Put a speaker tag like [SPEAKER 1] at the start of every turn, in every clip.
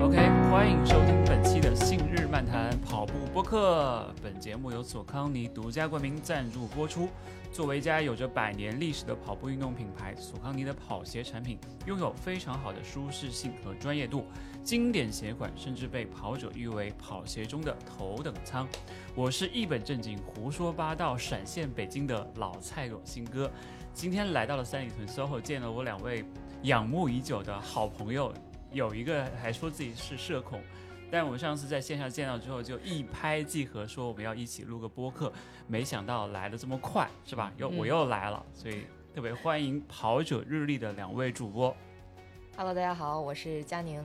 [SPEAKER 1] OK，欢迎收听本期的《信日漫谈跑步播客》。本节目由索康尼独家冠名赞助播出。作为一家有着百年历史的跑步运动品牌，索康尼的跑鞋产品拥有非常好的舒适性和专业度，经典鞋款甚至被跑者誉为跑鞋中的头等舱。我是一本正经胡说八道、闪现北京的老菜狗新哥，今天来到了三里屯 SOHO，见了我两位仰慕已久的好朋友，有一个还说自己是社恐，但我们上次在线下见到之后就一拍即合，说我们要一起录个播客，没想到来的这么快，是吧？又我
[SPEAKER 2] 嗯
[SPEAKER 1] 又来了，所以特别欢迎跑者日历的两位主播
[SPEAKER 2] Hello，大家好，我是佳宁。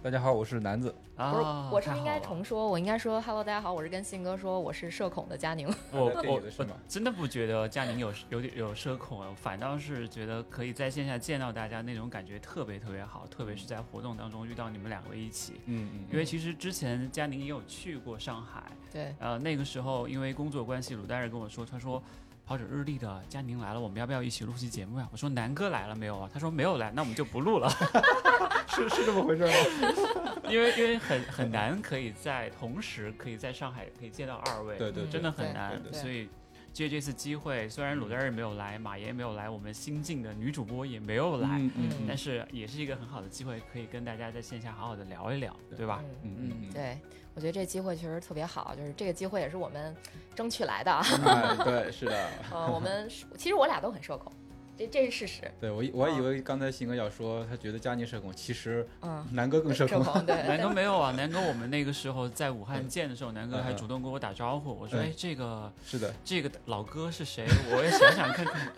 [SPEAKER 3] 大家好，我是南子。
[SPEAKER 1] 啊！
[SPEAKER 2] 不是，我是
[SPEAKER 1] 太
[SPEAKER 2] 不是应该
[SPEAKER 1] 好了
[SPEAKER 2] 重说，我应该说 Hello，大家好，我是跟信哥说我是社恐的 佳宁。
[SPEAKER 1] 我
[SPEAKER 3] 在店
[SPEAKER 1] 我
[SPEAKER 3] 里的是
[SPEAKER 1] 我
[SPEAKER 3] 吗
[SPEAKER 1] 真的不觉得佳宁有有点有社恐啊，我反倒是觉得可以在线下见到大家那种感觉特别特别好，特别是在活动当中遇到你们两个一起。
[SPEAKER 3] 嗯
[SPEAKER 1] 因为其实之前佳宁也有去过上海，
[SPEAKER 2] 对，
[SPEAKER 1] 呃，那个时候因为工作关系，鲁大人跟我说，他说跑者日历的佳宁来了，我们要不要一起录期节目呀、我说南哥来了没有啊？他说没有来，那我们就不录了，
[SPEAKER 3] 是是这么回事吗？
[SPEAKER 1] 因为因为很很难可以在同时可以在上海可以见到二位，
[SPEAKER 3] 对对，嗯对
[SPEAKER 1] 真的很
[SPEAKER 2] 对
[SPEAKER 1] 难。
[SPEAKER 3] 对
[SPEAKER 2] 对
[SPEAKER 1] 所以借这次机会，虽然鲁大人没有来，马爷没有来，我们新晋的女主播也没有来，
[SPEAKER 3] 嗯嗯
[SPEAKER 1] 但
[SPEAKER 3] 嗯
[SPEAKER 1] 是也是一个很好的机会，可以跟大家在线下好好的聊一聊，对吧？
[SPEAKER 2] 嗯，
[SPEAKER 3] 嗯嗯嗯，
[SPEAKER 2] 对，我觉得这机会确实特别好，就是这个机会也是我们争取来的啊。
[SPEAKER 3] 哎，对，是的，
[SPEAKER 2] 呃，我们是其实我俩都很社恐，这这是事实。
[SPEAKER 3] 对我以我还以为刚才新哥要说他觉得佳宁社恐，其实
[SPEAKER 2] 嗯，
[SPEAKER 3] 南哥更社
[SPEAKER 2] 社
[SPEAKER 3] 恐。
[SPEAKER 2] 恐对。
[SPEAKER 1] 南哥
[SPEAKER 2] 但
[SPEAKER 1] 没有啊，南哥我们那个时候在武汉
[SPEAKER 3] 嗯
[SPEAKER 1] 见的时候，南哥
[SPEAKER 3] 嗯
[SPEAKER 1] 还
[SPEAKER 3] 嗯
[SPEAKER 1] 主动跟我打招呼，我说
[SPEAKER 3] 嗯
[SPEAKER 1] 哎这个
[SPEAKER 3] 是的，
[SPEAKER 1] 这个老哥是谁？我也想想看看。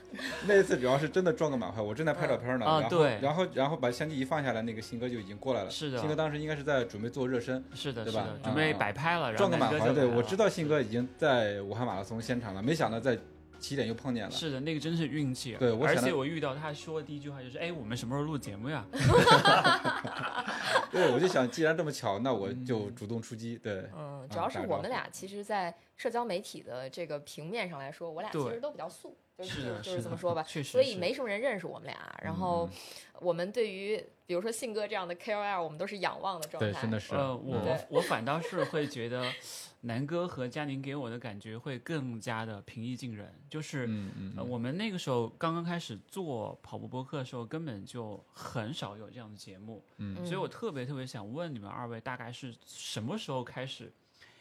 [SPEAKER 3] 那一次主要是真的撞个满怀，我正在拍照片呢，
[SPEAKER 1] 嗯啊
[SPEAKER 3] 然后
[SPEAKER 1] 对
[SPEAKER 3] 然后然后把相机一放下来，那个新哥就已经过来了。
[SPEAKER 1] 是的
[SPEAKER 3] 新哥当时应该是在准备做热身，
[SPEAKER 1] 是的，是
[SPEAKER 3] 对吧
[SPEAKER 1] 的，
[SPEAKER 3] 嗯
[SPEAKER 1] 准备
[SPEAKER 3] 嗯
[SPEAKER 1] 摆拍了，然后
[SPEAKER 3] 撞个
[SPEAKER 1] 南
[SPEAKER 3] 满
[SPEAKER 1] 哥就
[SPEAKER 3] 怀。对，
[SPEAKER 1] 来了
[SPEAKER 3] 我知道新哥已经在武汉马拉松现场了，没想到在起点又碰见了。
[SPEAKER 1] 是的，那个真是运气啊。
[SPEAKER 3] 对我
[SPEAKER 1] 而
[SPEAKER 3] 想
[SPEAKER 1] 且
[SPEAKER 3] 到
[SPEAKER 1] 我遇到他说的第一句话就是：“哎，我们什么时候录节目 呀
[SPEAKER 3] 对，我就想，既然这么巧，那我就主动出击。对，
[SPEAKER 2] 嗯，主
[SPEAKER 3] 啊
[SPEAKER 2] 要是
[SPEAKER 3] 打
[SPEAKER 2] 我
[SPEAKER 3] 招
[SPEAKER 2] 们
[SPEAKER 3] 呼
[SPEAKER 2] 俩其实，在社交媒体的这个平面上来说，我俩其
[SPEAKER 1] 对
[SPEAKER 2] 实都比较素，就是是
[SPEAKER 1] 的
[SPEAKER 2] 就是这
[SPEAKER 1] 的
[SPEAKER 2] 么说吧？”。
[SPEAKER 1] 确实，
[SPEAKER 2] 所以没什么人认识我们俩。然后
[SPEAKER 3] 嗯
[SPEAKER 2] 我们对于比如说信哥这样的 KOL，我们都是仰望的状态。
[SPEAKER 3] 对，真的是。嗯
[SPEAKER 1] 呃，
[SPEAKER 2] 对
[SPEAKER 1] 我我反倒是会觉得，南哥和佳宁给我的感觉会更加的平易近人。就是、
[SPEAKER 3] 嗯嗯
[SPEAKER 1] 呃，我们那个时候刚刚开始做跑步播客的时候，根本就很少有这样的节目，
[SPEAKER 2] 嗯，
[SPEAKER 1] 所以我特别特别想问你们二位，大概是什么时候开始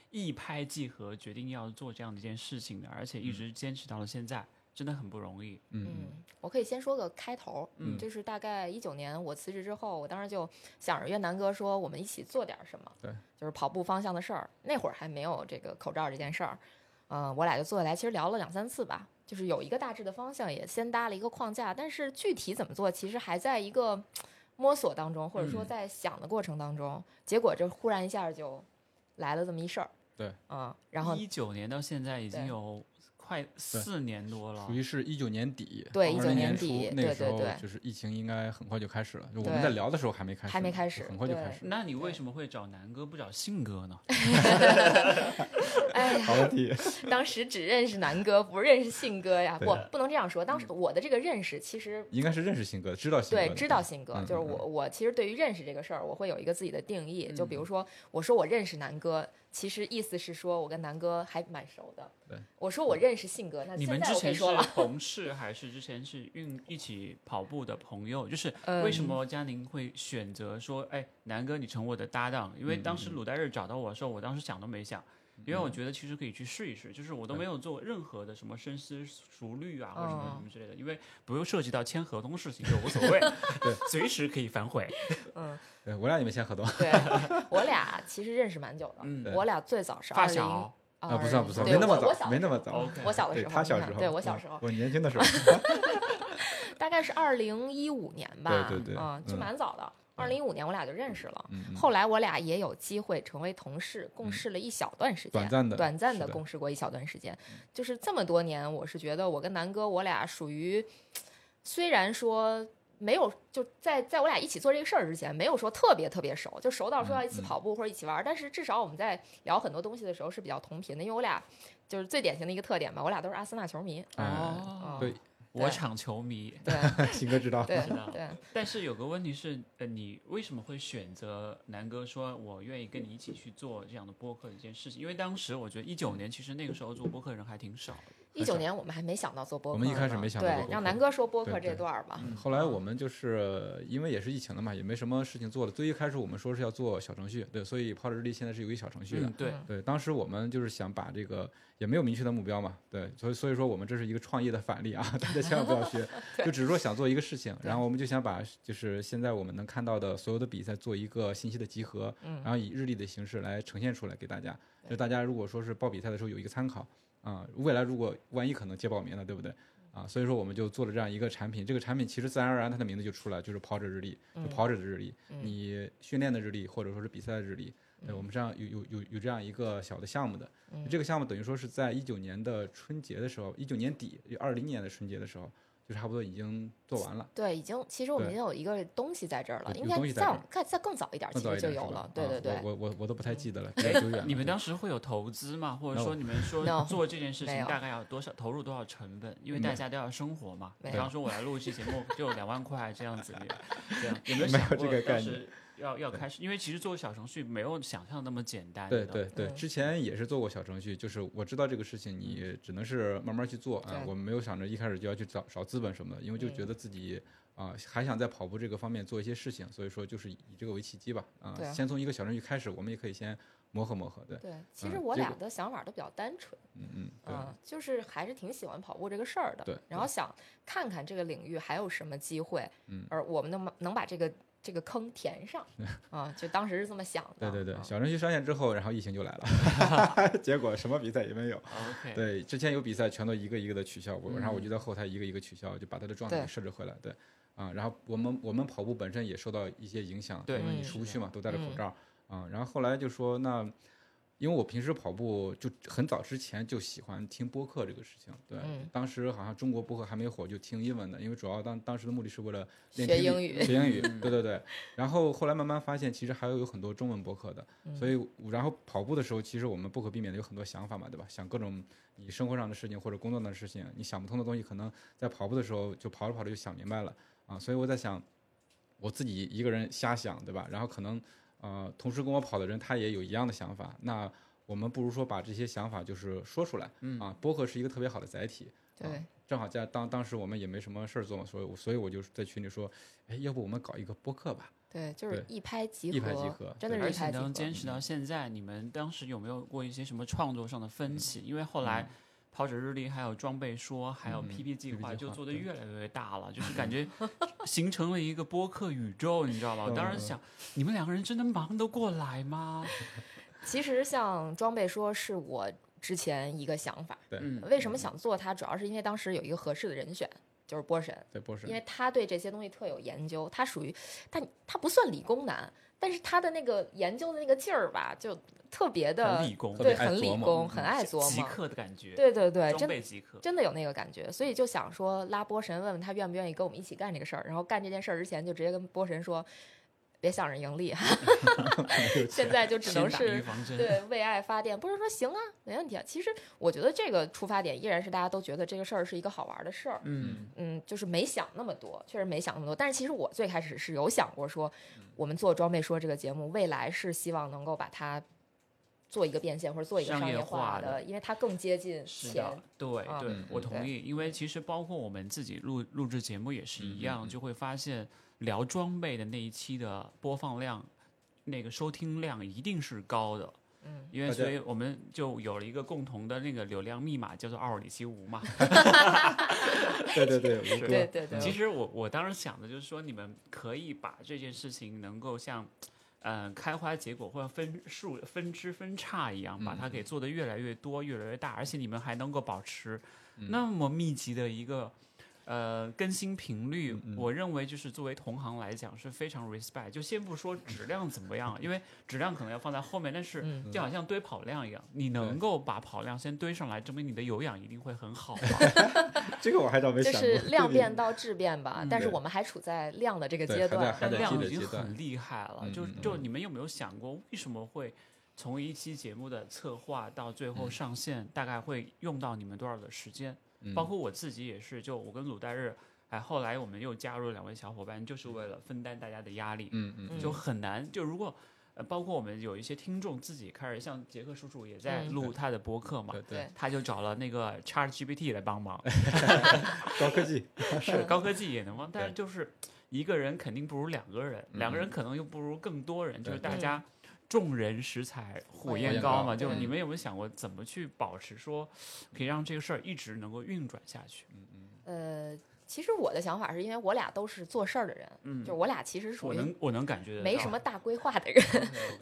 [SPEAKER 1] 一拍即合，决定要做这样的一件事情的，而且一直坚持到了现在，真的很不容易。
[SPEAKER 3] 嗯嗯
[SPEAKER 2] 嗯，我可以先说个开头，
[SPEAKER 1] 嗯
[SPEAKER 2] 就是大概一九年我辞职之后，我当时就想着越南哥说我们一起做点什么，
[SPEAKER 3] 对，
[SPEAKER 2] 就是跑步方向的事儿。那会儿还没有这个口罩这件事儿，嗯、我俩就坐下来，其实聊了两三次吧，就是有一个大致的方向，也先搭了一个框架，但是具体怎么做，其实还在一个摸索当中，或者说
[SPEAKER 3] 嗯
[SPEAKER 2] 在想的过程当中，结果这忽然一下就来了这么一事儿，
[SPEAKER 3] 对，
[SPEAKER 2] 嗯，然后
[SPEAKER 1] 一九年到现在已经
[SPEAKER 2] 对
[SPEAKER 1] 有快四年多了
[SPEAKER 3] 属。于是一九年底，
[SPEAKER 2] 对
[SPEAKER 3] 20
[SPEAKER 2] 19
[SPEAKER 3] 年
[SPEAKER 2] 底对
[SPEAKER 3] 初那个
[SPEAKER 2] 对
[SPEAKER 3] 时候
[SPEAKER 2] 对
[SPEAKER 3] 就是疫情应该很快就开始了，就我
[SPEAKER 2] 对
[SPEAKER 3] 们在聊的时候还没开始呢，
[SPEAKER 2] 还没开始
[SPEAKER 3] 就很快就
[SPEAKER 2] 对
[SPEAKER 3] 开始了。
[SPEAKER 1] 那你为什么会找南哥不找信哥呢？
[SPEAKER 2] 哎呀，
[SPEAKER 3] 好问题，
[SPEAKER 2] 当时只认识南哥，不认识信哥呀。
[SPEAKER 3] 对啊嗯
[SPEAKER 2] 不，不能这样说。当时我的这个认识，其实
[SPEAKER 3] 应该是认识新哥，知道新哥的，
[SPEAKER 2] 对知道信哥，
[SPEAKER 3] 嗯
[SPEAKER 2] 就是
[SPEAKER 3] 嗯
[SPEAKER 2] 我我其实对于认识这个事儿，我会有一个自己的定义。就比如说，我说我认识南哥，其实意思是说我跟南哥还蛮熟的
[SPEAKER 3] 对。
[SPEAKER 2] 我说我认识信哥，那
[SPEAKER 1] 你
[SPEAKER 2] 呃现
[SPEAKER 1] 们之
[SPEAKER 2] 在我可以
[SPEAKER 1] 前是
[SPEAKER 2] 说了。
[SPEAKER 1] 同事，还是之前是运一起跑步的朋友？就是
[SPEAKER 2] 嗯
[SPEAKER 1] 为什么佳宁会选择说，哎，南哥你成我的搭档？因为当时鲁代日找到我的时候，我当时想都没想，因为我觉得其实可以去试一试，就是我都没有做任何的什么深思熟虑啊，或者什么
[SPEAKER 2] 嗯
[SPEAKER 1] 什么之类的，因为不用涉及到签合同事情就无所谓，随时可以反悔。
[SPEAKER 3] 对我俩也没签合同
[SPEAKER 2] 对， 我俩其实认识蛮久
[SPEAKER 1] 嗯
[SPEAKER 2] 的。我俩最早是
[SPEAKER 1] 发
[SPEAKER 2] 二零
[SPEAKER 1] 小，
[SPEAKER 3] 啊，不算
[SPEAKER 2] 算
[SPEAKER 3] 不算，
[SPEAKER 2] 算，
[SPEAKER 3] 没那么
[SPEAKER 2] 哦我我小
[SPEAKER 3] 早，没那么早。
[SPEAKER 1] OK
[SPEAKER 2] 我小的
[SPEAKER 3] 对
[SPEAKER 2] 时候，
[SPEAKER 3] 他小
[SPEAKER 2] 你看
[SPEAKER 3] 时候，
[SPEAKER 2] 对我小
[SPEAKER 3] 嗯
[SPEAKER 2] 时候，
[SPEAKER 3] 哦我年轻的 时候，
[SPEAKER 2] 大概是二零一五年吧，
[SPEAKER 3] 对对对
[SPEAKER 2] 嗯，就
[SPEAKER 3] 嗯
[SPEAKER 2] 蛮早的。二零一五年我俩就认识了，
[SPEAKER 3] 嗯嗯
[SPEAKER 2] 后来我俩也有机会成为同事，共事了一小段时间，
[SPEAKER 3] 短暂的
[SPEAKER 2] 短暂
[SPEAKER 3] 是
[SPEAKER 2] 的
[SPEAKER 3] 的嗯
[SPEAKER 2] 共事过一小段时间。就是这么多年，我是觉得我跟南哥，我俩属于虽然说。没有，就在在我俩一起做这个事儿之前，没有说特别特别熟，就熟到
[SPEAKER 3] 嗯
[SPEAKER 2] 说要一起跑步或者一起玩儿。但是至少我们在聊很多东西的时 候是比较同频的，因为我俩就是最典型的一个特点吧，我俩都是阿森纳球迷。
[SPEAKER 3] 哎
[SPEAKER 1] 哦
[SPEAKER 2] 嗯
[SPEAKER 3] 对啊
[SPEAKER 1] 我场球迷。
[SPEAKER 2] 对
[SPEAKER 3] 鑫哥知道，
[SPEAKER 2] 对
[SPEAKER 1] 知道
[SPEAKER 2] 对，
[SPEAKER 1] 但是有个问题是，呃，你为什么会选择南哥说我愿意跟你一起去做这样的播客这件事情？因为当时我觉得一九年其实那个时候做播客人还挺少的。
[SPEAKER 2] 一九年我们还没想到做播
[SPEAKER 3] 我
[SPEAKER 2] 客呢，
[SPEAKER 3] 们一开始没想到
[SPEAKER 2] 对
[SPEAKER 3] 过，
[SPEAKER 2] 让南哥说播客
[SPEAKER 3] 对对
[SPEAKER 2] 这段儿吧。
[SPEAKER 3] 嗯后来我们就是因为也是疫情了嘛，也没什么事情做了。最一开始我们说是要做小程序，对，所以泡日历现在是有一个小程序的。
[SPEAKER 1] 嗯，对，
[SPEAKER 2] 嗯
[SPEAKER 3] 对，当时我们就是想把这个也没有明确的目标嘛，对，所以所以说我们这是一个创业的反例啊， 大家千万不要 学，就只是说想做一个事情，然后我们就想把就是现在我们能看到的所有的比赛做一个信息的集合，
[SPEAKER 2] 嗯
[SPEAKER 3] 然后以日历的形式来呈现出来给大家，就大家如果说是报比赛的时候有一个参考啊、未来如果万一可能接报名了，对不对？啊，所以说我们就做了这样一个产品，这个产品其实自然而然它的名字就出来，就是跑者日历，就
[SPEAKER 2] 嗯
[SPEAKER 3] 跑者的日历，你训练的日历或者说是比赛的日历，对，
[SPEAKER 2] 嗯
[SPEAKER 3] 我们这样有有有有这样一个小的项目的，这个项目等于说是在一九年的春节的时候，一九年底，二零年的春节的时候，就差不多已经做完了。
[SPEAKER 2] 对，已经其实我们已
[SPEAKER 3] 对
[SPEAKER 2] 经有一个东西在这儿了，
[SPEAKER 3] 对
[SPEAKER 2] 应
[SPEAKER 3] 有
[SPEAKER 2] 该
[SPEAKER 3] 东西
[SPEAKER 2] 再
[SPEAKER 3] 在这
[SPEAKER 2] 我
[SPEAKER 3] 儿
[SPEAKER 2] 们再再更早一点，
[SPEAKER 3] 更
[SPEAKER 2] 其
[SPEAKER 3] 早一
[SPEAKER 2] 实
[SPEAKER 3] 点
[SPEAKER 2] 就是有
[SPEAKER 3] 吧
[SPEAKER 2] 了。对
[SPEAKER 3] 啊
[SPEAKER 2] 对嗯哎对，
[SPEAKER 3] 我我我我都不太记得了，比较久远了。
[SPEAKER 1] 哎你们
[SPEAKER 3] 对
[SPEAKER 1] 当时会有投资吗？或者说你们
[SPEAKER 2] No
[SPEAKER 1] 说做这件事
[SPEAKER 2] 没
[SPEAKER 1] 情
[SPEAKER 2] 有
[SPEAKER 1] 大概要多少投入多少成本？因为
[SPEAKER 3] 没
[SPEAKER 1] 大
[SPEAKER 3] 有
[SPEAKER 1] 家都要生活嘛。
[SPEAKER 2] 没
[SPEAKER 1] 比
[SPEAKER 2] 有
[SPEAKER 1] 方说我来录一期节目就两万块这样子 的，这样啊有没有
[SPEAKER 3] 没
[SPEAKER 1] 想
[SPEAKER 3] 有这
[SPEAKER 1] 过
[SPEAKER 3] 个概
[SPEAKER 1] 当
[SPEAKER 3] 念
[SPEAKER 1] 时要要开始？因为其实做小程序没有想象那么简单。
[SPEAKER 3] 对
[SPEAKER 1] 的
[SPEAKER 3] 对对，
[SPEAKER 2] 嗯
[SPEAKER 3] 之前也是做过小程序，就是我知道这个事情，你只能是慢慢去做啊
[SPEAKER 2] 对。
[SPEAKER 3] 我们没有想着一开始就要去找找资本什么的，因为就
[SPEAKER 2] 嗯
[SPEAKER 3] 觉得自己啊、还想在跑步这个方面做一些事情，所以说就是以这个为契机吧。啊
[SPEAKER 2] 对啊，
[SPEAKER 3] 先从一个小程序开始，我们也可以先磨合磨合。对，
[SPEAKER 2] 对，其实
[SPEAKER 3] 嗯
[SPEAKER 2] 我
[SPEAKER 3] 结
[SPEAKER 2] 俩
[SPEAKER 3] 果
[SPEAKER 2] 的想法都比较单纯，
[SPEAKER 3] 嗯嗯，对。
[SPEAKER 2] 嗯，就是还是挺喜欢跑步这个事儿的，
[SPEAKER 3] 对
[SPEAKER 2] 然后想看看这个领域还有什么机会，
[SPEAKER 3] 嗯
[SPEAKER 2] 而我们能把能把这个这个坑填 上，啊，就当时是这么想
[SPEAKER 3] 对
[SPEAKER 2] 的，
[SPEAKER 3] 对对，
[SPEAKER 2] 嗯
[SPEAKER 3] 小程序上线之后，然后疫情就来了， 结果什么比赛也没有。
[SPEAKER 1] ，OK。
[SPEAKER 3] 对，之前有比赛全都一个一个的取消，我、然后我就在后台一个一个取消，就把他的状态
[SPEAKER 2] 对
[SPEAKER 3] 给设置回来。对，啊，然后我们我们跑步本身也受到一些影响，
[SPEAKER 1] 对
[SPEAKER 3] 因为
[SPEAKER 2] 嗯
[SPEAKER 3] 你出不
[SPEAKER 1] 是
[SPEAKER 3] 去嘛，都戴着口
[SPEAKER 2] 嗯
[SPEAKER 3] 罩儿啊。然后后来就说那，因为我平时跑步就很早之前就喜欢听播客这个事情，对，
[SPEAKER 2] 嗯
[SPEAKER 3] 当时好像中国播客还没火，就听英文的，因为主要当当时的目的是为了练
[SPEAKER 2] 学
[SPEAKER 3] 听
[SPEAKER 2] 英
[SPEAKER 3] 力
[SPEAKER 2] 语
[SPEAKER 3] 学英语， 对对对。然后后来慢慢发现，其实还有有很多中文播客的，
[SPEAKER 2] 嗯
[SPEAKER 3] 所以我然后跑步的时候，其实我们不可避免的有很多想法嘛，对吧？想各种你生活上的事情或者工作上的事情，你想不通的东西，可能在跑步的时候就跑着跑着就想明白了啊。所以我在想，我自己一个人瞎想，对吧？然后可能呃，同时跟我跑的人他也有一样的想法，那我们不如说把这些想法就是说出来，嗯啊，播客是一个特别好的载体，
[SPEAKER 2] 对，
[SPEAKER 3] 正好加当当时我们也没什么事儿做嘛，所以我所以我就在群里说，哎，要不我们搞一个播客吧？
[SPEAKER 2] 对，就是
[SPEAKER 3] 对
[SPEAKER 2] 一拍即合，
[SPEAKER 3] 一拍即合
[SPEAKER 2] 真的嗯
[SPEAKER 3] 对
[SPEAKER 2] 是
[SPEAKER 1] 而
[SPEAKER 2] 一
[SPEAKER 1] 且
[SPEAKER 2] 拍即合
[SPEAKER 1] 能，坚持到现在，你们当时有没有过一些什么创作上的分歧？因为后来
[SPEAKER 2] 嗯
[SPEAKER 1] 跑者日历、还有装备说、还有
[SPEAKER 3] 嗯
[SPEAKER 1] PP 计
[SPEAKER 3] PP 计划
[SPEAKER 1] 划就做的
[SPEAKER 3] 对
[SPEAKER 1] 越来越大了，就是感觉 形成了一个播客宇宙，你知道吧？我
[SPEAKER 2] 嗯
[SPEAKER 1] 当时想，你们两个人真的忙得过来吗？
[SPEAKER 2] 其实像装备说是我之前一个想法，
[SPEAKER 3] 对
[SPEAKER 1] 嗯
[SPEAKER 2] 为什么想做它，主要是因为当时有一个合适的人选，就是波神。
[SPEAKER 3] 对，博士
[SPEAKER 2] 因，为他对这些东西特有研究，他属于他他不算理工男，但是他的那个研究的那个劲儿吧，就特别的
[SPEAKER 1] 很理工，
[SPEAKER 3] 特别
[SPEAKER 2] 对，
[SPEAKER 3] 爱
[SPEAKER 2] 很
[SPEAKER 3] 琢
[SPEAKER 2] 理
[SPEAKER 3] 磨
[SPEAKER 2] 工，
[SPEAKER 3] 嗯
[SPEAKER 2] 很爱琢
[SPEAKER 1] 极
[SPEAKER 2] 磨，
[SPEAKER 1] 客的感觉，
[SPEAKER 2] 对对对，
[SPEAKER 1] 装
[SPEAKER 2] 真的
[SPEAKER 1] 备极客。
[SPEAKER 2] 真的有那个感觉，所以就想说拉波神问问他愿不愿意跟我们一起干这个事儿，然后干这件事儿之前就直接跟波神说，别想着盈利，啊 现在就只
[SPEAKER 1] 先
[SPEAKER 2] 能
[SPEAKER 1] 打
[SPEAKER 2] 是
[SPEAKER 1] 预防 针，
[SPEAKER 2] 对，为爱发电，不是说行啊，没问题啊。其实我觉得这个出发点依然是大家都觉得这个事儿是一个好玩的事儿，
[SPEAKER 1] 嗯，
[SPEAKER 2] 嗯，就是没想那么多，确实没想那么多。但是其实我最开始是有想过说，
[SPEAKER 1] 嗯
[SPEAKER 2] 我们做装备说这个节目，未来是希望能够把它做一个变现或者做一个
[SPEAKER 1] 商
[SPEAKER 2] 商
[SPEAKER 1] 业
[SPEAKER 2] 业
[SPEAKER 1] 化
[SPEAKER 2] 化
[SPEAKER 1] 的
[SPEAKER 2] 因为它更接近
[SPEAKER 1] 是
[SPEAKER 2] 钱
[SPEAKER 1] 的。，对
[SPEAKER 2] 啊
[SPEAKER 1] 对
[SPEAKER 3] 嗯，
[SPEAKER 1] 我
[SPEAKER 3] 嗯
[SPEAKER 1] 同
[SPEAKER 2] 对
[SPEAKER 1] 意，因为其实包括我们自己录录制节目也是一
[SPEAKER 3] 嗯嗯
[SPEAKER 1] 样，
[SPEAKER 3] 嗯
[SPEAKER 1] 就会发现聊装备的那一期的播放量，那个收听量一定是高的。
[SPEAKER 2] 嗯，
[SPEAKER 1] 因为
[SPEAKER 3] 大家
[SPEAKER 1] 所以我们就有了一个共同的那个流量密码，叫做奥尔里西吴嘛。
[SPEAKER 2] 嗯
[SPEAKER 3] 对对对，吴哥，
[SPEAKER 2] 对对对，
[SPEAKER 1] 其实我我当时想的就是说，你们可以把这件事情能够像，呃，开花结果或者分数分支分叉一样，把它
[SPEAKER 2] 嗯
[SPEAKER 1] 给做得越来越多、越来越大，而且你们还能够保持
[SPEAKER 2] 嗯
[SPEAKER 1] 那么密集的一个。呃，更新频率，
[SPEAKER 2] 嗯
[SPEAKER 1] 我认为就是作为同行来讲是非常 respect。就先不说质量怎么样，因为质量可能要放在后面，但是
[SPEAKER 2] 嗯
[SPEAKER 1] 就好像堆跑量一样，你能
[SPEAKER 3] 对
[SPEAKER 1] 够把跑量先堆上来，证明你的有氧一定会很好嘛。
[SPEAKER 3] 这个我还倒没
[SPEAKER 2] 就
[SPEAKER 3] 想过，
[SPEAKER 2] 是量
[SPEAKER 3] 对
[SPEAKER 2] 变到质变吧，
[SPEAKER 1] 嗯
[SPEAKER 2] 但是
[SPEAKER 3] 对
[SPEAKER 2] 我们还处在量的这个
[SPEAKER 3] 对
[SPEAKER 2] 阶
[SPEAKER 3] 还在
[SPEAKER 2] 段。
[SPEAKER 3] 还
[SPEAKER 1] 但
[SPEAKER 3] 在积
[SPEAKER 1] 量
[SPEAKER 3] 累
[SPEAKER 1] 已经
[SPEAKER 3] 阶段
[SPEAKER 1] 很厉害了。
[SPEAKER 3] 嗯
[SPEAKER 1] 就
[SPEAKER 3] 嗯
[SPEAKER 1] 就你们有没有想过，为什么会从一期节目的策划到最后上线，大概会用到你们多少的时间？
[SPEAKER 3] 嗯
[SPEAKER 1] 包括我自己也是，就我跟鲁大日，哎，后来我们又加入了两位小伙伴，就是为了分担大家的压力，
[SPEAKER 3] 嗯嗯
[SPEAKER 1] 就
[SPEAKER 2] 嗯
[SPEAKER 1] 很难。就如果呃，包括我们有一些听众自己开始，像杰克叔叔也在
[SPEAKER 2] 嗯
[SPEAKER 1] 录他的博客嘛，
[SPEAKER 3] 对
[SPEAKER 2] 对，
[SPEAKER 1] 他就找了那个 Chat GPT 来帮忙，
[SPEAKER 3] 高科技，
[SPEAKER 1] 是高科技也能帮，但是
[SPEAKER 3] 对
[SPEAKER 1] 就是一个人肯定不如两个人，
[SPEAKER 2] 嗯
[SPEAKER 1] 两个人可能又不如更多人，就是
[SPEAKER 3] 对
[SPEAKER 1] 大家众人拾柴火
[SPEAKER 2] 火
[SPEAKER 1] 焰
[SPEAKER 3] 焰
[SPEAKER 1] 高
[SPEAKER 3] 高
[SPEAKER 1] 嘛。就是
[SPEAKER 2] 对
[SPEAKER 1] 你们有没有想过怎么去保持说，可以让这个事儿一直能够运转下去？
[SPEAKER 2] 呃，其实我的想法是因为我俩都是做事儿的人，
[SPEAKER 1] 嗯
[SPEAKER 2] 就，我俩其实属
[SPEAKER 1] 我
[SPEAKER 2] 于
[SPEAKER 1] 能我能感觉得
[SPEAKER 2] 没
[SPEAKER 1] 到
[SPEAKER 2] 什么大规划的人，
[SPEAKER 3] OK，OK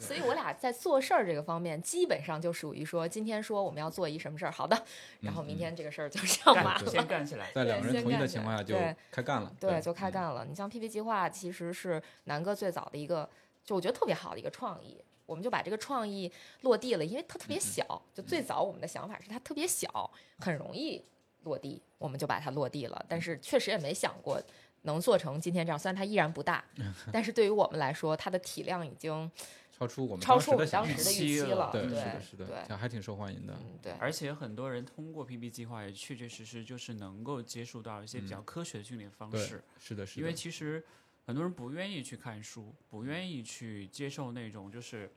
[SPEAKER 2] 所以我俩在做事儿这个方面，基本上就属于说，今天说我们要做一什么事儿，好的，然后明天这个事儿就
[SPEAKER 1] 嗯
[SPEAKER 2] 上
[SPEAKER 1] 干
[SPEAKER 2] 完
[SPEAKER 3] 对
[SPEAKER 2] 了
[SPEAKER 1] 先。干起来。
[SPEAKER 3] 在两个人
[SPEAKER 2] 先
[SPEAKER 3] 同意
[SPEAKER 2] 干
[SPEAKER 3] 的
[SPEAKER 2] 起
[SPEAKER 3] 情
[SPEAKER 2] 来
[SPEAKER 3] 况下就
[SPEAKER 2] 对
[SPEAKER 3] 开干了，嗯
[SPEAKER 2] 对，
[SPEAKER 1] 嗯
[SPEAKER 2] 就开干了。你像 PP 计划，其实是南哥最早的一个，就我觉得特别好的一个创意。我们就把这个创意落地了，因为它特
[SPEAKER 1] 嗯
[SPEAKER 2] 别小。就最早我们的想法是它特别小，很容易落地，我们就把它落地了。
[SPEAKER 1] 嗯
[SPEAKER 2] 但是确实也没想过能做成今天这样，虽然它依然 不大，但是对于我们来说，它的体量已经
[SPEAKER 3] 超出我们
[SPEAKER 2] 超出我们
[SPEAKER 3] 想
[SPEAKER 2] 当时
[SPEAKER 3] 象
[SPEAKER 2] 的
[SPEAKER 1] 预
[SPEAKER 2] 预
[SPEAKER 1] 期
[SPEAKER 2] 期
[SPEAKER 1] 了
[SPEAKER 2] 了。
[SPEAKER 3] 对，是
[SPEAKER 2] 对
[SPEAKER 3] 的，是
[SPEAKER 2] 对
[SPEAKER 3] 的，这还挺受欢迎的。
[SPEAKER 2] 嗯对，
[SPEAKER 1] 而且很多人通过 PB 计划也确确实实就是能够接触到一些比
[SPEAKER 2] 嗯
[SPEAKER 1] 较科学的训练方
[SPEAKER 3] 对
[SPEAKER 1] 式，，
[SPEAKER 3] 是的，是
[SPEAKER 1] 因为
[SPEAKER 3] 的，
[SPEAKER 1] 其实很多人不愿意去看书，不愿意去接受那种就是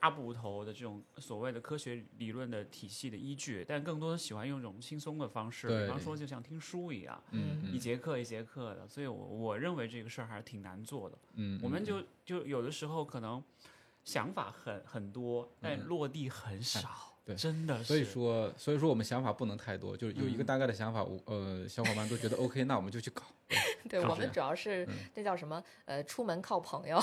[SPEAKER 1] 大部头的这种所谓的科学理论的体系的依据，但更多的喜欢用一种轻松的方式，比
[SPEAKER 3] 对
[SPEAKER 1] 方说就像听书一样，
[SPEAKER 3] 嗯
[SPEAKER 1] 一
[SPEAKER 3] 嗯
[SPEAKER 1] 节课一节课的。所以我我认为这个事儿还是挺难做的。
[SPEAKER 3] 嗯，
[SPEAKER 1] 我们
[SPEAKER 3] 嗯
[SPEAKER 1] 就就有的时候可能想法很很多，但落地很少，
[SPEAKER 3] 嗯哎对
[SPEAKER 1] 真的是。
[SPEAKER 3] 所以说，所以说我们想法不能太多，就是有一
[SPEAKER 2] 嗯
[SPEAKER 3] 个大概的想法，我呃，小伙伴都觉得 OK，那我们就去搞。
[SPEAKER 2] 对
[SPEAKER 1] 是
[SPEAKER 2] 我
[SPEAKER 1] 这
[SPEAKER 2] 们
[SPEAKER 3] 样
[SPEAKER 2] 主要是
[SPEAKER 1] 嗯
[SPEAKER 2] 那叫什么？呃，出门靠朋友。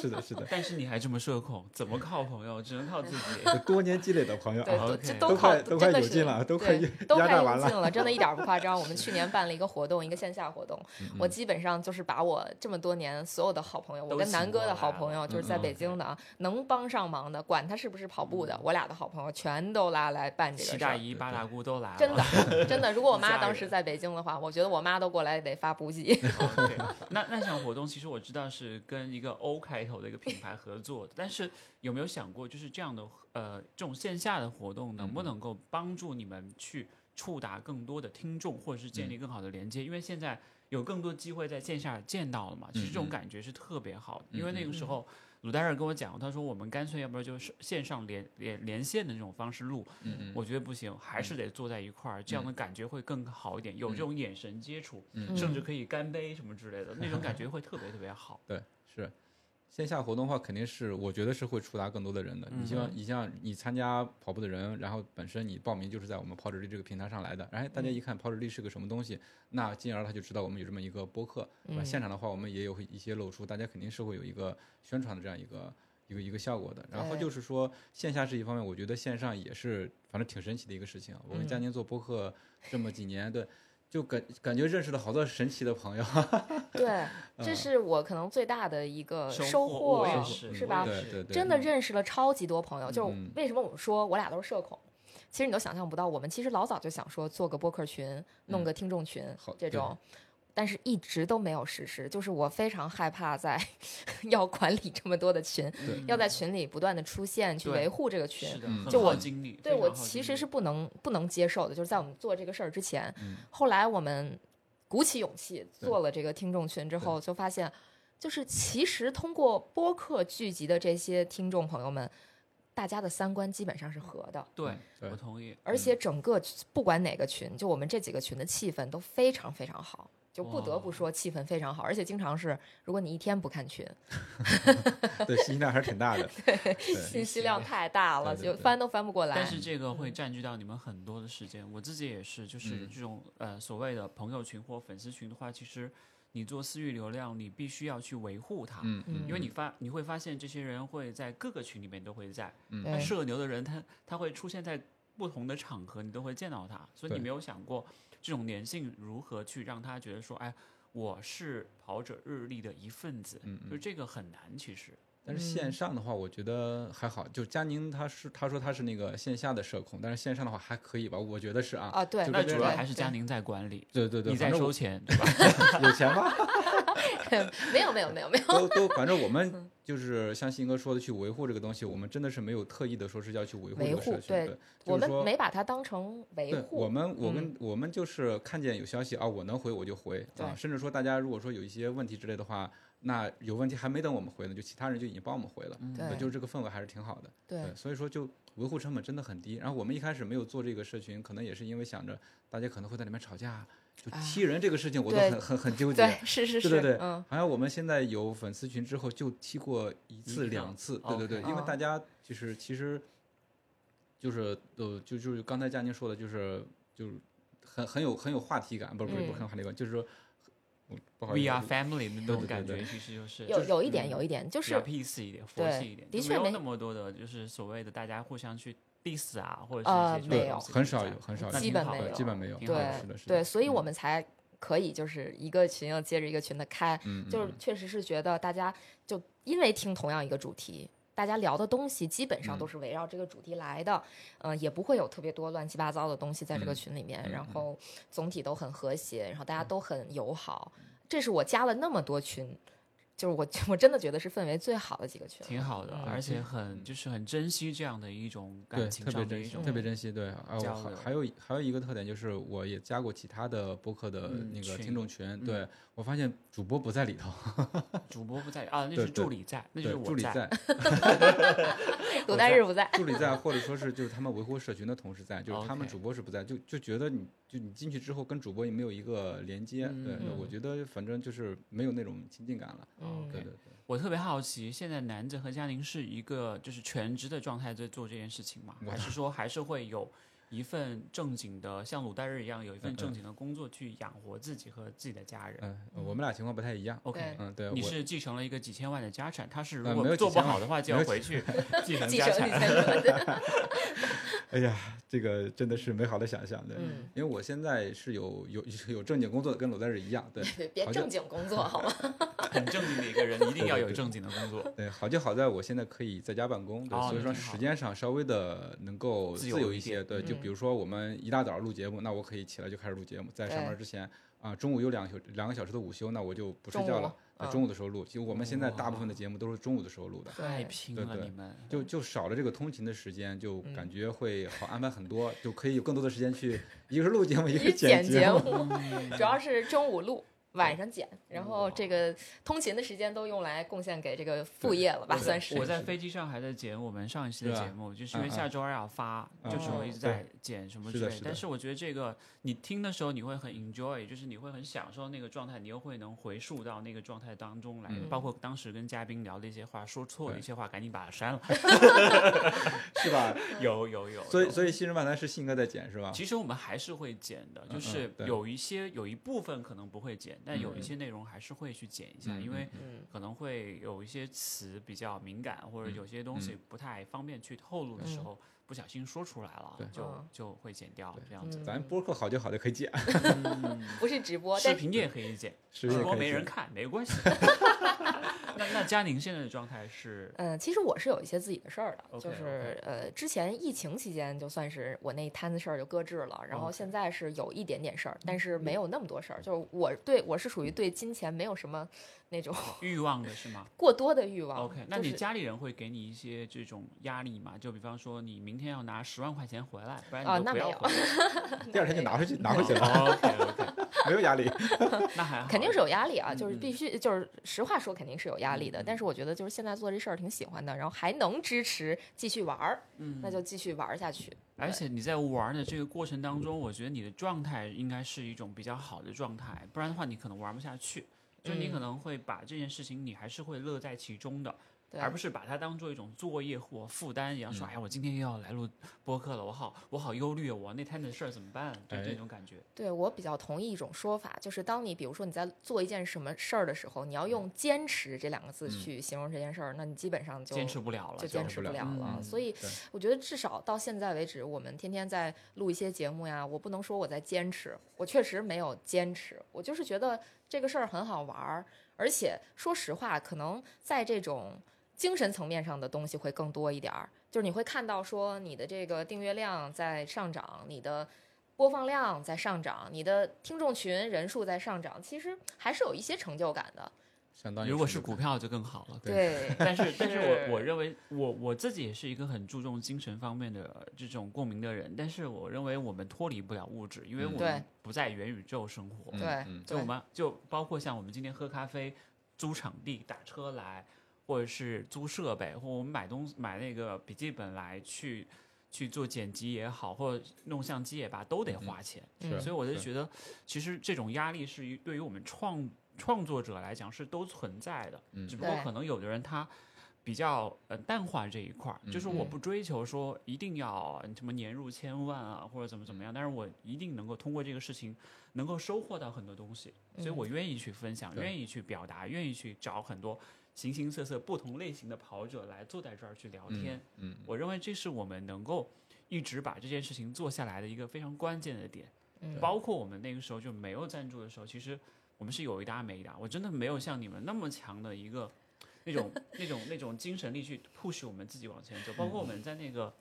[SPEAKER 3] 是的，是 的，
[SPEAKER 1] 但是你还这么社恐，怎么靠朋友？只能靠自 己。
[SPEAKER 3] 有多年积累的朋友
[SPEAKER 2] 对，
[SPEAKER 1] 啊
[SPEAKER 2] 都
[SPEAKER 1] OK
[SPEAKER 2] 这
[SPEAKER 3] 都
[SPEAKER 2] 靠
[SPEAKER 3] 快都快
[SPEAKER 2] 真的
[SPEAKER 3] 有
[SPEAKER 2] 是
[SPEAKER 3] 劲了都快
[SPEAKER 2] 对
[SPEAKER 3] 压
[SPEAKER 2] 都
[SPEAKER 3] 压
[SPEAKER 2] 快
[SPEAKER 3] 榨
[SPEAKER 2] 有
[SPEAKER 3] 完
[SPEAKER 2] 劲了，真的一点儿不夸张。我 们去年办了一个活动，一个线下活动，
[SPEAKER 1] 嗯
[SPEAKER 2] 我基本上就是把我这么多年所有的好朋友，我
[SPEAKER 1] 都
[SPEAKER 2] 跟
[SPEAKER 1] 请
[SPEAKER 2] 南哥
[SPEAKER 1] 过
[SPEAKER 2] 的好
[SPEAKER 1] 来
[SPEAKER 2] 朋
[SPEAKER 1] 了
[SPEAKER 2] 友，就是
[SPEAKER 1] 嗯
[SPEAKER 2] 在
[SPEAKER 1] 嗯
[SPEAKER 2] 北京的啊，能帮上忙的，管他是不是跑步的，我俩的好朋友全都拉来办这
[SPEAKER 1] 七
[SPEAKER 2] 个事
[SPEAKER 1] 大
[SPEAKER 2] 儿。
[SPEAKER 1] 姨八大姑都来了，
[SPEAKER 2] 真的，真的，如果我
[SPEAKER 1] 一家
[SPEAKER 2] 妈当时
[SPEAKER 1] 人
[SPEAKER 2] 在北京的话，我觉得我妈都过来得发补给。
[SPEAKER 1] 对，那那场活动其实我知道是跟一个 O 开头的一个品牌合作的，但是有没有想过，就是这样的呃这种线下的活动能不
[SPEAKER 3] 嗯
[SPEAKER 1] 能够帮助你们去触达更多的听众，或者是
[SPEAKER 3] 嗯
[SPEAKER 1] 建立更好的连接？因为现在有更多机会在线下见到了嘛，其实这种
[SPEAKER 3] 嗯嗯嗯
[SPEAKER 1] 感觉是特别好的，因为那个时候。鲁丹尔跟我讲，他说我们干脆要不然就是线上连连连线的那种方式录，
[SPEAKER 3] 嗯嗯
[SPEAKER 1] 我觉得不行，还是得坐在一块儿，这样的感觉会更好一点，
[SPEAKER 3] 嗯
[SPEAKER 1] 有这种眼神接触，
[SPEAKER 2] 嗯
[SPEAKER 1] 甚至可以干杯什么之类的，那种感觉会特别特别好。
[SPEAKER 3] 对，是线下活动的话，肯定是我觉得是会触达更多的人的。你像你像你参加跑步的人，然后本身你报名就是在我们跑者力这个平台上来的，然后大家一看跑者力是个什么东西，那进而他就知道我们有这么一个播客。对吧？
[SPEAKER 2] 嗯
[SPEAKER 1] 嗯
[SPEAKER 3] 现场的话，我们也有一些露出，大家肯定是会有一个宣传的这样一个。一个一个效果的，然后
[SPEAKER 2] 对
[SPEAKER 3] 就是说线下是一方面，我觉得线上也是，反正挺神奇的一个事情。啊我
[SPEAKER 1] 嗯
[SPEAKER 3] 跟佳宁做播客这么几年，对，就感感觉认识了好多神奇的朋友。啊
[SPEAKER 2] 对，这是我可能最大的一个
[SPEAKER 1] 收
[SPEAKER 2] 呃获
[SPEAKER 1] 我也
[SPEAKER 3] 收
[SPEAKER 1] 是，
[SPEAKER 2] 是
[SPEAKER 1] 我
[SPEAKER 2] 吧
[SPEAKER 1] 也
[SPEAKER 3] 对
[SPEAKER 1] 是
[SPEAKER 3] 对对，
[SPEAKER 2] 真的认识了超级多朋友。就是
[SPEAKER 3] 嗯
[SPEAKER 2] 为什么我们说我俩都是社恐，其实你都想象不到，我们其实老早就想说做个播客群，
[SPEAKER 1] 嗯
[SPEAKER 2] 弄个听众群、
[SPEAKER 3] 好
[SPEAKER 2] 这
[SPEAKER 3] 对
[SPEAKER 2] 种。但是一直都没有实施，就是我非常害怕在 要管理这么多的群，
[SPEAKER 3] 对
[SPEAKER 2] 要在群里不断的出现，去
[SPEAKER 1] 嗯对
[SPEAKER 2] 维护这个群
[SPEAKER 1] 是。的，
[SPEAKER 3] 嗯
[SPEAKER 1] 很
[SPEAKER 2] 就
[SPEAKER 1] 好
[SPEAKER 2] 我
[SPEAKER 1] 经历，
[SPEAKER 2] 对
[SPEAKER 1] 非
[SPEAKER 2] 我
[SPEAKER 1] 常好
[SPEAKER 2] 其
[SPEAKER 1] 经
[SPEAKER 2] 实
[SPEAKER 1] 历
[SPEAKER 2] 是不能不能接受的，就是在我们做这个事儿之前，
[SPEAKER 3] 嗯
[SPEAKER 2] 后来我们鼓起勇气
[SPEAKER 3] 对
[SPEAKER 2] 做了这个听众群之后，就发现，就是其实通过播客聚集的这些听众朋友们，大家的三观基本上是合的，
[SPEAKER 1] 对
[SPEAKER 3] 嗯，对
[SPEAKER 1] 我同意。
[SPEAKER 2] 而且
[SPEAKER 3] 嗯
[SPEAKER 2] 整个不管哪个群，就我们这几个群的气氛都非常非常好。就不得不
[SPEAKER 1] 哇
[SPEAKER 2] 说气氛非常好，而且经常是，如果你一天不看群，
[SPEAKER 3] 对，信息量还是挺大 的。对，
[SPEAKER 2] 信息量太大了，
[SPEAKER 3] 对对
[SPEAKER 2] 就
[SPEAKER 3] 对
[SPEAKER 2] 翻都翻不过来。
[SPEAKER 1] 但是这个
[SPEAKER 2] 嗯
[SPEAKER 1] 会占据到你们很多的时间。我自己也是，就是
[SPEAKER 3] 嗯
[SPEAKER 1] 这种呃所谓的朋友群或粉丝群的话，其实你做私域流量，你必须要去维护它。
[SPEAKER 3] 嗯嗯，
[SPEAKER 1] 因为你发你会发现这些人会在各个群里面都会在，他
[SPEAKER 2] 对
[SPEAKER 1] 社牛的人他他会出现在不同的场合，你都会见到他，所以你
[SPEAKER 3] 对
[SPEAKER 1] 没有想过这种粘性如何去让他觉得说，哎，我是跑者日历的一份子，
[SPEAKER 3] 嗯嗯
[SPEAKER 1] 就这个很难其实。
[SPEAKER 3] 但是
[SPEAKER 1] 嗯
[SPEAKER 3] 线上的话，我觉得还好。就佳宁，他是他说他是那个线下的社恐，但是线上的话还可以吧，我觉得是啊。
[SPEAKER 2] 啊，对，
[SPEAKER 3] 就
[SPEAKER 1] 那
[SPEAKER 3] 这
[SPEAKER 1] 主
[SPEAKER 3] 个
[SPEAKER 1] 要还是
[SPEAKER 2] 家
[SPEAKER 1] 佳
[SPEAKER 2] 里。
[SPEAKER 1] 宁在管理，
[SPEAKER 3] 对对对，
[SPEAKER 1] 你在
[SPEAKER 3] 反正
[SPEAKER 1] 收
[SPEAKER 3] 我
[SPEAKER 1] 钱，对吧？
[SPEAKER 3] 有钱吧？
[SPEAKER 2] 没有没有没有没有， 嗯
[SPEAKER 3] 都都，反正我们就是像信哥说的去维护这个东西，我们真的是没有特意的说是要去维护
[SPEAKER 2] 维
[SPEAKER 3] 这个
[SPEAKER 2] 护
[SPEAKER 3] 社区，
[SPEAKER 2] 对
[SPEAKER 3] 对，
[SPEAKER 2] 我
[SPEAKER 3] 就是
[SPEAKER 2] 们
[SPEAKER 3] 说
[SPEAKER 2] 没把它当成维
[SPEAKER 3] 对，
[SPEAKER 2] 护，嗯
[SPEAKER 3] 我们我们、我们就是看见有消息啊，我能回我就回啊，
[SPEAKER 2] 对
[SPEAKER 3] 甚至说大家如果说有一些问题之类的话，那有问题还没等我们回呢，就其他人就已经帮我们回了，
[SPEAKER 2] 对
[SPEAKER 3] 就是这个氛围还是挺好的，
[SPEAKER 2] 对
[SPEAKER 3] 所以说就维护成本真的很低。然后我们一开始没有做这个社群，可能也是因为想着大家可能会在里面吵架，就
[SPEAKER 2] 啊
[SPEAKER 3] 踢人这个事情我都
[SPEAKER 2] 对
[SPEAKER 3] 很很很纠结，
[SPEAKER 2] 对，是是是，
[SPEAKER 3] 对对对
[SPEAKER 2] 嗯，
[SPEAKER 3] 好像我们现在有粉丝群之后就踢过一次
[SPEAKER 1] 一
[SPEAKER 3] 两
[SPEAKER 1] 趟
[SPEAKER 3] 次，对
[SPEAKER 1] OK
[SPEAKER 3] 对对，因为
[SPEAKER 2] 哦
[SPEAKER 3] 大家就是其实就是呃就就是刚才佳宁说的，就是就是很很有很有话题感，不是不是不是很有话题感，就是说我不好意
[SPEAKER 1] We
[SPEAKER 3] 思
[SPEAKER 1] are family 的那种
[SPEAKER 3] 对对
[SPEAKER 1] 感
[SPEAKER 3] 对
[SPEAKER 1] 觉，其实就是
[SPEAKER 2] 有
[SPEAKER 1] 就是
[SPEAKER 2] 有一点
[SPEAKER 3] 嗯
[SPEAKER 2] 有一点，就
[SPEAKER 1] 比较
[SPEAKER 2] 是
[SPEAKER 1] peace 一点，佛
[SPEAKER 2] 对
[SPEAKER 1] 系一点，
[SPEAKER 2] 的
[SPEAKER 1] 就
[SPEAKER 2] 确
[SPEAKER 1] 没有
[SPEAKER 2] 没
[SPEAKER 1] 那么多的，就是所谓的大家互相去 diss 啊，或者
[SPEAKER 2] 呃
[SPEAKER 1] 是一些这种
[SPEAKER 2] 没有
[SPEAKER 1] 东西
[SPEAKER 3] 很
[SPEAKER 1] 存
[SPEAKER 3] 少
[SPEAKER 1] 在
[SPEAKER 3] 有很少
[SPEAKER 1] 那
[SPEAKER 3] 有
[SPEAKER 2] 基
[SPEAKER 1] 挺
[SPEAKER 2] 本
[SPEAKER 1] 好
[SPEAKER 2] 没
[SPEAKER 1] 的
[SPEAKER 2] 有
[SPEAKER 3] 基本没有，
[SPEAKER 1] 挺好
[SPEAKER 2] 对
[SPEAKER 1] 的
[SPEAKER 3] 是的，是的，
[SPEAKER 2] 对，所以我
[SPEAKER 3] 嗯
[SPEAKER 2] 们才可以就是一个群要接着一个群的开，
[SPEAKER 3] 嗯
[SPEAKER 2] 就是
[SPEAKER 3] 嗯
[SPEAKER 2] 确实是觉得大家就因为听同样一个主题。大家聊的东西基本上都
[SPEAKER 3] 嗯
[SPEAKER 2] 是围绕这个主题来的，嗯、也不会有特别多乱七八糟的东西在这个
[SPEAKER 3] 嗯
[SPEAKER 2] 群里面，
[SPEAKER 3] 嗯
[SPEAKER 2] 然
[SPEAKER 3] 嗯
[SPEAKER 2] 后总体都很和谐，然后大家都很友好。这是我加了那么多群，就是我 我真的觉得是氛围最好的几个群了，
[SPEAKER 1] 挺好的，
[SPEAKER 2] 嗯
[SPEAKER 1] 而且很
[SPEAKER 3] 嗯
[SPEAKER 1] 就是很珍惜这样的一种
[SPEAKER 3] 对
[SPEAKER 1] 感情
[SPEAKER 3] 特
[SPEAKER 1] 上
[SPEAKER 3] 别
[SPEAKER 1] 的
[SPEAKER 3] 珍
[SPEAKER 1] 一
[SPEAKER 3] 惜，
[SPEAKER 1] 种
[SPEAKER 3] 特别珍惜。对，啊，
[SPEAKER 1] 交
[SPEAKER 3] 我还
[SPEAKER 1] 流
[SPEAKER 3] 还有一还有一个特点就是，我也加过其他的播客的
[SPEAKER 1] 嗯
[SPEAKER 3] 那个
[SPEAKER 1] 群
[SPEAKER 3] 听众群，对我发现主播不在里头，
[SPEAKER 1] 主播不在 啊，那是
[SPEAKER 3] 对对
[SPEAKER 1] 助理在，那就
[SPEAKER 3] 对
[SPEAKER 1] 是，我
[SPEAKER 3] 助理在，
[SPEAKER 2] 鲁大日不在，
[SPEAKER 3] 助理在，或者说是就是他们维护社群的同事在，就是他们
[SPEAKER 1] OK
[SPEAKER 3] 主播是不在，就就觉得你就你进去之后跟主播也没有一个连接，对对，
[SPEAKER 2] 嗯
[SPEAKER 3] 我觉得反正就是没有那种亲近感了。
[SPEAKER 2] 嗯
[SPEAKER 1] OK
[SPEAKER 3] 哦对对对，
[SPEAKER 1] 我特别好奇，现在南子和嘉宁是一个就是全职的状态在做这件事情 吗？
[SPEAKER 3] 我
[SPEAKER 1] 还是说还是会有一份正经的，像鲁代日一样有一份
[SPEAKER 3] 嗯嗯
[SPEAKER 1] 正经的工作去养活自己和自己的家人
[SPEAKER 3] 嗯、我们俩情况不太一样。
[SPEAKER 1] ？OK，
[SPEAKER 2] 对
[SPEAKER 3] 嗯，对，
[SPEAKER 1] 哎你
[SPEAKER 3] 我
[SPEAKER 1] 是继承了一个几千万的家产，他是
[SPEAKER 3] 呃
[SPEAKER 1] 如
[SPEAKER 3] 没
[SPEAKER 1] 果
[SPEAKER 3] 有
[SPEAKER 1] 做
[SPEAKER 3] 几
[SPEAKER 1] 不
[SPEAKER 3] 千
[SPEAKER 1] 好
[SPEAKER 3] 万
[SPEAKER 1] 的话就
[SPEAKER 3] 没
[SPEAKER 1] 要
[SPEAKER 3] 有
[SPEAKER 1] 回去继 承
[SPEAKER 2] 继
[SPEAKER 1] 家
[SPEAKER 2] 承
[SPEAKER 1] 产
[SPEAKER 2] 继。承，
[SPEAKER 3] 哎呀，这个真的是美好的想象，对，
[SPEAKER 2] 嗯
[SPEAKER 3] 因为我现在是有有有正经工作的，跟鲁代日一样，对
[SPEAKER 2] 对，别
[SPEAKER 3] 好像
[SPEAKER 2] 正经工 作好吗？
[SPEAKER 1] 很正经的一个人，一定要有正经的工作。
[SPEAKER 3] 对，好就好在我现在可以在家办公，对，
[SPEAKER 1] 哦
[SPEAKER 3] 所以
[SPEAKER 1] 那
[SPEAKER 3] 说
[SPEAKER 1] 挺好
[SPEAKER 3] 时
[SPEAKER 1] 的
[SPEAKER 3] 间上稍微的能够
[SPEAKER 1] 自
[SPEAKER 3] 自
[SPEAKER 1] 由
[SPEAKER 3] 由
[SPEAKER 1] 一
[SPEAKER 3] 一些，对，就
[SPEAKER 2] 嗯
[SPEAKER 3] 比如说我们一大早录节目，那我可以起来就开始录节目，在上班
[SPEAKER 2] 对
[SPEAKER 3] 之前啊，中午有两个小两个小时的午休，那我就不睡
[SPEAKER 2] 中
[SPEAKER 3] 觉
[SPEAKER 2] 午
[SPEAKER 3] 了，在
[SPEAKER 2] 嗯
[SPEAKER 3] 啊中午的时候录。其实我们现在大部分的
[SPEAKER 1] 哦
[SPEAKER 3] 节目都是中午的时候录的，
[SPEAKER 1] 太
[SPEAKER 2] 对
[SPEAKER 1] 拼
[SPEAKER 3] 对
[SPEAKER 1] 了，
[SPEAKER 3] 对
[SPEAKER 1] 你们
[SPEAKER 3] 就就少了这个通勤的时间，就感
[SPEAKER 2] 嗯
[SPEAKER 3] 觉会好安排很多，就可以有更多的时间去，一个是录节 目，一个是
[SPEAKER 2] 剪
[SPEAKER 3] 节
[SPEAKER 2] 节
[SPEAKER 3] 目。
[SPEAKER 2] 目，
[SPEAKER 1] 嗯
[SPEAKER 2] 主要是中午录。晚上剪，然后这个通勤的时间都用来贡献给这个副业了吧，
[SPEAKER 3] 对
[SPEAKER 2] 算是
[SPEAKER 1] 我在
[SPEAKER 3] 是
[SPEAKER 1] 飞机上还在剪我们上一期的
[SPEAKER 3] 对啊
[SPEAKER 1] 节目，就是因为
[SPEAKER 3] 嗯嗯嗯
[SPEAKER 1] 下周二要发，就是我一直
[SPEAKER 3] 对
[SPEAKER 1] 在剪什么之
[SPEAKER 3] 是
[SPEAKER 1] 类
[SPEAKER 3] 的
[SPEAKER 1] 的。
[SPEAKER 3] 是的
[SPEAKER 1] 但是我觉得这个你听的时候你会很 enjoy，就是你会很享受那个状态，你又会能回溯到那个状态当中来，
[SPEAKER 3] 嗯
[SPEAKER 1] 包括当时跟嘉宾聊的一些话，说错的一
[SPEAKER 3] 对
[SPEAKER 1] 些话，赶紧把它删了。
[SPEAKER 3] 是吧？
[SPEAKER 1] 有有有，
[SPEAKER 3] 所以
[SPEAKER 1] 有
[SPEAKER 3] 所以新人漫谈是信哥在剪是吧？
[SPEAKER 1] 其实我们还是会剪的，就
[SPEAKER 3] 啊嗯
[SPEAKER 1] 是
[SPEAKER 3] 对
[SPEAKER 1] 有一些有一部分可能不会剪，但有一
[SPEAKER 2] 嗯
[SPEAKER 1] 些内容还是会去剪一下，
[SPEAKER 3] 嗯
[SPEAKER 1] 因为
[SPEAKER 3] 嗯
[SPEAKER 2] 嗯
[SPEAKER 1] 可能会有一些词比较敏感，或者
[SPEAKER 3] 嗯
[SPEAKER 1] 有些东西不太方便去透露的时候，不小心说出来了
[SPEAKER 3] 对，
[SPEAKER 1] 就
[SPEAKER 2] 嗯
[SPEAKER 1] 就会剪掉
[SPEAKER 3] 对嗯
[SPEAKER 1] 这样子。
[SPEAKER 3] 咱播客好就好就可以剪，
[SPEAKER 2] 不是直播，
[SPEAKER 1] 视
[SPEAKER 2] 但是
[SPEAKER 1] 频也可以剪，
[SPEAKER 3] 视频
[SPEAKER 1] 直
[SPEAKER 3] 也
[SPEAKER 1] 播
[SPEAKER 3] 可以
[SPEAKER 1] 没人
[SPEAKER 3] 剪。
[SPEAKER 1] 看没 关系。那那佳宁现在的状态 是
[SPEAKER 2] 嗯，其实我是有一些自己的事儿的，就
[SPEAKER 1] OK，OK
[SPEAKER 2] 是呃，之前疫情期间就算是我那一摊子事儿就搁置了，然后
[SPEAKER 1] OK
[SPEAKER 2] 现在是有一点点事儿，但是没有那么多事儿，就是我对我是属于对金钱没有什么那种
[SPEAKER 1] 欲望的是吗？
[SPEAKER 2] 过多的欲望。
[SPEAKER 1] OK，那
[SPEAKER 2] 就是
[SPEAKER 1] 你家里人会给你一些这种压力吗？就比方说你明天要拿十万块钱回来，不然你
[SPEAKER 2] 哦
[SPEAKER 1] 就
[SPEAKER 2] 那
[SPEAKER 1] 不要
[SPEAKER 2] 没有
[SPEAKER 1] 回来。
[SPEAKER 3] 第二天就拿回
[SPEAKER 1] 哎
[SPEAKER 3] 去拿回 去了，
[SPEAKER 1] OK OK，
[SPEAKER 3] 没有压力。
[SPEAKER 1] 哦那还好。
[SPEAKER 2] 肯定是有压力啊，
[SPEAKER 1] 嗯
[SPEAKER 2] 就是
[SPEAKER 1] 嗯
[SPEAKER 2] 必须，就是实话说，肯定是有压力
[SPEAKER 1] 嗯
[SPEAKER 2] 的
[SPEAKER 1] 嗯。
[SPEAKER 2] 但是我觉得就是现在做这事儿挺喜欢的，然后还能支持继续玩儿，
[SPEAKER 1] 嗯，
[SPEAKER 2] 那就继续玩儿下去。
[SPEAKER 1] 而且你在玩的这个过程当中，我觉得你的状态应该是一种比较好的状态，不然的话你可能玩不下去。就你
[SPEAKER 2] 嗯
[SPEAKER 1] 可能会把这件事情，你还是会乐在其中的，
[SPEAKER 2] 对
[SPEAKER 1] 而不是把它当做一种作业或负担一样，说、
[SPEAKER 3] 嗯
[SPEAKER 1] 哎呀，我今天又要来录播客了，我好我好忧虑，啊，我那天的事儿怎么办？就
[SPEAKER 3] 哎
[SPEAKER 1] 这种感觉。
[SPEAKER 2] 对我比较同意一种说法，就是当你比如说你在做一件什么事儿的时候，你要
[SPEAKER 1] 嗯
[SPEAKER 2] 用“坚持”这两个字
[SPEAKER 3] 嗯
[SPEAKER 2] 去形容这件事儿，那你基本上就
[SPEAKER 1] 坚持不了了，就
[SPEAKER 2] 就坚持
[SPEAKER 3] 不
[SPEAKER 2] 了
[SPEAKER 1] 了嗯嗯
[SPEAKER 2] 所以
[SPEAKER 3] 对
[SPEAKER 2] 我觉得至少到现在为止，我们天天在录一些节目呀，我不能说我在坚持，我确实没有坚持，我就是觉得这个事儿很好玩儿，而且说实话，可能在这种。精神层面上的东西会更多一点儿，就是你会看到说你的这个订阅量在上涨，你的播放量在上涨，你的听众群人数在上涨，其实还是有一些成就感的。
[SPEAKER 3] 相当于
[SPEAKER 1] 如果是
[SPEAKER 3] 成就
[SPEAKER 1] 股
[SPEAKER 3] 感，
[SPEAKER 1] 票就更好了。
[SPEAKER 2] 对，
[SPEAKER 1] 但是，但是
[SPEAKER 2] 是
[SPEAKER 1] 我我认为我我自己也是一个很注重精神方面的这种共鸣的人，但是我认为我们脱离不了物质，因为
[SPEAKER 3] 嗯
[SPEAKER 1] 我
[SPEAKER 2] 对
[SPEAKER 1] 们不在元宇宙生活，
[SPEAKER 3] 嗯
[SPEAKER 2] 对
[SPEAKER 3] 嗯
[SPEAKER 1] 就我
[SPEAKER 2] 对
[SPEAKER 1] 们就包括像我们今天喝咖啡、租场地、打车来，或者是租设备，或我们买东买那个笔记本来去去做剪辑也好，或者弄相机也罢，都得花钱。
[SPEAKER 2] 嗯
[SPEAKER 1] 所以我就是觉得，其实这种压力是于对于我们创创作者来讲是都存在的，
[SPEAKER 3] 嗯
[SPEAKER 1] 只不过
[SPEAKER 2] 对
[SPEAKER 1] 可能有的人他比较呃淡化这一块儿，就是我
[SPEAKER 2] 嗯
[SPEAKER 1] 不追求说一定要什么年入千万啊或者怎么怎么样，但是我一定能够通过这个事情能够收获到很多东西，所以
[SPEAKER 2] 嗯
[SPEAKER 1] 我愿意去分享，
[SPEAKER 3] 对
[SPEAKER 1] 愿意去表达，愿意去找很多形形色色不同类型的跑者来坐在这儿去聊
[SPEAKER 3] 嗯
[SPEAKER 1] 天，
[SPEAKER 3] 嗯，
[SPEAKER 1] 我认为这是我们能够一直把这件事情做下来的一个非常关键的点。
[SPEAKER 2] 嗯
[SPEAKER 1] 包括我们那个时候就没有赞助的时候，其实我们是有一搭没一搭。我真的没有像你们那么强的一个那种那种那种精神力去 push 我们自己往前走。包括我们在那个，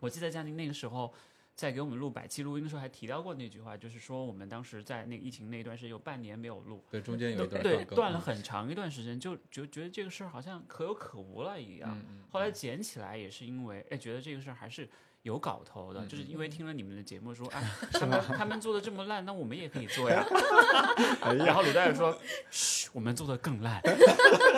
[SPEAKER 1] 我记得佳宁那个时候。在给我们录百期录音的时候，还提到过那句话，就是说我们当时在那个疫情那段时间有半年没有录，
[SPEAKER 3] 对，中间有一段
[SPEAKER 1] 对
[SPEAKER 3] 断更
[SPEAKER 1] 断了，很长一段时间，就觉觉得这个事儿好像可有可无了一样。
[SPEAKER 3] 嗯嗯
[SPEAKER 1] 后来捡起来也是因为，哎，觉得这个事儿还是有搞头的，
[SPEAKER 3] 嗯
[SPEAKER 1] 就是因为听了你们的节目 说，哎，他们他们做的这么烂，那我们也可以做呀。
[SPEAKER 3] 哎
[SPEAKER 1] 然后鲁大爷说，嘘，我们做的更 烂。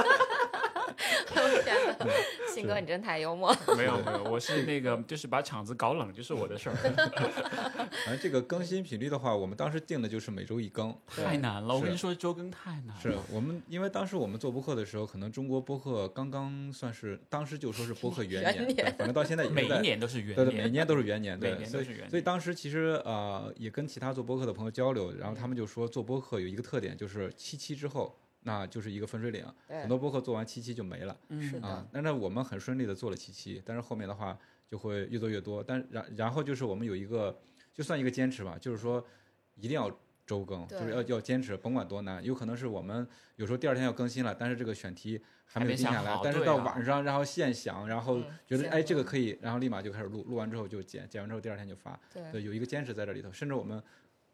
[SPEAKER 2] 我的天哪，信哥你真太幽默了，
[SPEAKER 1] 没有没有，我是那个就是把场子搞冷，就是我的事 儿，
[SPEAKER 3] 反正这个更新频率的话，我们当时定的就是每周一更。
[SPEAKER 1] 太难了。
[SPEAKER 3] 是
[SPEAKER 1] 我跟你说，周更太难了。
[SPEAKER 3] 是我们，因为当时我们做播客的时候，可能中国播客刚刚算是，当时就说是播客元
[SPEAKER 2] 元
[SPEAKER 3] 年，
[SPEAKER 2] 年
[SPEAKER 3] 对，反正到现在也是
[SPEAKER 1] 每一
[SPEAKER 3] 在
[SPEAKER 1] 年都是元
[SPEAKER 3] 对对，
[SPEAKER 1] 年，
[SPEAKER 3] 每年都是元 年，
[SPEAKER 1] 每
[SPEAKER 3] 对，
[SPEAKER 1] 年
[SPEAKER 3] 所
[SPEAKER 1] 都
[SPEAKER 3] 以
[SPEAKER 1] 是元年
[SPEAKER 3] 所以当时其实呃也跟其他做播客的朋友交流，然后他们就说做播客有一个特点就是七期之后。那就是一个分水岭，
[SPEAKER 2] 对嗯
[SPEAKER 3] 很多播客做完七期就没了
[SPEAKER 2] 是
[SPEAKER 1] 嗯，
[SPEAKER 2] 的
[SPEAKER 3] 啊。但是我们很顺利的做了七期，但是后面的话就会越做越多。但然然后就是我们有一个，就算一个坚持吧，就是说一定要周更，
[SPEAKER 2] 对
[SPEAKER 3] 就是要要坚持，甭管多难。有可能是我们有时候第二天要更新了，但是这个选题还
[SPEAKER 1] 还没
[SPEAKER 3] 没有定下
[SPEAKER 1] 想
[SPEAKER 3] 来
[SPEAKER 1] 好，
[SPEAKER 3] 但是
[SPEAKER 1] 对
[SPEAKER 3] 到
[SPEAKER 1] 啊
[SPEAKER 3] 晚上然后现想，然后
[SPEAKER 2] 嗯
[SPEAKER 3] 觉得
[SPEAKER 2] 现
[SPEAKER 3] 哎这个
[SPEAKER 2] 做
[SPEAKER 3] 可以，然后立马就开始录，录完之后就剪，剪完之后第二天就发。
[SPEAKER 2] 对
[SPEAKER 3] 对，有一个坚持在这里头，甚至我们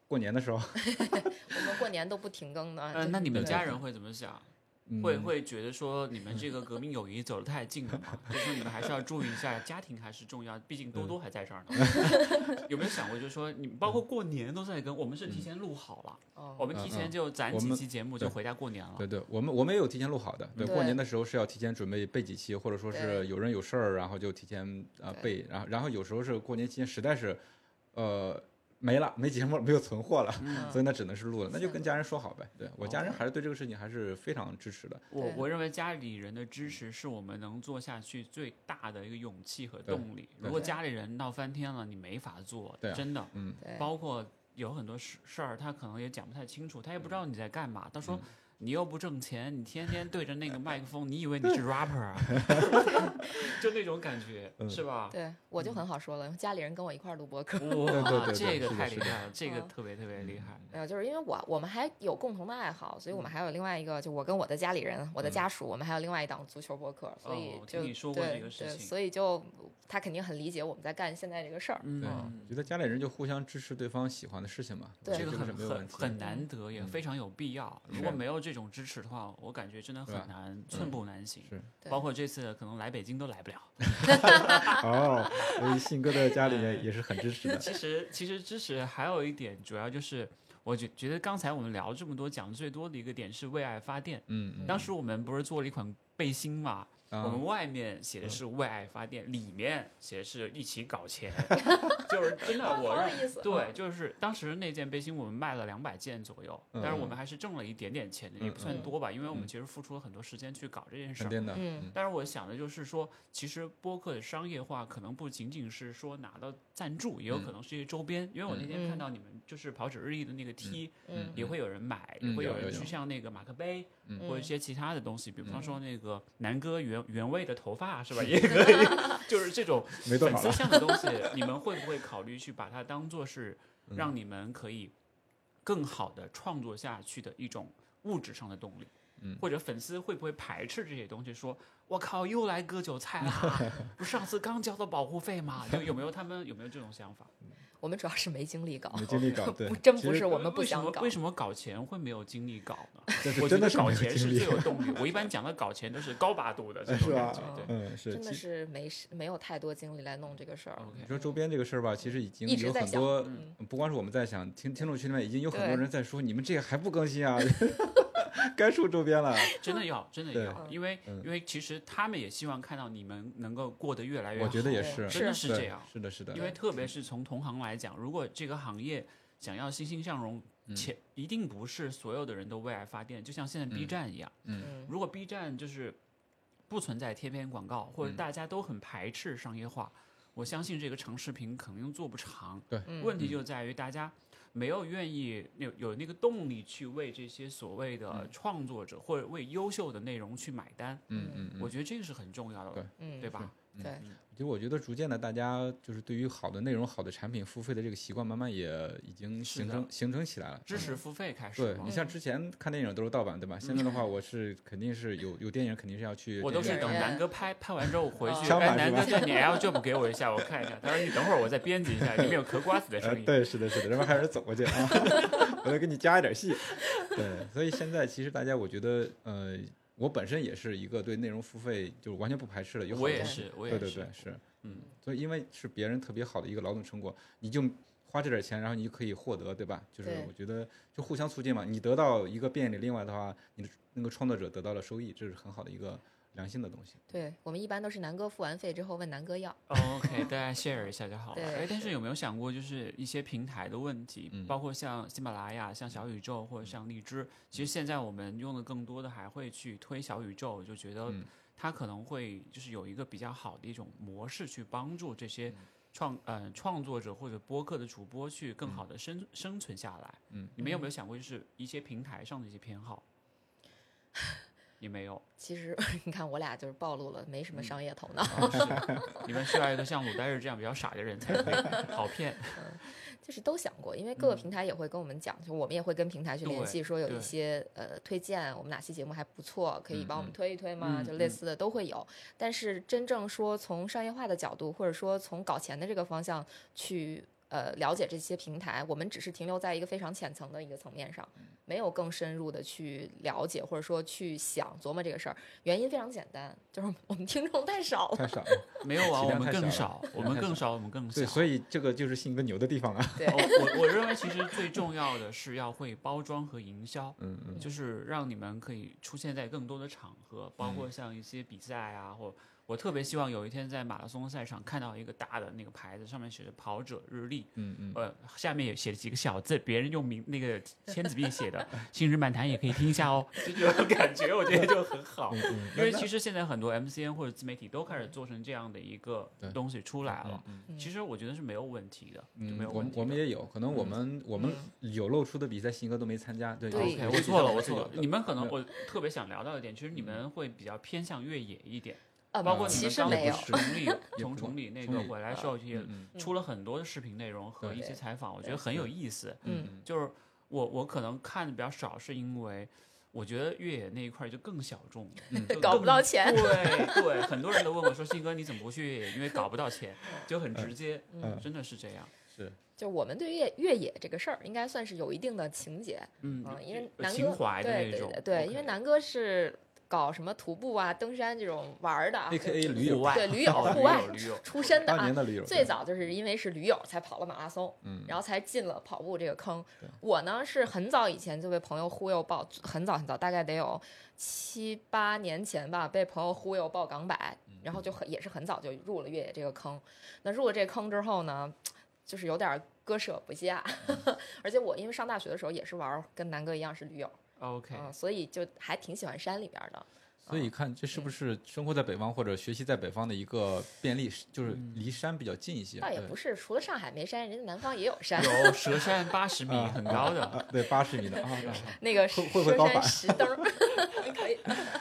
[SPEAKER 3] 过年的时候，
[SPEAKER 2] 我们过年都不停更的，
[SPEAKER 1] 呃，那你们
[SPEAKER 3] 对
[SPEAKER 1] 家人会怎么想？
[SPEAKER 3] 嗯
[SPEAKER 1] 会会觉得说你们这个革命友谊走得太近了嘛？ 就是你们还是要注意一下，家庭还是重要，毕竟
[SPEAKER 3] 嗯
[SPEAKER 1] 多多还在这儿呢。 有没有想过，就是说你们包括过年都在跟我们是提前录好了，我
[SPEAKER 2] 哦，
[SPEAKER 1] 们提前就攒
[SPEAKER 3] 嗯我
[SPEAKER 1] 几
[SPEAKER 3] 们
[SPEAKER 1] 期节目就
[SPEAKER 3] 对
[SPEAKER 1] 回家过年了。
[SPEAKER 3] 对对，我们我们也有提前录好的。对，
[SPEAKER 2] 啊对
[SPEAKER 3] 过年的时候是要提前准备备几期，或者说是
[SPEAKER 2] 对
[SPEAKER 3] 有人有事儿，然后就提前呃
[SPEAKER 2] 对
[SPEAKER 3] 备，然后然后有时候是过年期间实在是，呃没了，没节目了，没有存货了，
[SPEAKER 2] 嗯 哦
[SPEAKER 3] 所以那只能是录了，那就跟家人说好呗。对我家人
[SPEAKER 1] OK
[SPEAKER 3] 还是对这个事情还是非常支持的。
[SPEAKER 1] 我
[SPEAKER 2] 对
[SPEAKER 1] 我认为家里人的支持是我们能做下去最大的一个勇气和
[SPEAKER 3] 对
[SPEAKER 1] 动力。
[SPEAKER 3] 对
[SPEAKER 1] 如果家里人闹翻天了，你没法做
[SPEAKER 3] 对，啊
[SPEAKER 1] 真的。
[SPEAKER 3] 嗯，
[SPEAKER 2] 对，
[SPEAKER 1] 包括有很多事事儿，他可能也讲不太清楚，他也不
[SPEAKER 3] 嗯
[SPEAKER 1] 知道你在干嘛。他说。你又不挣钱，你天天对着那个麦克风，你以为 你是 rapper 啊？ 就那种感觉，是吧？
[SPEAKER 2] 对我就很好说
[SPEAKER 1] 嗯
[SPEAKER 2] 了，家里人跟我一块儿录播客。
[SPEAKER 3] 嗯对对
[SPEAKER 1] 哇，
[SPEAKER 3] 对
[SPEAKER 1] 这个
[SPEAKER 3] 是的
[SPEAKER 1] 太
[SPEAKER 3] 是
[SPEAKER 1] 厉
[SPEAKER 3] 的
[SPEAKER 1] 害了，这个
[SPEAKER 2] 嗯
[SPEAKER 1] 特别特别厉害。
[SPEAKER 2] 没有，就是因为我我们还有共同的爱好，所以我
[SPEAKER 1] 嗯
[SPEAKER 2] 们还有另外一个，就我跟我的家里人、我的家属，我们还有另外一档足球播客，所以
[SPEAKER 1] 哦我
[SPEAKER 2] 就、
[SPEAKER 1] 听你说过
[SPEAKER 2] 对
[SPEAKER 1] 这个事
[SPEAKER 2] 对，
[SPEAKER 1] 情
[SPEAKER 2] 所以就他肯定很理解我们在干现在这个事儿。
[SPEAKER 3] 对
[SPEAKER 1] 嗯，，
[SPEAKER 3] 觉得家里人就互相支持对方喜欢的事情嘛，
[SPEAKER 2] 对
[SPEAKER 3] 这
[SPEAKER 1] 这
[SPEAKER 3] 个
[SPEAKER 1] 个
[SPEAKER 3] 是
[SPEAKER 1] 很
[SPEAKER 3] 没有问
[SPEAKER 1] 很
[SPEAKER 3] 题。嗯
[SPEAKER 1] 很难得，也非常有必要。如果
[SPEAKER 3] 是
[SPEAKER 1] 没有这种支持的话，我感觉真的
[SPEAKER 3] 对吧
[SPEAKER 1] 很难，寸步难行。
[SPEAKER 3] 是
[SPEAKER 2] 对
[SPEAKER 1] 包括这次可能来北京都来不 了。
[SPEAKER 3] 哦，所以信哥的家里人也是很支持的。
[SPEAKER 1] 其实其实支持还有一点，主要就是我觉觉得刚才我们聊这么多，讲的最多的一个点是为爱发电。
[SPEAKER 3] 嗯，嗯
[SPEAKER 1] 当时我们不是做了一款背心嘛，
[SPEAKER 3] 啊嗯
[SPEAKER 1] 我们外面写的是为爱发电，里面写的是一起搞 钱，就是真的我
[SPEAKER 2] 好
[SPEAKER 1] 让。
[SPEAKER 2] 有意思。
[SPEAKER 1] 对，就是当时那件背心，我们卖了两百件左右，
[SPEAKER 3] 嗯
[SPEAKER 1] 但是我们还是挣了一点点钱的，也不算
[SPEAKER 2] 嗯
[SPEAKER 1] 多吧，因为我们
[SPEAKER 3] 嗯
[SPEAKER 1] 其实付出了很多时间去搞这件事
[SPEAKER 3] 肯
[SPEAKER 1] 儿。
[SPEAKER 3] 定的，
[SPEAKER 2] 嗯
[SPEAKER 3] 嗯
[SPEAKER 1] 但是我想的就是说，其实播客的商业化可能不仅仅是说拿到赞助，也有
[SPEAKER 3] 嗯
[SPEAKER 1] 可能是一些周边。因为我那天看到你们就是跑者日历的那个 T，、
[SPEAKER 2] 嗯
[SPEAKER 1] 也会有人买，
[SPEAKER 3] 嗯
[SPEAKER 1] 也会
[SPEAKER 3] 有有
[SPEAKER 1] 人
[SPEAKER 3] 有
[SPEAKER 1] 去像那个马克杯、
[SPEAKER 3] 嗯
[SPEAKER 1] 或者一
[SPEAKER 2] 嗯
[SPEAKER 1] 些其他的东西，比方说那个南哥原原味的头发 是吧？也可以，就是这种
[SPEAKER 3] 没多
[SPEAKER 1] 粉
[SPEAKER 3] 少
[SPEAKER 1] 丝
[SPEAKER 3] 了。
[SPEAKER 1] 向的东西，你们会不会考虑去把它当做是
[SPEAKER 3] 嗯
[SPEAKER 1] 让你们可以更好的创作下去的一种物质上的动力？
[SPEAKER 3] 嗯
[SPEAKER 1] 或者粉丝会不会排斥这些东西？说，我靠，又来 割韭菜啦！不是上次刚交的保护费吗？有有没有他们有没有这种想法？
[SPEAKER 2] 我们主要是没精力搞，
[SPEAKER 3] 没精力 搞，嗯对
[SPEAKER 2] 不，真不
[SPEAKER 3] 其 实
[SPEAKER 2] 是我们不
[SPEAKER 1] 为什
[SPEAKER 2] 想
[SPEAKER 1] 么
[SPEAKER 2] 搞
[SPEAKER 1] 为。什么搞钱会没有精力搞呢？
[SPEAKER 3] 这
[SPEAKER 1] 我
[SPEAKER 3] 是
[SPEAKER 1] 觉
[SPEAKER 3] 真
[SPEAKER 1] 得
[SPEAKER 3] 的是
[SPEAKER 1] 搞
[SPEAKER 3] 没有
[SPEAKER 1] 钱是最
[SPEAKER 3] 精力，
[SPEAKER 1] 有动力。我一般讲的搞钱都是高八度的这
[SPEAKER 3] 是
[SPEAKER 1] 种
[SPEAKER 3] 吧
[SPEAKER 1] 感觉，对。
[SPEAKER 3] 嗯，是
[SPEAKER 2] 真的
[SPEAKER 3] 其哦
[SPEAKER 2] 是没时没有太多精力来弄这个事儿，
[SPEAKER 1] OK
[SPEAKER 3] 你说周边这个事儿吧，其实已经
[SPEAKER 2] 一直
[SPEAKER 3] 有
[SPEAKER 2] 在
[SPEAKER 3] 很
[SPEAKER 2] 想
[SPEAKER 3] 多
[SPEAKER 1] 嗯，
[SPEAKER 3] 不光是我们在想，听听众群里面已经有很多
[SPEAKER 2] 对
[SPEAKER 3] 人在说，你们这个还不更新啊？ 该出周边 了。
[SPEAKER 1] 真的要，真的
[SPEAKER 3] 对
[SPEAKER 1] 要，因为
[SPEAKER 3] 嗯
[SPEAKER 1] 因为其实他们也希望看到你们能够过得越来越好，
[SPEAKER 3] 我觉得也
[SPEAKER 2] 对
[SPEAKER 3] 是，
[SPEAKER 1] 真的
[SPEAKER 2] 是
[SPEAKER 1] 这
[SPEAKER 3] 对
[SPEAKER 1] 样。
[SPEAKER 3] 是的，是的
[SPEAKER 1] 因。为特别是从同行来讲，如果这个行业想要欣欣向荣，
[SPEAKER 3] 嗯
[SPEAKER 1] 且一定不是所有的人都为爱发电，就像现在 B
[SPEAKER 3] 嗯
[SPEAKER 1] 站一样，
[SPEAKER 2] 嗯，
[SPEAKER 1] 如果 B 站就是不存在贴片广告，或者
[SPEAKER 3] 嗯
[SPEAKER 1] 大家都很排斥商业化，我相信这个长视频肯定做不长。
[SPEAKER 2] 嗯
[SPEAKER 1] 问题就在于大家没有愿意有有那个动力去为这些所谓的创作者或者为优秀的内容去买单，
[SPEAKER 3] 嗯嗯嗯，
[SPEAKER 1] 我觉得这个是很重要的，
[SPEAKER 2] 嗯
[SPEAKER 1] 对吧？
[SPEAKER 2] 对，
[SPEAKER 3] 就我觉得逐渐的，大家就是对于好的内容、好的产品付费的这个习惯，慢慢也已经
[SPEAKER 1] 是
[SPEAKER 3] 形
[SPEAKER 1] 的
[SPEAKER 3] 成形成起来了。
[SPEAKER 1] 支
[SPEAKER 3] 嗯
[SPEAKER 1] 持付费开始
[SPEAKER 3] 对
[SPEAKER 1] 嘛，
[SPEAKER 3] 你像之前看电影都是盗版，对吧？现在的话，我是肯定是有有电影，肯定是要去
[SPEAKER 1] 嗯我都是
[SPEAKER 3] 电影
[SPEAKER 1] 等
[SPEAKER 3] 院
[SPEAKER 1] 南哥拍拍完之后回去，
[SPEAKER 2] 枪
[SPEAKER 1] 哎，
[SPEAKER 3] 版
[SPEAKER 1] 南
[SPEAKER 3] 哦是
[SPEAKER 1] 哥在
[SPEAKER 3] 吧
[SPEAKER 1] 你 L j o b 给我一下，我看一下。他说你等会儿，我再编辑一下，里面有嗑瓜子的
[SPEAKER 3] 呃，
[SPEAKER 1] 声音。
[SPEAKER 3] 对，是的，是的，这边还有人走过去 啊，我再给你加一点戏。对，所以现在其实大家，我觉得，呃，我本身也是一个对内容付费就是完全不排斥的，有好
[SPEAKER 1] 我
[SPEAKER 3] 的
[SPEAKER 1] 也
[SPEAKER 3] 东西
[SPEAKER 1] 是，我也
[SPEAKER 3] 对
[SPEAKER 1] 是，
[SPEAKER 3] 对对，是，
[SPEAKER 1] 嗯，
[SPEAKER 3] 所以因为是别人特别好的一个劳动成果，你就花这点钱，然后你就可以获得，对吧？就是
[SPEAKER 2] 对
[SPEAKER 3] 我觉得就互相促进嘛，你得到一个便利，另外的话，你的那个创作者得到了收益，这是很好的一个良性的东西。
[SPEAKER 2] 对我们一般都是南哥付完费之后问南哥要，
[SPEAKER 1] 哦 OK，大家 share 一下就好了。
[SPEAKER 2] 对
[SPEAKER 1] 哎，但是
[SPEAKER 2] 是
[SPEAKER 1] 有没有想过，就是一些平台的问题，
[SPEAKER 3] 嗯
[SPEAKER 1] 包括像喜马拉雅、像小宇宙或者像荔枝，其实现在我们用的更多的还会去推小宇宙，就觉得
[SPEAKER 3] 嗯
[SPEAKER 1] 它可能会就是有一个比较好的一种模式去帮助这
[SPEAKER 3] 嗯
[SPEAKER 1] 些创呃创作者或者播客的主播去更好的生、生存下来。
[SPEAKER 3] 嗯，
[SPEAKER 1] 你们有没有想过，就是一些平台上的一些偏好？也没 有，
[SPEAKER 2] 其实你看我俩就是暴露了，没什么
[SPEAKER 3] 嗯
[SPEAKER 2] 商业头脑。
[SPEAKER 1] 你们需要一个像鲁代日这样比较傻的人 才可以好骗。
[SPEAKER 2] 就是都想过，因为各个平台也会跟我们讲，就我们也会跟平台去联
[SPEAKER 1] 嗯
[SPEAKER 2] 系，
[SPEAKER 1] 对
[SPEAKER 2] 说有
[SPEAKER 1] 对
[SPEAKER 2] 一些呃推荐，我们哪期节目还不错，可以帮我们推一推吗？
[SPEAKER 1] 嗯
[SPEAKER 2] 就类似的都会有。但是真正说从商业化的角度，或者说从搞钱的这个方向去。呃，了解这些平台，我们只是停留在一个非常浅层的一个层面上，
[SPEAKER 1] 嗯
[SPEAKER 2] 没有更深入的去了解，或者说去想琢磨这个事儿。原因非常简单，就是我们听众太少了。
[SPEAKER 3] 太少了，
[SPEAKER 1] 没有啊，我
[SPEAKER 3] 体量
[SPEAKER 1] 们
[SPEAKER 3] 太
[SPEAKER 1] 更
[SPEAKER 3] 小
[SPEAKER 1] 少，我们更少，我们更少。
[SPEAKER 3] 对，所以这个就是信哥牛的地方 了。
[SPEAKER 2] 对
[SPEAKER 1] 哦，我我认为其 实最重要的是要会包装和营销，
[SPEAKER 3] 嗯嗯
[SPEAKER 1] 就是让你们可以出现在更多的场合，包括像一些比赛啊，或我特别希望有一天在马拉松赛场看到一个大的那个牌子，上面写着“跑者日历”，
[SPEAKER 3] 嗯嗯。
[SPEAKER 1] 呃，下面也写了几个小字，别人用名那个签字笔写 的，新日漫谈也可以听一下哦。就 这种感觉，我觉得就很好。因为其实现在很多 MCN 或者自媒体都开始做成这样的一个
[SPEAKER 3] 对
[SPEAKER 1] 东西出来了，
[SPEAKER 2] 嗯
[SPEAKER 1] 其实我觉得是没有问题的，就没
[SPEAKER 3] 嗯
[SPEAKER 1] 有，
[SPEAKER 3] 我
[SPEAKER 1] 问
[SPEAKER 3] 们
[SPEAKER 1] 题的。
[SPEAKER 3] 我们也有可能，我们我们有露出的比赛，信哥都没参加。对
[SPEAKER 2] 对
[SPEAKER 3] 有
[SPEAKER 1] OK，
[SPEAKER 3] 有
[SPEAKER 1] 我
[SPEAKER 3] 些比
[SPEAKER 1] 错
[SPEAKER 3] 赛
[SPEAKER 1] 了，
[SPEAKER 3] 还
[SPEAKER 1] 我
[SPEAKER 3] 是
[SPEAKER 1] 错
[SPEAKER 3] 有
[SPEAKER 1] 了。
[SPEAKER 3] 的
[SPEAKER 1] 你们可能我特别想聊到一点，其实你
[SPEAKER 3] 嗯
[SPEAKER 1] 们会比较偏向越野一点，
[SPEAKER 2] 呃，
[SPEAKER 1] 包括你
[SPEAKER 2] 其
[SPEAKER 1] 们
[SPEAKER 2] 实
[SPEAKER 1] 刚
[SPEAKER 2] 没有
[SPEAKER 1] 从，崇礼
[SPEAKER 3] 不
[SPEAKER 1] 从
[SPEAKER 3] 是
[SPEAKER 1] 崇礼那
[SPEAKER 3] 崇
[SPEAKER 1] 个
[SPEAKER 3] 礼
[SPEAKER 1] 回来的时候也
[SPEAKER 3] 嗯
[SPEAKER 2] 嗯
[SPEAKER 1] 出了很多的视频内容和
[SPEAKER 3] 对
[SPEAKER 1] 一些采访，我觉得很有意思。
[SPEAKER 2] 嗯，
[SPEAKER 1] 就是我我可能看的比较少，是因为我觉得越野那一块儿就更小众，
[SPEAKER 3] 嗯
[SPEAKER 1] 就
[SPEAKER 2] 搞不
[SPEAKER 1] 更
[SPEAKER 2] 到钱
[SPEAKER 1] 对对，很多人都问我说：“信哥，你怎么不去越野？因为搞不到钱。”就很直接，
[SPEAKER 3] 嗯
[SPEAKER 1] 真的是这样。
[SPEAKER 2] 就我们对越越野这个事儿，应该算是有一定的情节
[SPEAKER 1] 嗯
[SPEAKER 2] 啊，，因
[SPEAKER 1] 就
[SPEAKER 2] 为南哥
[SPEAKER 1] 情怀的
[SPEAKER 2] 对
[SPEAKER 1] 那
[SPEAKER 2] 对
[SPEAKER 1] 种
[SPEAKER 2] 对，对，因
[SPEAKER 1] OK
[SPEAKER 2] 为南哥是搞什么徒步啊、登山这种玩儿的啊
[SPEAKER 3] A K A 驴
[SPEAKER 1] 户
[SPEAKER 3] 友，
[SPEAKER 1] 外
[SPEAKER 2] 对驴友、户外
[SPEAKER 1] 驴友
[SPEAKER 2] 出身的
[SPEAKER 3] 当
[SPEAKER 2] 啊
[SPEAKER 3] 年。的驴友，
[SPEAKER 2] 最早就是因为是驴友才跑了马拉松，
[SPEAKER 3] 嗯
[SPEAKER 2] 然后才进了跑步这个坑
[SPEAKER 3] 对。
[SPEAKER 2] 我呢是很早以前就被朋友忽悠报，很早很早，大概得有七八年前吧，被朋友忽悠报港百，
[SPEAKER 3] 嗯
[SPEAKER 2] 然后就很也是很早就入了越野这个坑。那入了这坑之后呢，就是有点割舍不下，
[SPEAKER 3] 嗯
[SPEAKER 2] 而且我因为上大学的时候也是玩儿，跟南哥一样是驴友，
[SPEAKER 1] OK，
[SPEAKER 2] 嗯，所以就还挺喜欢山里边儿的。嗯
[SPEAKER 3] 所以看这是不是生活在北方或者学习在北方的一个便利，就是离山比较近一些。
[SPEAKER 2] 倒也
[SPEAKER 3] 对
[SPEAKER 2] 不是，除了上海没山，人家南方也有山。
[SPEAKER 1] 有蛇山八十米，很高的。
[SPEAKER 3] 啊，对，八十米的啊，
[SPEAKER 2] 那个
[SPEAKER 3] 会
[SPEAKER 2] 佘
[SPEAKER 3] 会不会高
[SPEAKER 2] 山
[SPEAKER 3] 反
[SPEAKER 2] 石灯儿， 可以。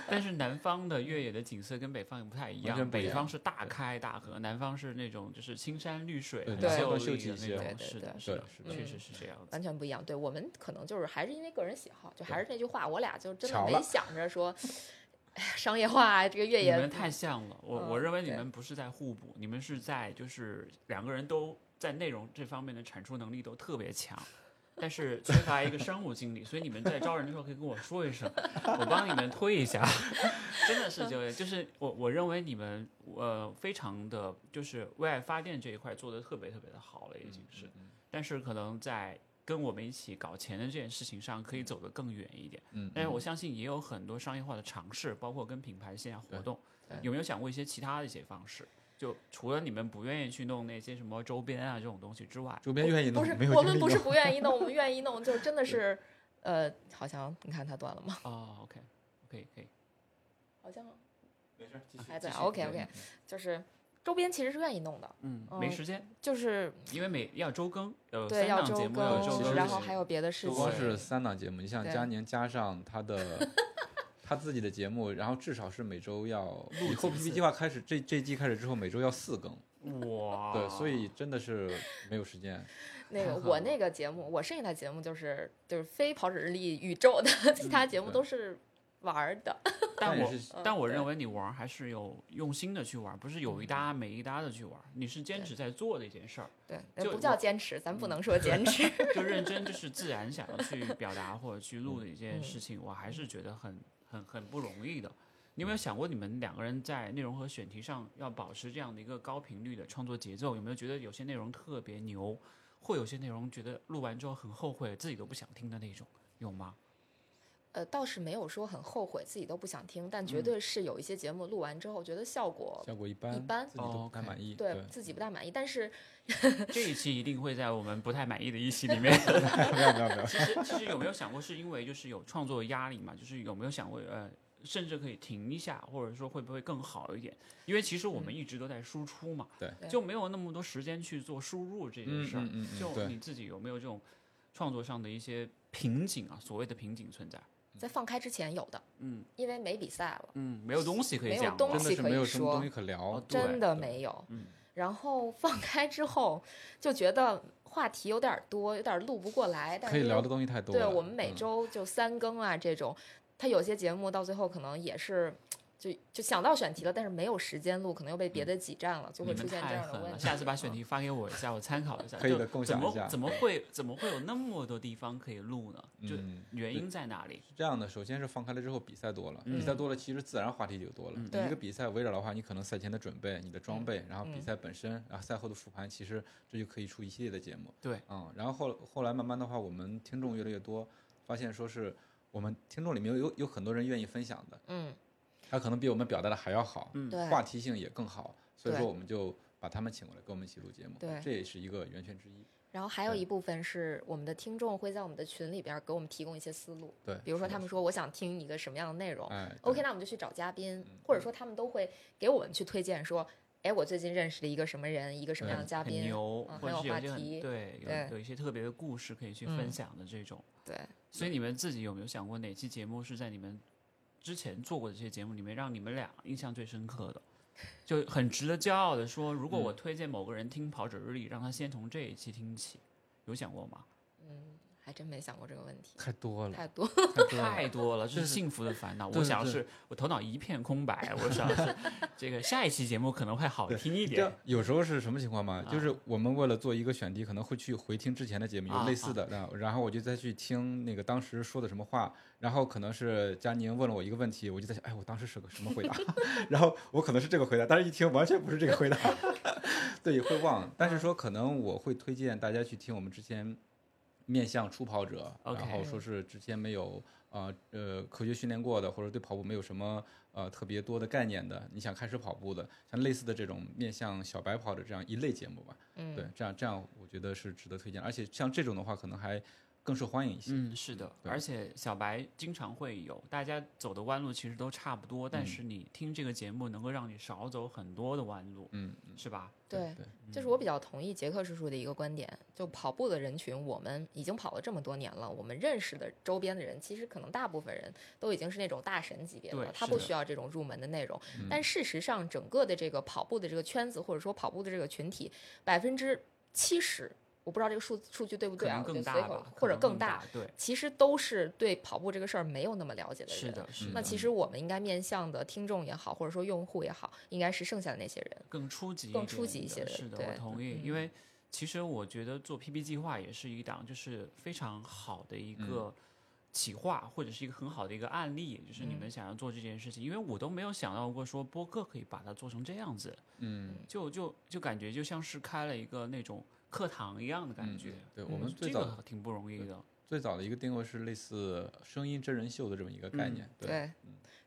[SPEAKER 1] 但是南方的越野的景色跟北方也不太一
[SPEAKER 3] 完
[SPEAKER 1] 样，
[SPEAKER 3] 全不一
[SPEAKER 1] 北
[SPEAKER 3] 样
[SPEAKER 1] 方是大开大合，南方是那种就是青山绿水，
[SPEAKER 3] 对
[SPEAKER 1] 很
[SPEAKER 2] 南
[SPEAKER 3] 方
[SPEAKER 1] 秀
[SPEAKER 3] 秀
[SPEAKER 1] 丽
[SPEAKER 3] 气
[SPEAKER 1] 的
[SPEAKER 3] 一
[SPEAKER 1] 那
[SPEAKER 3] 些
[SPEAKER 1] 种。
[SPEAKER 2] 对
[SPEAKER 1] 是
[SPEAKER 2] 对
[SPEAKER 1] 的，
[SPEAKER 2] 对
[SPEAKER 1] 是的，
[SPEAKER 3] 是的
[SPEAKER 1] 确
[SPEAKER 2] 嗯
[SPEAKER 1] 实是这样子。
[SPEAKER 2] 完全不一样。对我们可能就是还是因为个人喜好，就还是那句话，我俩就真的
[SPEAKER 3] 巧
[SPEAKER 2] 没
[SPEAKER 3] 了
[SPEAKER 2] 想着说，哎呀，商业化啊，这个越
[SPEAKER 1] 你
[SPEAKER 2] 野
[SPEAKER 1] 们太像了，我
[SPEAKER 2] 嗯
[SPEAKER 1] 我认为你
[SPEAKER 2] 对
[SPEAKER 1] 们不是在互补，你们是在就是两个人都在内容这方面的产出能力都特别强，但是缺乏一个商务经理，所以你们在招人的时候可以跟我说一声，我帮你们推一下。 真的
[SPEAKER 2] 嗯
[SPEAKER 1] 是这样，就是我我认为你们呃非常的就是为爱发电这一块做的特别特别的好了，已
[SPEAKER 2] 嗯
[SPEAKER 1] 经是，
[SPEAKER 3] 嗯
[SPEAKER 1] 但是可能在跟我们一起搞钱的这件事情上，可以走得更远一点。
[SPEAKER 3] 嗯，
[SPEAKER 2] 哎
[SPEAKER 1] 但是我相信也有很多商业化的尝试，包括跟品牌线下活动
[SPEAKER 2] 对，
[SPEAKER 1] 有没有想过一些其他的一些方式？就除了你们不愿意去弄那些什么周边啊这种东西之外，
[SPEAKER 3] 周边愿意弄
[SPEAKER 2] 不是
[SPEAKER 3] 没有
[SPEAKER 2] 我
[SPEAKER 3] 精
[SPEAKER 2] 们
[SPEAKER 3] 力
[SPEAKER 2] 不是
[SPEAKER 3] 弄
[SPEAKER 2] 不愿意弄，我们愿意弄，就真的是，呃，好像你看它断了吗？
[SPEAKER 1] 哦，OK，OK，可以，
[SPEAKER 2] 好像
[SPEAKER 3] 没事，继续
[SPEAKER 2] 还
[SPEAKER 3] 继
[SPEAKER 2] 在
[SPEAKER 3] 续嗯
[SPEAKER 2] OK
[SPEAKER 3] 对
[SPEAKER 2] OK，就是周边其实是愿意弄的，
[SPEAKER 1] 嗯，
[SPEAKER 2] 嗯
[SPEAKER 1] 没时间，
[SPEAKER 2] 就是
[SPEAKER 1] 因为每要周更，呃，
[SPEAKER 2] 对
[SPEAKER 1] 三
[SPEAKER 2] 要
[SPEAKER 1] 档
[SPEAKER 2] 周
[SPEAKER 1] 节目要周
[SPEAKER 3] 周更
[SPEAKER 1] 更，
[SPEAKER 2] 然
[SPEAKER 3] 是
[SPEAKER 2] 后还有别的事
[SPEAKER 3] 不
[SPEAKER 2] 情，
[SPEAKER 3] 光是三档节目，你像
[SPEAKER 2] 对
[SPEAKER 3] 佳宁加上 他的他自己的节目，然后至少是每周要以后
[SPEAKER 1] 几
[SPEAKER 3] PP
[SPEAKER 1] 次
[SPEAKER 3] 计划开始，这这季开始之后每周要四更，
[SPEAKER 1] 哇，
[SPEAKER 3] 对，所以真的是没有时间。
[SPEAKER 2] 那个
[SPEAKER 1] 太狠
[SPEAKER 2] 我
[SPEAKER 1] 了
[SPEAKER 2] 那个节目，我剩下的节目就是就是非跑者日历宇宙的， 其他节目
[SPEAKER 3] 对
[SPEAKER 2] 都是玩儿的。
[SPEAKER 1] 但
[SPEAKER 3] 也
[SPEAKER 1] 我
[SPEAKER 3] 是
[SPEAKER 1] 但我
[SPEAKER 2] 对
[SPEAKER 1] 认为你玩儿还是有用心的去玩儿，不是有一搭没一搭的去玩儿，你是坚
[SPEAKER 2] 对
[SPEAKER 1] 持在做的一件事儿，
[SPEAKER 2] 对，
[SPEAKER 1] 就
[SPEAKER 2] 那不叫
[SPEAKER 1] 我
[SPEAKER 2] 坚持，咱不
[SPEAKER 1] 嗯
[SPEAKER 2] 能说坚持。
[SPEAKER 1] 就认真就是自然想要去表达或者去录的一件事情，我还是觉得很很很不容易的。你有没有想过，你们两个人在内容和选题上要保持这样的一个高频率的创作节奏？有没有觉得有些内容特别牛，或有些内容觉得录完之后很后悔，自己都不想听的那种？有吗？
[SPEAKER 2] 呃，倒是没有说很后悔，自己都不想听，但绝
[SPEAKER 1] 嗯
[SPEAKER 2] 对是有一些节目录完之后觉得效果
[SPEAKER 3] 效果一般，
[SPEAKER 2] 一般
[SPEAKER 3] 自己都不太
[SPEAKER 1] 哦 OK
[SPEAKER 3] 满意。
[SPEAKER 2] 对
[SPEAKER 3] 对，
[SPEAKER 2] 自己
[SPEAKER 1] 嗯
[SPEAKER 2] 不大满意，但是
[SPEAKER 1] 这一期一定会在我们不太满意的一期里面。
[SPEAKER 3] 没有没有没有，
[SPEAKER 1] 其实其实有没有想过，是因为就是有创作压力嘛？就是有没有想过，呃，甚至可以停一下，或者说会不会更好一点？因为其实我们一直都在输出嘛，
[SPEAKER 3] 嗯对
[SPEAKER 2] 对
[SPEAKER 1] 就没有那么多时间去做输入这件
[SPEAKER 3] 嗯
[SPEAKER 1] 事儿。
[SPEAKER 3] 嗯嗯嗯
[SPEAKER 1] 就
[SPEAKER 3] 对
[SPEAKER 1] 你自己有没有这种创作上的一些瓶颈啊？所谓的瓶颈存在？
[SPEAKER 2] 在放开之前有的，
[SPEAKER 1] 嗯
[SPEAKER 2] 因为没比赛了，
[SPEAKER 1] 嗯，没有东西可以
[SPEAKER 2] 没有
[SPEAKER 1] 讲了，
[SPEAKER 2] 东
[SPEAKER 3] 真
[SPEAKER 2] 西
[SPEAKER 3] 的是
[SPEAKER 2] 可
[SPEAKER 3] 没
[SPEAKER 2] 以
[SPEAKER 3] 有什么
[SPEAKER 2] 说
[SPEAKER 3] 东西可聊
[SPEAKER 1] 哦，对
[SPEAKER 2] 真的
[SPEAKER 3] 对
[SPEAKER 2] 没有。
[SPEAKER 1] 嗯
[SPEAKER 2] 然后放开之后就觉得话题有点儿多，有点儿录不过来，但
[SPEAKER 3] 可
[SPEAKER 2] 是
[SPEAKER 3] 以
[SPEAKER 2] 因为
[SPEAKER 3] 聊的东西太多
[SPEAKER 2] 对
[SPEAKER 3] 了。
[SPEAKER 2] 我们每
[SPEAKER 3] 嗯
[SPEAKER 2] 周就三更啊，这种，他有些节目到最后可能也是，就就想到选题了，但是没有时间录，可能又被别的挤占了，就
[SPEAKER 1] 嗯你
[SPEAKER 2] 会
[SPEAKER 1] 们
[SPEAKER 2] 出现这
[SPEAKER 1] 太
[SPEAKER 2] 样的
[SPEAKER 1] 狠
[SPEAKER 2] 问
[SPEAKER 1] 了！
[SPEAKER 2] 题。嗯
[SPEAKER 1] 下次把选题发给我一下，我参考一下。
[SPEAKER 3] 可以
[SPEAKER 1] 就
[SPEAKER 3] 的共享
[SPEAKER 1] 怎么
[SPEAKER 3] 一下
[SPEAKER 1] 怎么会怎么会有那么多地方可以录呢？就
[SPEAKER 3] 嗯
[SPEAKER 1] 原因在哪里？
[SPEAKER 3] 是这样的，首先是放开了之后比赛多了，
[SPEAKER 1] 嗯
[SPEAKER 3] 比赛多了其实自然话题就多了。
[SPEAKER 1] 嗯
[SPEAKER 3] 你
[SPEAKER 2] 对
[SPEAKER 3] 一个比赛围绕的话，你可能赛前的准备、你的装备，然后比
[SPEAKER 2] 嗯
[SPEAKER 3] 赛本身，然后赛后的复盘，其实这就可以出一系列的节目。
[SPEAKER 1] 对，
[SPEAKER 3] 嗯，然后后后来慢慢的话，我们听众越来越多，发现说是我们听众里面有有有很多人愿意分享的，
[SPEAKER 2] 嗯，
[SPEAKER 3] 他可能比我们表达的还要好，
[SPEAKER 1] 嗯
[SPEAKER 2] 对
[SPEAKER 3] 话题性也更好，所以
[SPEAKER 2] 对
[SPEAKER 3] 说我们就把他们请过来跟我们一起录节目，
[SPEAKER 2] 对
[SPEAKER 3] 这也是一个源泉之一。
[SPEAKER 2] 然后还有
[SPEAKER 3] 对
[SPEAKER 2] 一部分是我们的听众会在我们的群里边给我们提供一些思路，
[SPEAKER 3] 对，
[SPEAKER 2] 比如说
[SPEAKER 3] 是
[SPEAKER 2] 他
[SPEAKER 3] 的
[SPEAKER 2] 们说我想听一个什么样的内容
[SPEAKER 3] 哎对嗯
[SPEAKER 2] ，OK，那我们就去找嘉宾，或者说他们都会给我们去推荐说，哎，我最近认识了一个什么人，一个什么样的
[SPEAKER 1] 很
[SPEAKER 2] 嘉
[SPEAKER 1] 很
[SPEAKER 2] 宾，
[SPEAKER 1] 牛，
[SPEAKER 2] 嗯
[SPEAKER 1] 或
[SPEAKER 2] 很
[SPEAKER 1] 者
[SPEAKER 2] 有
[SPEAKER 1] 是有
[SPEAKER 2] 话
[SPEAKER 1] 一些很
[SPEAKER 2] 题
[SPEAKER 1] 对
[SPEAKER 2] 对
[SPEAKER 1] 有有一些特别的故事可以去分
[SPEAKER 2] 嗯
[SPEAKER 1] 享的这种。
[SPEAKER 2] 对，
[SPEAKER 1] 所以你们自己有没有想过哪期节目是在你们之前做过的这些节目里面让你们俩印象最深刻的？就很值得骄傲的说，如
[SPEAKER 3] 嗯
[SPEAKER 1] 果我推荐某个人听《跑者日历》，让他先从这一期听起，有想过吗？
[SPEAKER 2] 嗯，还真没想过这个问题，
[SPEAKER 3] 太多了，
[SPEAKER 2] 太多，
[SPEAKER 3] 太多了。
[SPEAKER 1] 太多了，这是
[SPEAKER 3] 对对
[SPEAKER 1] 幸福的烦恼。
[SPEAKER 3] 对
[SPEAKER 1] 我
[SPEAKER 3] 对
[SPEAKER 1] 想的
[SPEAKER 3] 对
[SPEAKER 1] 是，我头脑一片空白。我想的 是，这个下一期节目可能会好听一点啊
[SPEAKER 3] 这。有时候是什么情况嘛？就是我们为了做一个选题，可能会去回听之前的节目，有
[SPEAKER 1] 啊
[SPEAKER 3] 类似的，然后然后我就再去听那个当时说的什么话，然后可能是佳宁问了我一个问题，我就在想，哎，我当时是个什么回答？ 然后我可能是这个回答，但是一听完全不是这个回答，对，会忘。但是说可能我会推荐大家去听我们之前。面向初跑者
[SPEAKER 1] OK
[SPEAKER 3] 然后说是之前没有呃呃科学训练过的，或者对跑步没有什么呃特别多的概念的，你想开始跑步的，像类似的这种面向小白跑的这样一类节目吧，
[SPEAKER 2] 嗯，
[SPEAKER 3] 对，这样这样我觉得是值得推荐，而且像这种的话可能还更受欢迎一些。
[SPEAKER 1] 嗯，是的，
[SPEAKER 3] 对
[SPEAKER 1] 而且小白经常会有，大家走的弯路其实都差不多，但
[SPEAKER 3] 嗯
[SPEAKER 1] 是你听这个节目能够让你少走很多的弯路，
[SPEAKER 3] 嗯，
[SPEAKER 1] 是吧？
[SPEAKER 2] 对
[SPEAKER 3] 对，
[SPEAKER 1] 嗯
[SPEAKER 2] 就是我比较同意杰克叔叔的一个观点，就跑步的人群，我们已经跑了这么多年了，我们认识的周边的人，其实可能大部分人都已经是那种大神级别
[SPEAKER 1] 对
[SPEAKER 2] 了，他
[SPEAKER 1] 是
[SPEAKER 2] 不
[SPEAKER 1] 的嗯
[SPEAKER 2] 需要这种入门的内容。但事实上，整个的这个跑步的这个圈子，或者说跑步的这个群体，百分之七十，我不知道这个数数据对不
[SPEAKER 1] 可
[SPEAKER 2] 对
[SPEAKER 1] 能
[SPEAKER 2] 啊？我
[SPEAKER 1] 更
[SPEAKER 2] 就
[SPEAKER 1] 大
[SPEAKER 2] 随口
[SPEAKER 1] 吧，可
[SPEAKER 2] 或者
[SPEAKER 1] 能
[SPEAKER 2] 更
[SPEAKER 1] 大
[SPEAKER 2] 大，，
[SPEAKER 1] 对，
[SPEAKER 2] 其实都是对跑步这个事儿没有那么了解的人。
[SPEAKER 1] 是的，嗯是
[SPEAKER 2] 那
[SPEAKER 1] 的，
[SPEAKER 2] 其实我们应该面向的听众也好，或者说用户也好，应该是剩下的那些人。
[SPEAKER 1] 更初级一点的，
[SPEAKER 2] 更初级一些的
[SPEAKER 1] 是的，
[SPEAKER 2] 对
[SPEAKER 1] 我同意，
[SPEAKER 2] 嗯
[SPEAKER 1] 因为其实我觉得做 PP 计划也是一档就是非常好的
[SPEAKER 3] 嗯
[SPEAKER 1] 一个企划，或者是一个很好的一个案例，就是
[SPEAKER 2] 嗯
[SPEAKER 1] 你们想要做这件事情，因为我都没有想到过说播客可以把它做成这样子，
[SPEAKER 3] 嗯，
[SPEAKER 1] 就就就感觉就像是开了一个那种课堂一样的感觉。嗯
[SPEAKER 3] 对我们
[SPEAKER 1] 这
[SPEAKER 3] 嗯最早、嗯
[SPEAKER 1] 个挺不容易的，
[SPEAKER 3] 最早的一个定位是类似声音真人秀的这么一个概
[SPEAKER 1] 嗯
[SPEAKER 3] 念，对，
[SPEAKER 2] 对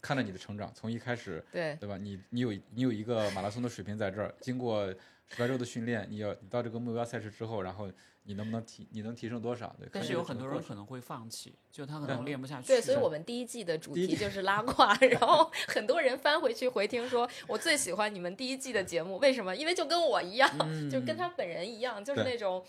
[SPEAKER 3] 看着你的成长，从一开始，
[SPEAKER 2] 对
[SPEAKER 3] 对吧？你你有你有一个马拉松的水平在这儿，经过十来周的训练，你要你到这个目标赛事之后，然后你能不能提你能提升多少？对，
[SPEAKER 1] 但
[SPEAKER 3] 看
[SPEAKER 1] 是
[SPEAKER 3] 这个
[SPEAKER 1] 有很
[SPEAKER 3] 整
[SPEAKER 1] 多
[SPEAKER 3] 个
[SPEAKER 1] 人
[SPEAKER 3] 过程嗯
[SPEAKER 1] 可能会放弃，就他可能练不下去。
[SPEAKER 2] 对，所以
[SPEAKER 3] 是
[SPEAKER 2] 我们第一季的主
[SPEAKER 3] 第一
[SPEAKER 2] 题
[SPEAKER 3] 季
[SPEAKER 2] 就是拉胯， 然后很多人翻回去回听说， 我最喜欢你们第一季的节目，为什么？因为就跟我一样，就
[SPEAKER 3] 嗯
[SPEAKER 2] 跟他本人一样，就是
[SPEAKER 3] 对
[SPEAKER 2] 那种，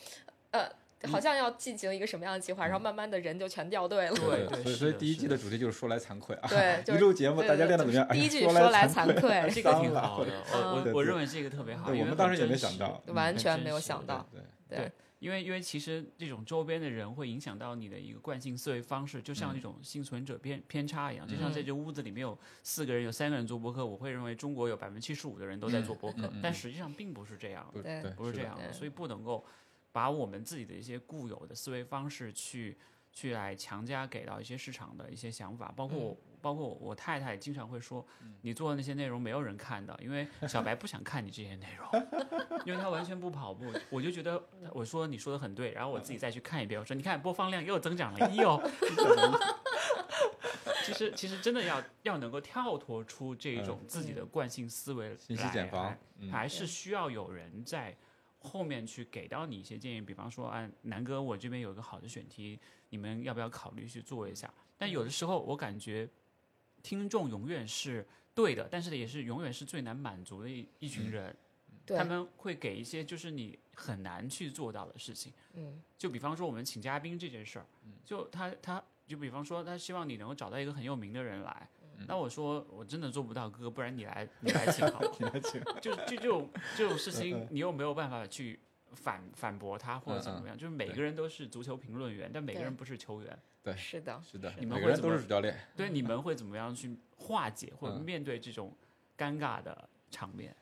[SPEAKER 2] 呃，好像要进行一个什么样的计划，然后慢慢的人就全掉 队了。
[SPEAKER 1] 对
[SPEAKER 3] 对，
[SPEAKER 1] 对
[SPEAKER 3] 所以
[SPEAKER 1] 是
[SPEAKER 3] 所以
[SPEAKER 1] 的
[SPEAKER 3] 第一
[SPEAKER 1] 是
[SPEAKER 3] 季
[SPEAKER 1] 的
[SPEAKER 3] 的主题就是说来惭愧啊，
[SPEAKER 2] 对，就
[SPEAKER 3] 一
[SPEAKER 2] 是
[SPEAKER 3] 录节目
[SPEAKER 2] 对
[SPEAKER 3] 大家
[SPEAKER 2] 对
[SPEAKER 3] 练的
[SPEAKER 2] 就
[SPEAKER 3] 怎么
[SPEAKER 2] 是
[SPEAKER 3] 样？哎
[SPEAKER 2] 第
[SPEAKER 3] 呀
[SPEAKER 2] 一句
[SPEAKER 3] 说
[SPEAKER 2] 说来
[SPEAKER 3] 来
[SPEAKER 2] 惭
[SPEAKER 3] 愧，
[SPEAKER 2] 愧，
[SPEAKER 1] 这个挺
[SPEAKER 3] 伤了
[SPEAKER 1] 好的，
[SPEAKER 2] 嗯
[SPEAKER 1] 我我我
[SPEAKER 3] 对
[SPEAKER 1] 认为这个特别好，
[SPEAKER 3] 对
[SPEAKER 1] 因
[SPEAKER 3] 我
[SPEAKER 1] 为
[SPEAKER 3] 们
[SPEAKER 1] 很
[SPEAKER 3] 当时也没
[SPEAKER 1] 真
[SPEAKER 3] 想
[SPEAKER 1] 实
[SPEAKER 3] 到，嗯
[SPEAKER 2] 完
[SPEAKER 1] 很
[SPEAKER 2] 全
[SPEAKER 1] 真
[SPEAKER 2] 没有
[SPEAKER 1] 实
[SPEAKER 2] 想
[SPEAKER 1] 对
[SPEAKER 2] 到。
[SPEAKER 3] 对，
[SPEAKER 2] 对
[SPEAKER 1] 因为因为其实这种周边的人会影响到你的一个惯性思维方式，就像
[SPEAKER 3] 嗯
[SPEAKER 1] 一种幸存者偏偏差一样。就像在这屋子里面有四个人，有三个人做播客，我会认为中国有百分之七十五的人都在做播客
[SPEAKER 3] 嗯嗯，
[SPEAKER 1] 但实际上并不是这样
[SPEAKER 3] 不
[SPEAKER 1] 的，
[SPEAKER 2] 对
[SPEAKER 3] 对
[SPEAKER 1] 不是这
[SPEAKER 3] 的
[SPEAKER 1] 样的，
[SPEAKER 2] 对
[SPEAKER 1] 所以不能够把我们自己的一些固有的思维方式去去来强加给到一些市场的一些想法，包括我。包括我太太经常会说，你做的那些内容没有人看的，因为小白不想看你这些内容。 因为他完全不跑步，我就觉得我说你说的很对，然后我自己再去看一遍，我说你看播放量又增长了一哦。 其实其实真的要要能够跳脱出这一
[SPEAKER 3] 嗯
[SPEAKER 1] 种自己的惯性思维来，
[SPEAKER 3] 信息茧房
[SPEAKER 1] 还，
[SPEAKER 3] 嗯，
[SPEAKER 1] 还是需要有人在后面去给到你一些建议，比方说，啊，南哥，我这边有一个好的选题，你们要不要考虑去做一下？但有的时候我感觉听众永远是对的，但是也是永远是最难满足的一一
[SPEAKER 3] 嗯
[SPEAKER 1] 群人。
[SPEAKER 2] 对
[SPEAKER 1] 他，们会给一些就是你很难去做到的事情。
[SPEAKER 2] 嗯，
[SPEAKER 1] 就比方说我们请嘉宾这件事儿，就他他就比方说他希望你能够找到一个很有名的人来，那我说我真的做不到，哥哥，不然你来你来请好了。
[SPEAKER 3] 挺有趣
[SPEAKER 1] 就就这种这种事情，你又没有办法去反反驳他或者怎么样，就是每个人都是足球评论员，但每个
[SPEAKER 2] 对
[SPEAKER 1] 人不是球员。
[SPEAKER 2] 是的，
[SPEAKER 3] 是的，
[SPEAKER 1] 你们会
[SPEAKER 3] 每个人
[SPEAKER 1] 怎
[SPEAKER 3] 都
[SPEAKER 1] 么
[SPEAKER 3] 是主教练，
[SPEAKER 1] 对，你们会怎么样去化解或者
[SPEAKER 3] 嗯
[SPEAKER 1] 面对这种尴尬的场面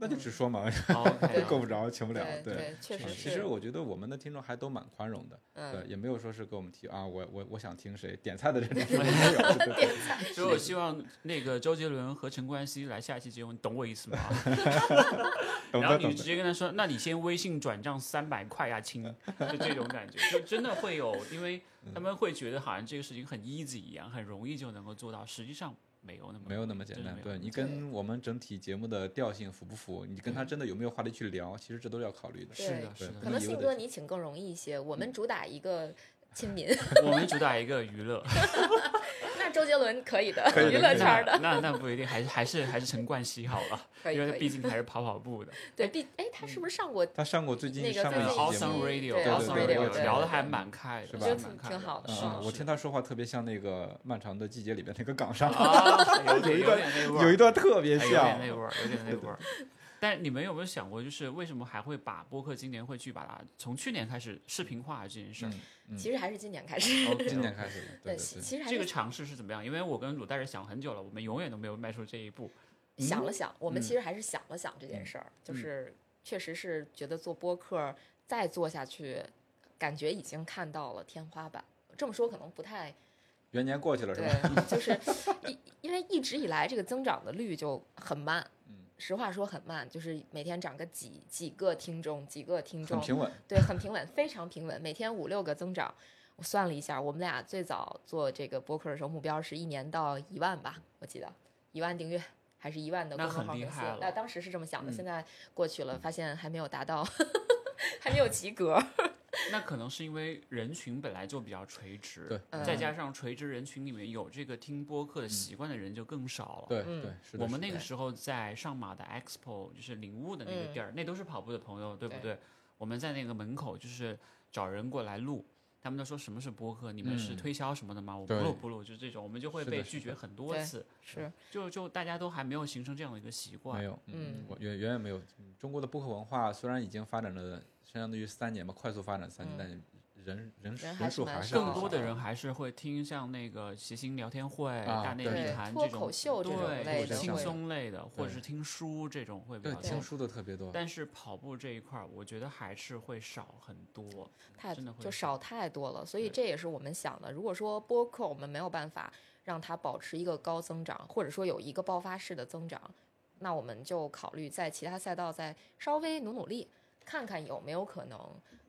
[SPEAKER 3] 那就直说嘛，
[SPEAKER 1] ？OK，
[SPEAKER 3] 够不着，请不了，
[SPEAKER 2] 对对，确实
[SPEAKER 3] 嗯
[SPEAKER 2] 是。
[SPEAKER 3] 其实我觉得我们的听众还都蛮宽容的，对，
[SPEAKER 2] 嗯，
[SPEAKER 3] 也没有说是给我们提啊，我我我想听谁点菜的这种没有， 对对
[SPEAKER 1] 所以我希望那个周杰伦和陈冠希来下一期节目，你懂我意 思吗？
[SPEAKER 3] 懂
[SPEAKER 1] 然后
[SPEAKER 3] 的
[SPEAKER 1] 你
[SPEAKER 3] 懂
[SPEAKER 1] 直
[SPEAKER 3] 的，
[SPEAKER 1] 接跟他说，那你先微信转账三百块呀，亲，就这种感觉，就真的会有，因为他们会觉得好像这个事情很 easy 一样，很容易就能够做到，实际上没有那么
[SPEAKER 3] 没有那么简
[SPEAKER 1] 真的
[SPEAKER 3] 单
[SPEAKER 1] 没。有
[SPEAKER 3] 对你
[SPEAKER 2] 对
[SPEAKER 3] 跟我们整体节目的调性符不符，你跟他真的有没有话题去聊，其实这都是要考虑的。
[SPEAKER 2] 对
[SPEAKER 1] 是的，是
[SPEAKER 3] 对
[SPEAKER 2] 可
[SPEAKER 1] 的，
[SPEAKER 2] 能
[SPEAKER 3] 理由
[SPEAKER 2] 信
[SPEAKER 3] 得
[SPEAKER 2] 哥
[SPEAKER 3] 是
[SPEAKER 2] 你请更容易一些，我
[SPEAKER 3] 嗯
[SPEAKER 2] 们主打一个亲民，
[SPEAKER 1] 我们主打一个娱乐，
[SPEAKER 2] 那周杰伦可以的，
[SPEAKER 3] 可以的
[SPEAKER 2] 娱乐圈儿的
[SPEAKER 1] 那那那不一定，还是还是还是陈冠希好了，
[SPEAKER 2] 可以
[SPEAKER 1] 因为
[SPEAKER 2] 可
[SPEAKER 1] 他
[SPEAKER 2] 以
[SPEAKER 1] 毕竟还是跑跑步的。
[SPEAKER 2] 对，毕哎，他是
[SPEAKER 3] 嗯
[SPEAKER 2] 不是上过？
[SPEAKER 3] 他上过最
[SPEAKER 2] 那个
[SPEAKER 3] 近 上过
[SPEAKER 2] 最近
[SPEAKER 3] 一期节
[SPEAKER 1] Awesome
[SPEAKER 3] 目，
[SPEAKER 2] 对对
[SPEAKER 1] Radio，Awesome
[SPEAKER 3] Awesome Radio，
[SPEAKER 1] Radio
[SPEAKER 3] 对
[SPEAKER 1] 聊的还蛮开，
[SPEAKER 3] 是
[SPEAKER 1] 的，
[SPEAKER 3] 吧
[SPEAKER 1] 还
[SPEAKER 2] 我觉得
[SPEAKER 1] 蛮开
[SPEAKER 2] 挺好的
[SPEAKER 1] 是
[SPEAKER 3] 嗯，我
[SPEAKER 1] 是
[SPEAKER 3] 听他说话特别像那个《漫长的季节》里面那个岗上，
[SPEAKER 1] 啊，有
[SPEAKER 3] 有
[SPEAKER 1] 点
[SPEAKER 3] 一段
[SPEAKER 1] 有点那味儿
[SPEAKER 3] 有一段特别
[SPEAKER 1] 哎有点那
[SPEAKER 3] 像。
[SPEAKER 1] 味儿，有点那味儿。但你们有没有想过，就是为什么还会把播客今年会去把它从去年开始视频化这件事儿？
[SPEAKER 3] 嗯嗯
[SPEAKER 2] 其实还是今年开始，
[SPEAKER 1] OK，
[SPEAKER 3] 今年开始的，对
[SPEAKER 2] 其
[SPEAKER 3] 对
[SPEAKER 2] 其实还
[SPEAKER 1] 这个
[SPEAKER 2] 是
[SPEAKER 1] 尝试是怎么样？因为我跟鲁大人想很久了，我们永远都没有迈出这一步。
[SPEAKER 2] 想了想，我们
[SPEAKER 3] 嗯
[SPEAKER 2] 其实还是想了想这件事儿，就是确实是觉得做播客再做下去，感觉已经看到了天花板。这么说可能不太
[SPEAKER 3] 元年过去了是吧？
[SPEAKER 2] 对，就是因因为一直以来这个增长的率就很慢，
[SPEAKER 3] 嗯，
[SPEAKER 2] 实话说很慢，就是每天涨个几几个听众，几个听
[SPEAKER 3] 很
[SPEAKER 2] 众，
[SPEAKER 3] 平稳，
[SPEAKER 2] 对，很平稳，非常平稳，每天五六个增长。我算了一下，我们俩最早做这个播客的时候，目标是一年到一万吧，我记得一万订阅还是一万的
[SPEAKER 1] 那
[SPEAKER 2] 公众
[SPEAKER 1] 很
[SPEAKER 2] 号
[SPEAKER 1] 厉
[SPEAKER 2] 粉丝
[SPEAKER 1] 害了。嗯
[SPEAKER 2] 那当时是这么想的，
[SPEAKER 3] 嗯
[SPEAKER 2] 现在过去了，发现还没有达到， 还没有及格。
[SPEAKER 1] 那可能是因为人群本来就比较垂直，
[SPEAKER 3] 对
[SPEAKER 2] 嗯
[SPEAKER 1] 再加上垂直人群里面有这个听播客的习惯的人就更少了。
[SPEAKER 3] 对
[SPEAKER 2] 嗯
[SPEAKER 3] 对，是的。
[SPEAKER 1] 我们
[SPEAKER 3] 是
[SPEAKER 1] 那
[SPEAKER 3] 的哎
[SPEAKER 1] 个时候在上马的 Expo，就是领悟的那个地儿，那都是跑步的朋友，对不对？
[SPEAKER 2] 嗯对
[SPEAKER 1] 我们在那个门口就是找人过来录，他们都说什么是播客，你们是
[SPEAKER 3] 嗯
[SPEAKER 1] 推销什么的吗？我不
[SPEAKER 3] 对
[SPEAKER 1] 录不录，就是这种，我们就会
[SPEAKER 3] 是的
[SPEAKER 1] 被
[SPEAKER 3] 是
[SPEAKER 1] 拒绝
[SPEAKER 3] 的
[SPEAKER 1] 很多
[SPEAKER 2] 对
[SPEAKER 1] 次。
[SPEAKER 2] 是，
[SPEAKER 1] 就就大家都还没有形成这样的一个习惯
[SPEAKER 3] 没，有，
[SPEAKER 2] 嗯
[SPEAKER 3] 我远远远没有。嗯中国的播客文化虽然已经发展了相当于三年吧，快速发展三年，
[SPEAKER 2] 嗯
[SPEAKER 3] 但人人
[SPEAKER 2] 人还
[SPEAKER 3] 人
[SPEAKER 2] 是
[SPEAKER 3] 数
[SPEAKER 2] 蛮
[SPEAKER 3] 还是
[SPEAKER 2] 少
[SPEAKER 3] 很
[SPEAKER 1] 更多
[SPEAKER 3] 少
[SPEAKER 1] 的人还是会听像那个谐星聊天会、
[SPEAKER 3] 啊
[SPEAKER 1] 大内
[SPEAKER 3] 对
[SPEAKER 1] 密
[SPEAKER 2] 对
[SPEAKER 1] 谈
[SPEAKER 2] 脱
[SPEAKER 1] 这种
[SPEAKER 2] 口秀这种
[SPEAKER 1] 对
[SPEAKER 3] 类
[SPEAKER 1] 或者
[SPEAKER 3] 的
[SPEAKER 1] 轻
[SPEAKER 3] 会
[SPEAKER 1] 松类的，或者
[SPEAKER 3] 对
[SPEAKER 1] 是听书这种会比
[SPEAKER 3] 对
[SPEAKER 1] 较
[SPEAKER 3] 听
[SPEAKER 1] 多。
[SPEAKER 3] 书的特别多，
[SPEAKER 1] 但是跑步这一块儿，我觉得还是会少很多，
[SPEAKER 2] 太
[SPEAKER 1] 真的会
[SPEAKER 2] 就少太多了，所以
[SPEAKER 1] 对
[SPEAKER 2] 这也是我们想的。如果说播客我们没有办法让它保持一个高增长，或者说有一个爆发式的增长，那我们就考虑在其他赛道再稍微努努力，看看有没有可能，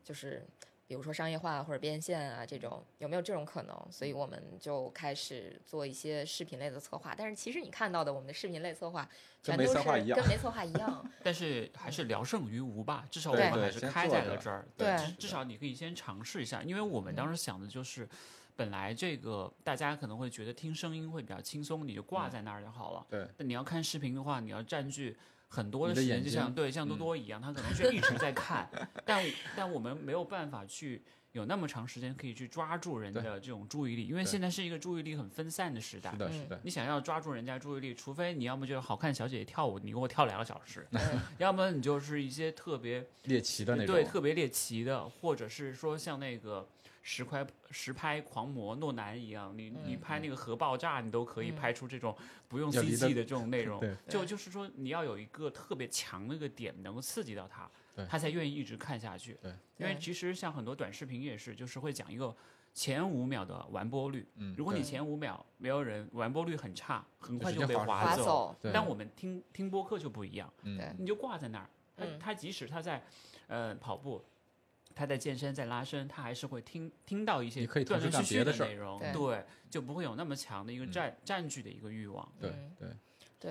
[SPEAKER 2] 就是比如说商业化或者变现啊这种有没有这种可能。所以我们就开始做一些视频类的策划，但是其实你看到的我们的视频类策划
[SPEAKER 3] 跟
[SPEAKER 2] 全
[SPEAKER 3] 没
[SPEAKER 2] 都是
[SPEAKER 3] 策划一样
[SPEAKER 2] 跟没策划一样，
[SPEAKER 1] 但是还是聊胜于无吧。至少我
[SPEAKER 2] 对
[SPEAKER 1] 们
[SPEAKER 3] 对
[SPEAKER 1] 还是
[SPEAKER 3] 先
[SPEAKER 1] 开
[SPEAKER 3] 做
[SPEAKER 1] 在
[SPEAKER 3] 着嗯
[SPEAKER 1] 了这儿，
[SPEAKER 2] 对
[SPEAKER 1] 至
[SPEAKER 3] 是
[SPEAKER 1] 至
[SPEAKER 3] 的
[SPEAKER 1] 少你可以先尝试一下，因为我们当时想的就是，本来这个大家可能会觉得听声音会比较轻松，你就挂
[SPEAKER 3] 嗯
[SPEAKER 1] 在那儿就好了。
[SPEAKER 3] 对，
[SPEAKER 1] 但你要看视频的话，你要占据很多
[SPEAKER 3] 你的
[SPEAKER 1] 时间，
[SPEAKER 3] 眼
[SPEAKER 1] 就像
[SPEAKER 3] 睛嗯
[SPEAKER 1] 对像多多一样，他可能是一直在看，但但我们没有办法去有那么长时间可以去抓住人
[SPEAKER 3] 对
[SPEAKER 1] 的这种注意力，因为
[SPEAKER 3] 对
[SPEAKER 1] 现在是一个注意力很分散的时代
[SPEAKER 3] 是。的，
[SPEAKER 2] 嗯
[SPEAKER 3] 是的，
[SPEAKER 1] 你想要抓住人家注意力，除非你要么就是好看小姐姐跳舞，你给我跳两个小时；
[SPEAKER 2] 嗯
[SPEAKER 1] 要么你就是一些特别
[SPEAKER 3] 猎奇的那种，
[SPEAKER 1] 对特别猎奇的，或者是说像那个实拍实拍狂魔诺南一样，你你
[SPEAKER 2] 嗯
[SPEAKER 1] 拍那个核爆炸，你都可以
[SPEAKER 2] 嗯
[SPEAKER 1] 拍出这种不用
[SPEAKER 3] 要离
[SPEAKER 1] CG
[SPEAKER 3] 得
[SPEAKER 1] 的这种内容。
[SPEAKER 3] 对
[SPEAKER 1] 就
[SPEAKER 2] 对
[SPEAKER 1] 就是说你要有一个特别强的一个点能够刺激到他
[SPEAKER 3] 对，
[SPEAKER 1] 他才愿意一直看下去。
[SPEAKER 3] 对，
[SPEAKER 1] 因为
[SPEAKER 2] 对
[SPEAKER 1] 其实像很多短视频也是，就是会讲一个前五秒的完播率。
[SPEAKER 3] 嗯，
[SPEAKER 1] 如果你
[SPEAKER 3] 对
[SPEAKER 1] 前五秒没有人，完播率很差，很快就
[SPEAKER 3] 就直
[SPEAKER 1] 被
[SPEAKER 3] 接划
[SPEAKER 1] 划
[SPEAKER 2] 划
[SPEAKER 1] 走。
[SPEAKER 2] 走，
[SPEAKER 3] 对
[SPEAKER 1] 但我们听听播客就不一样，
[SPEAKER 3] 嗯
[SPEAKER 1] 你就挂在那儿，他
[SPEAKER 2] 嗯
[SPEAKER 1] 他即使他在呃跑步。他在健身，在拉伸，他还是会听听到一些
[SPEAKER 3] 你可以同
[SPEAKER 1] 断
[SPEAKER 3] 时
[SPEAKER 1] 断续
[SPEAKER 3] 干
[SPEAKER 1] 续
[SPEAKER 3] 别的事儿
[SPEAKER 1] 内容，
[SPEAKER 2] 对
[SPEAKER 1] 对，就不会有那么强的一个
[SPEAKER 3] 嗯
[SPEAKER 1] 占占据的一个欲望。
[SPEAKER 3] 对
[SPEAKER 2] 嗯
[SPEAKER 3] 对，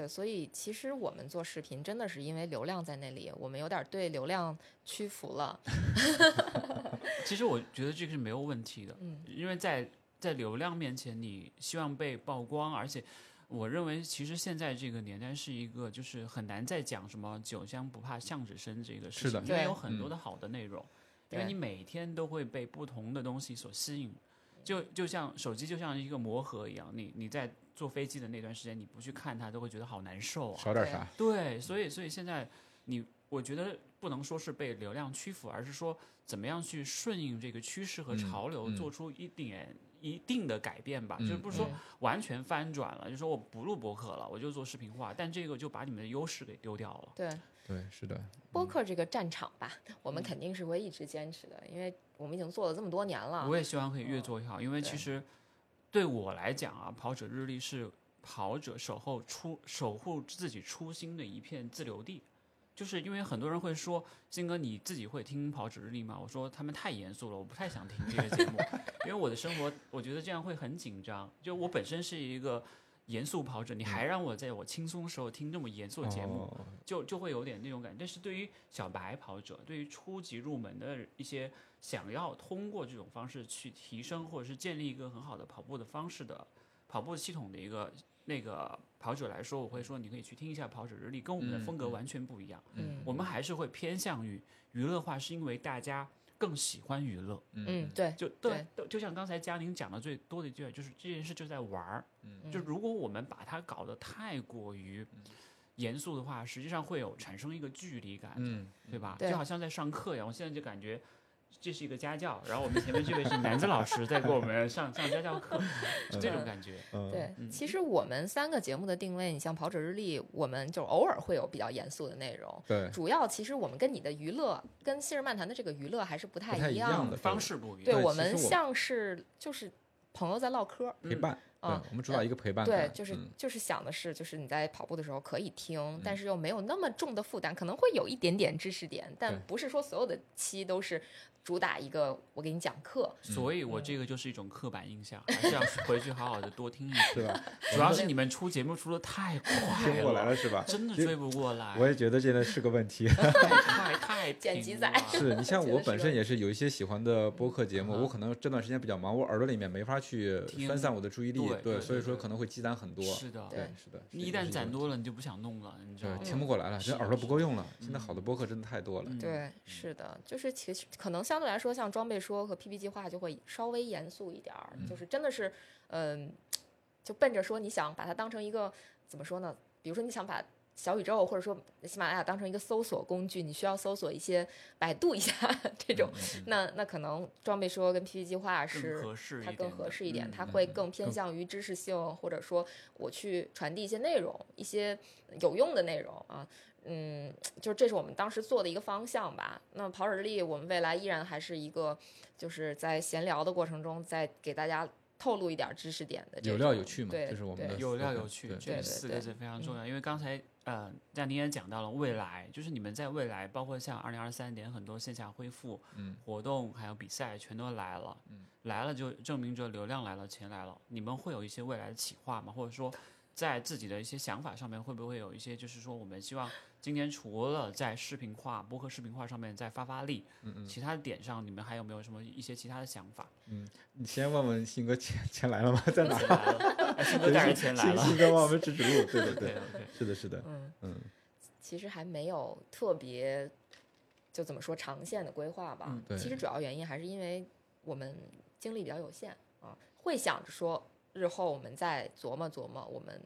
[SPEAKER 2] 对，所以其实我们做视频真的是因为流量在那里，我们有点儿对流量屈服了。
[SPEAKER 1] 其实我觉得这个是没有问题的，
[SPEAKER 2] 嗯
[SPEAKER 1] 因为在在流量面前，你希望被曝光，而且我认为其实现在这个年代是一个就是很难再讲什么酒香不怕巷子深这个事
[SPEAKER 3] 是的
[SPEAKER 1] 情，因为
[SPEAKER 2] 对
[SPEAKER 1] 有很多
[SPEAKER 3] 嗯
[SPEAKER 1] 的好的内容，因
[SPEAKER 2] 对
[SPEAKER 1] 为你每天都会被不同的东西所吸引，就就像手机就像一个魔盒一样，你你在坐飞机的那段时间，你不去看它，都会觉得好难受啊。
[SPEAKER 3] 少点
[SPEAKER 2] 对
[SPEAKER 3] 啥，
[SPEAKER 1] 对，所以所以现在你，我觉得不能说是被流量屈服，而是说怎么样去顺应这个趋势和
[SPEAKER 3] 嗯
[SPEAKER 1] 潮流，
[SPEAKER 3] 嗯
[SPEAKER 1] 做出一点一定的改变吧。就是
[SPEAKER 3] 嗯
[SPEAKER 1] 不是说
[SPEAKER 2] 嗯
[SPEAKER 1] 完全翻转了，就说我不录博客了，我就做视频化，但这个就把你们的优势给丢掉了。
[SPEAKER 2] 对，
[SPEAKER 3] 对，是的，
[SPEAKER 2] 播客这个战场吧，我们
[SPEAKER 1] 嗯
[SPEAKER 2] 肯定是会一直坚持的，因为我们已经做了这么多年了嗯
[SPEAKER 1] 我。也希望可以越做越好，因为其
[SPEAKER 2] 对
[SPEAKER 1] 实对我来讲啊，跑者日历是跑者守候初守护自己初心的一片自留地。就是因为很多人会说，金哥你自己会听跑者日历吗？我说他们太严肃了，我不太想听这个节目， 因为我的生活我觉得这样会很紧张。就我本身是一个严肃跑
[SPEAKER 2] 嗯
[SPEAKER 1] 者，你还让我在我轻松的时候听这么严肃的节目，
[SPEAKER 3] 哦
[SPEAKER 1] 就就会有点那种感觉。但是对于小白跑者，对于初级入门的一些想要通过这种方式去提升，或者是建立一个很好的跑步的方式的跑步系统的一个那个跑者来说，我会说你可以去听一下跑者日历，跟我们的
[SPEAKER 3] 嗯
[SPEAKER 1] 风格
[SPEAKER 3] 嗯
[SPEAKER 1] 完全不一样。
[SPEAKER 2] 嗯
[SPEAKER 1] 我们还是会偏向于娱乐化，是因为大家更喜欢娱乐。
[SPEAKER 2] 嗯，对，
[SPEAKER 1] 就对
[SPEAKER 2] 对，
[SPEAKER 1] 都就像刚才嘉玲讲的最多的一句，就是这件事就是在玩儿。
[SPEAKER 3] 嗯
[SPEAKER 1] 就
[SPEAKER 2] 嗯
[SPEAKER 1] 如果我们把它搞得太过于严肃的话，实际上会有产生一个距离感，
[SPEAKER 3] 嗯，
[SPEAKER 1] 对吧？
[SPEAKER 2] 对
[SPEAKER 1] 就好像在上课一样，我现在就感觉。这是一个家教，然后我们前面这位是男子老师在给我们上上家教课，是这种感觉。
[SPEAKER 3] 嗯，
[SPEAKER 2] 对
[SPEAKER 1] 嗯，
[SPEAKER 2] 其实我们三个节目的定位，你像跑者日历，我们就偶尔会有比较严肃的内容。
[SPEAKER 3] 对，
[SPEAKER 2] 主要其实我们跟你的娱乐，跟信日漫谈的这个娱乐还是不
[SPEAKER 3] 不太
[SPEAKER 2] 太
[SPEAKER 3] 一
[SPEAKER 2] 一
[SPEAKER 3] 样
[SPEAKER 2] 样
[SPEAKER 3] 的
[SPEAKER 1] 方式不一
[SPEAKER 2] 对
[SPEAKER 1] 样，
[SPEAKER 3] 对
[SPEAKER 2] 我
[SPEAKER 3] 其
[SPEAKER 2] 们
[SPEAKER 3] 实我
[SPEAKER 2] 像是就是朋友在唠嗑儿，
[SPEAKER 3] 陪伴，对
[SPEAKER 2] 啊，
[SPEAKER 3] 我们主打一个陪伴
[SPEAKER 2] 对
[SPEAKER 3] 感，，
[SPEAKER 2] 就是
[SPEAKER 3] 嗯
[SPEAKER 2] 就是想的是，就是你在跑步的时候可以听，但是又没有那么重的负担，可能会有一点点知识点，但
[SPEAKER 3] 对
[SPEAKER 2] 不是说所有的期都是主打一个我给你讲课。
[SPEAKER 1] 所以我这个就是一种刻板印象，还是要回去好好的多听一
[SPEAKER 3] 是
[SPEAKER 1] 听。
[SPEAKER 3] 吧？
[SPEAKER 1] 主要是你们出节目出的太快
[SPEAKER 3] 追不过来了，是吧？
[SPEAKER 1] 真的追不过来。
[SPEAKER 3] 我也觉得这个是个问 题。
[SPEAKER 1] 太太太
[SPEAKER 2] 剪
[SPEAKER 1] 平
[SPEAKER 2] 辑仔
[SPEAKER 1] 了
[SPEAKER 3] 是你像
[SPEAKER 2] 觉
[SPEAKER 3] 我
[SPEAKER 2] 得是
[SPEAKER 3] 本
[SPEAKER 2] 个
[SPEAKER 3] 身也是有一些喜欢的播客节目，
[SPEAKER 1] 嗯
[SPEAKER 3] 我可能这段时间比较忙，我耳朵里面没法去
[SPEAKER 1] 听
[SPEAKER 3] 分散我的注意力
[SPEAKER 1] 对，对对
[SPEAKER 3] 所以说
[SPEAKER 1] 对
[SPEAKER 3] 可能会积攒很多。
[SPEAKER 1] 是的，
[SPEAKER 3] 对
[SPEAKER 2] 对，
[SPEAKER 3] 是的。
[SPEAKER 1] 你
[SPEAKER 3] 是
[SPEAKER 1] 一
[SPEAKER 3] 也是
[SPEAKER 1] 旦
[SPEAKER 3] 个
[SPEAKER 1] 攒
[SPEAKER 3] 问题，
[SPEAKER 1] 多了，你就不想弄了，你知道
[SPEAKER 3] 对，
[SPEAKER 1] 吗？
[SPEAKER 3] 听不过来了，
[SPEAKER 1] 是的
[SPEAKER 3] 这耳朵
[SPEAKER 1] 是
[SPEAKER 3] 不
[SPEAKER 1] 的
[SPEAKER 3] 够用了。现在好的播客真的太多了。
[SPEAKER 1] 嗯
[SPEAKER 2] 对，是的，就是其实可能相对来说，像装备说和 PP 计划就会稍微严肃一点儿，就是真的是，嗯嗯、就奔着说你想把它当成一个怎么说呢？比如说你想把小宇宙或者说喜马拉雅当成一个搜索工具，你需要搜索一些百度一下 这种，那那可能装备说跟 PP 计划
[SPEAKER 1] 嗯更
[SPEAKER 2] 是
[SPEAKER 1] 合适一
[SPEAKER 2] 它
[SPEAKER 1] 点，
[SPEAKER 2] 更合适一点，
[SPEAKER 1] 嗯
[SPEAKER 2] 它
[SPEAKER 1] 嗯
[SPEAKER 2] 会
[SPEAKER 1] 嗯
[SPEAKER 2] 更偏
[SPEAKER 3] 更
[SPEAKER 2] 向于知识性，或者说我去传递一些内容，一些有用的内容啊。嗯，就是这是我们当时做的一个方向吧。那跑者日历，我们未来依然还是一个，就是在闲聊的过程中，再给大家透露一点知识点的这
[SPEAKER 3] 有料
[SPEAKER 2] 种
[SPEAKER 3] 有趣嘛
[SPEAKER 2] 对，
[SPEAKER 3] 就是我们
[SPEAKER 2] 对
[SPEAKER 3] 的
[SPEAKER 1] 有料
[SPEAKER 3] slogan，
[SPEAKER 1] 有趣，
[SPEAKER 3] 对嗯
[SPEAKER 1] 这
[SPEAKER 2] 对
[SPEAKER 1] 四
[SPEAKER 2] 对
[SPEAKER 1] 个字非常重要。因为刚才呃，像您也讲到了未来，就是你们在未来，包括像二零二三年很多线下恢复、
[SPEAKER 3] 嗯
[SPEAKER 1] 活动还有比赛，全都来了，
[SPEAKER 3] 嗯
[SPEAKER 1] 来了就证明着流量来了，钱来了。你们会有一些未来的企划吗？或者说？在自己的一些想法上面，会不会有一些，就是说，我们希望今年除了在视频化、播客视频化上面再发发力，
[SPEAKER 3] 嗯嗯，
[SPEAKER 1] 其他的点上，你们还有没有什么一些其他的想 法？
[SPEAKER 3] 你先问问信哥钱钱来了吗？在哪
[SPEAKER 1] 钱？来了，哎 信哥带着钱来了
[SPEAKER 3] 信，信哥帮我们指指路，对
[SPEAKER 1] 对
[SPEAKER 3] 对对，
[SPEAKER 1] ，OK，
[SPEAKER 3] 是的，是的，
[SPEAKER 2] 嗯，
[SPEAKER 3] 嗯
[SPEAKER 2] 其实还没有特别，就怎么说长线的规划吧。
[SPEAKER 1] 嗯
[SPEAKER 3] 对
[SPEAKER 2] 其实主要原因还是因为我们精力比较有限啊，会想着说日后我们再琢磨琢磨我们。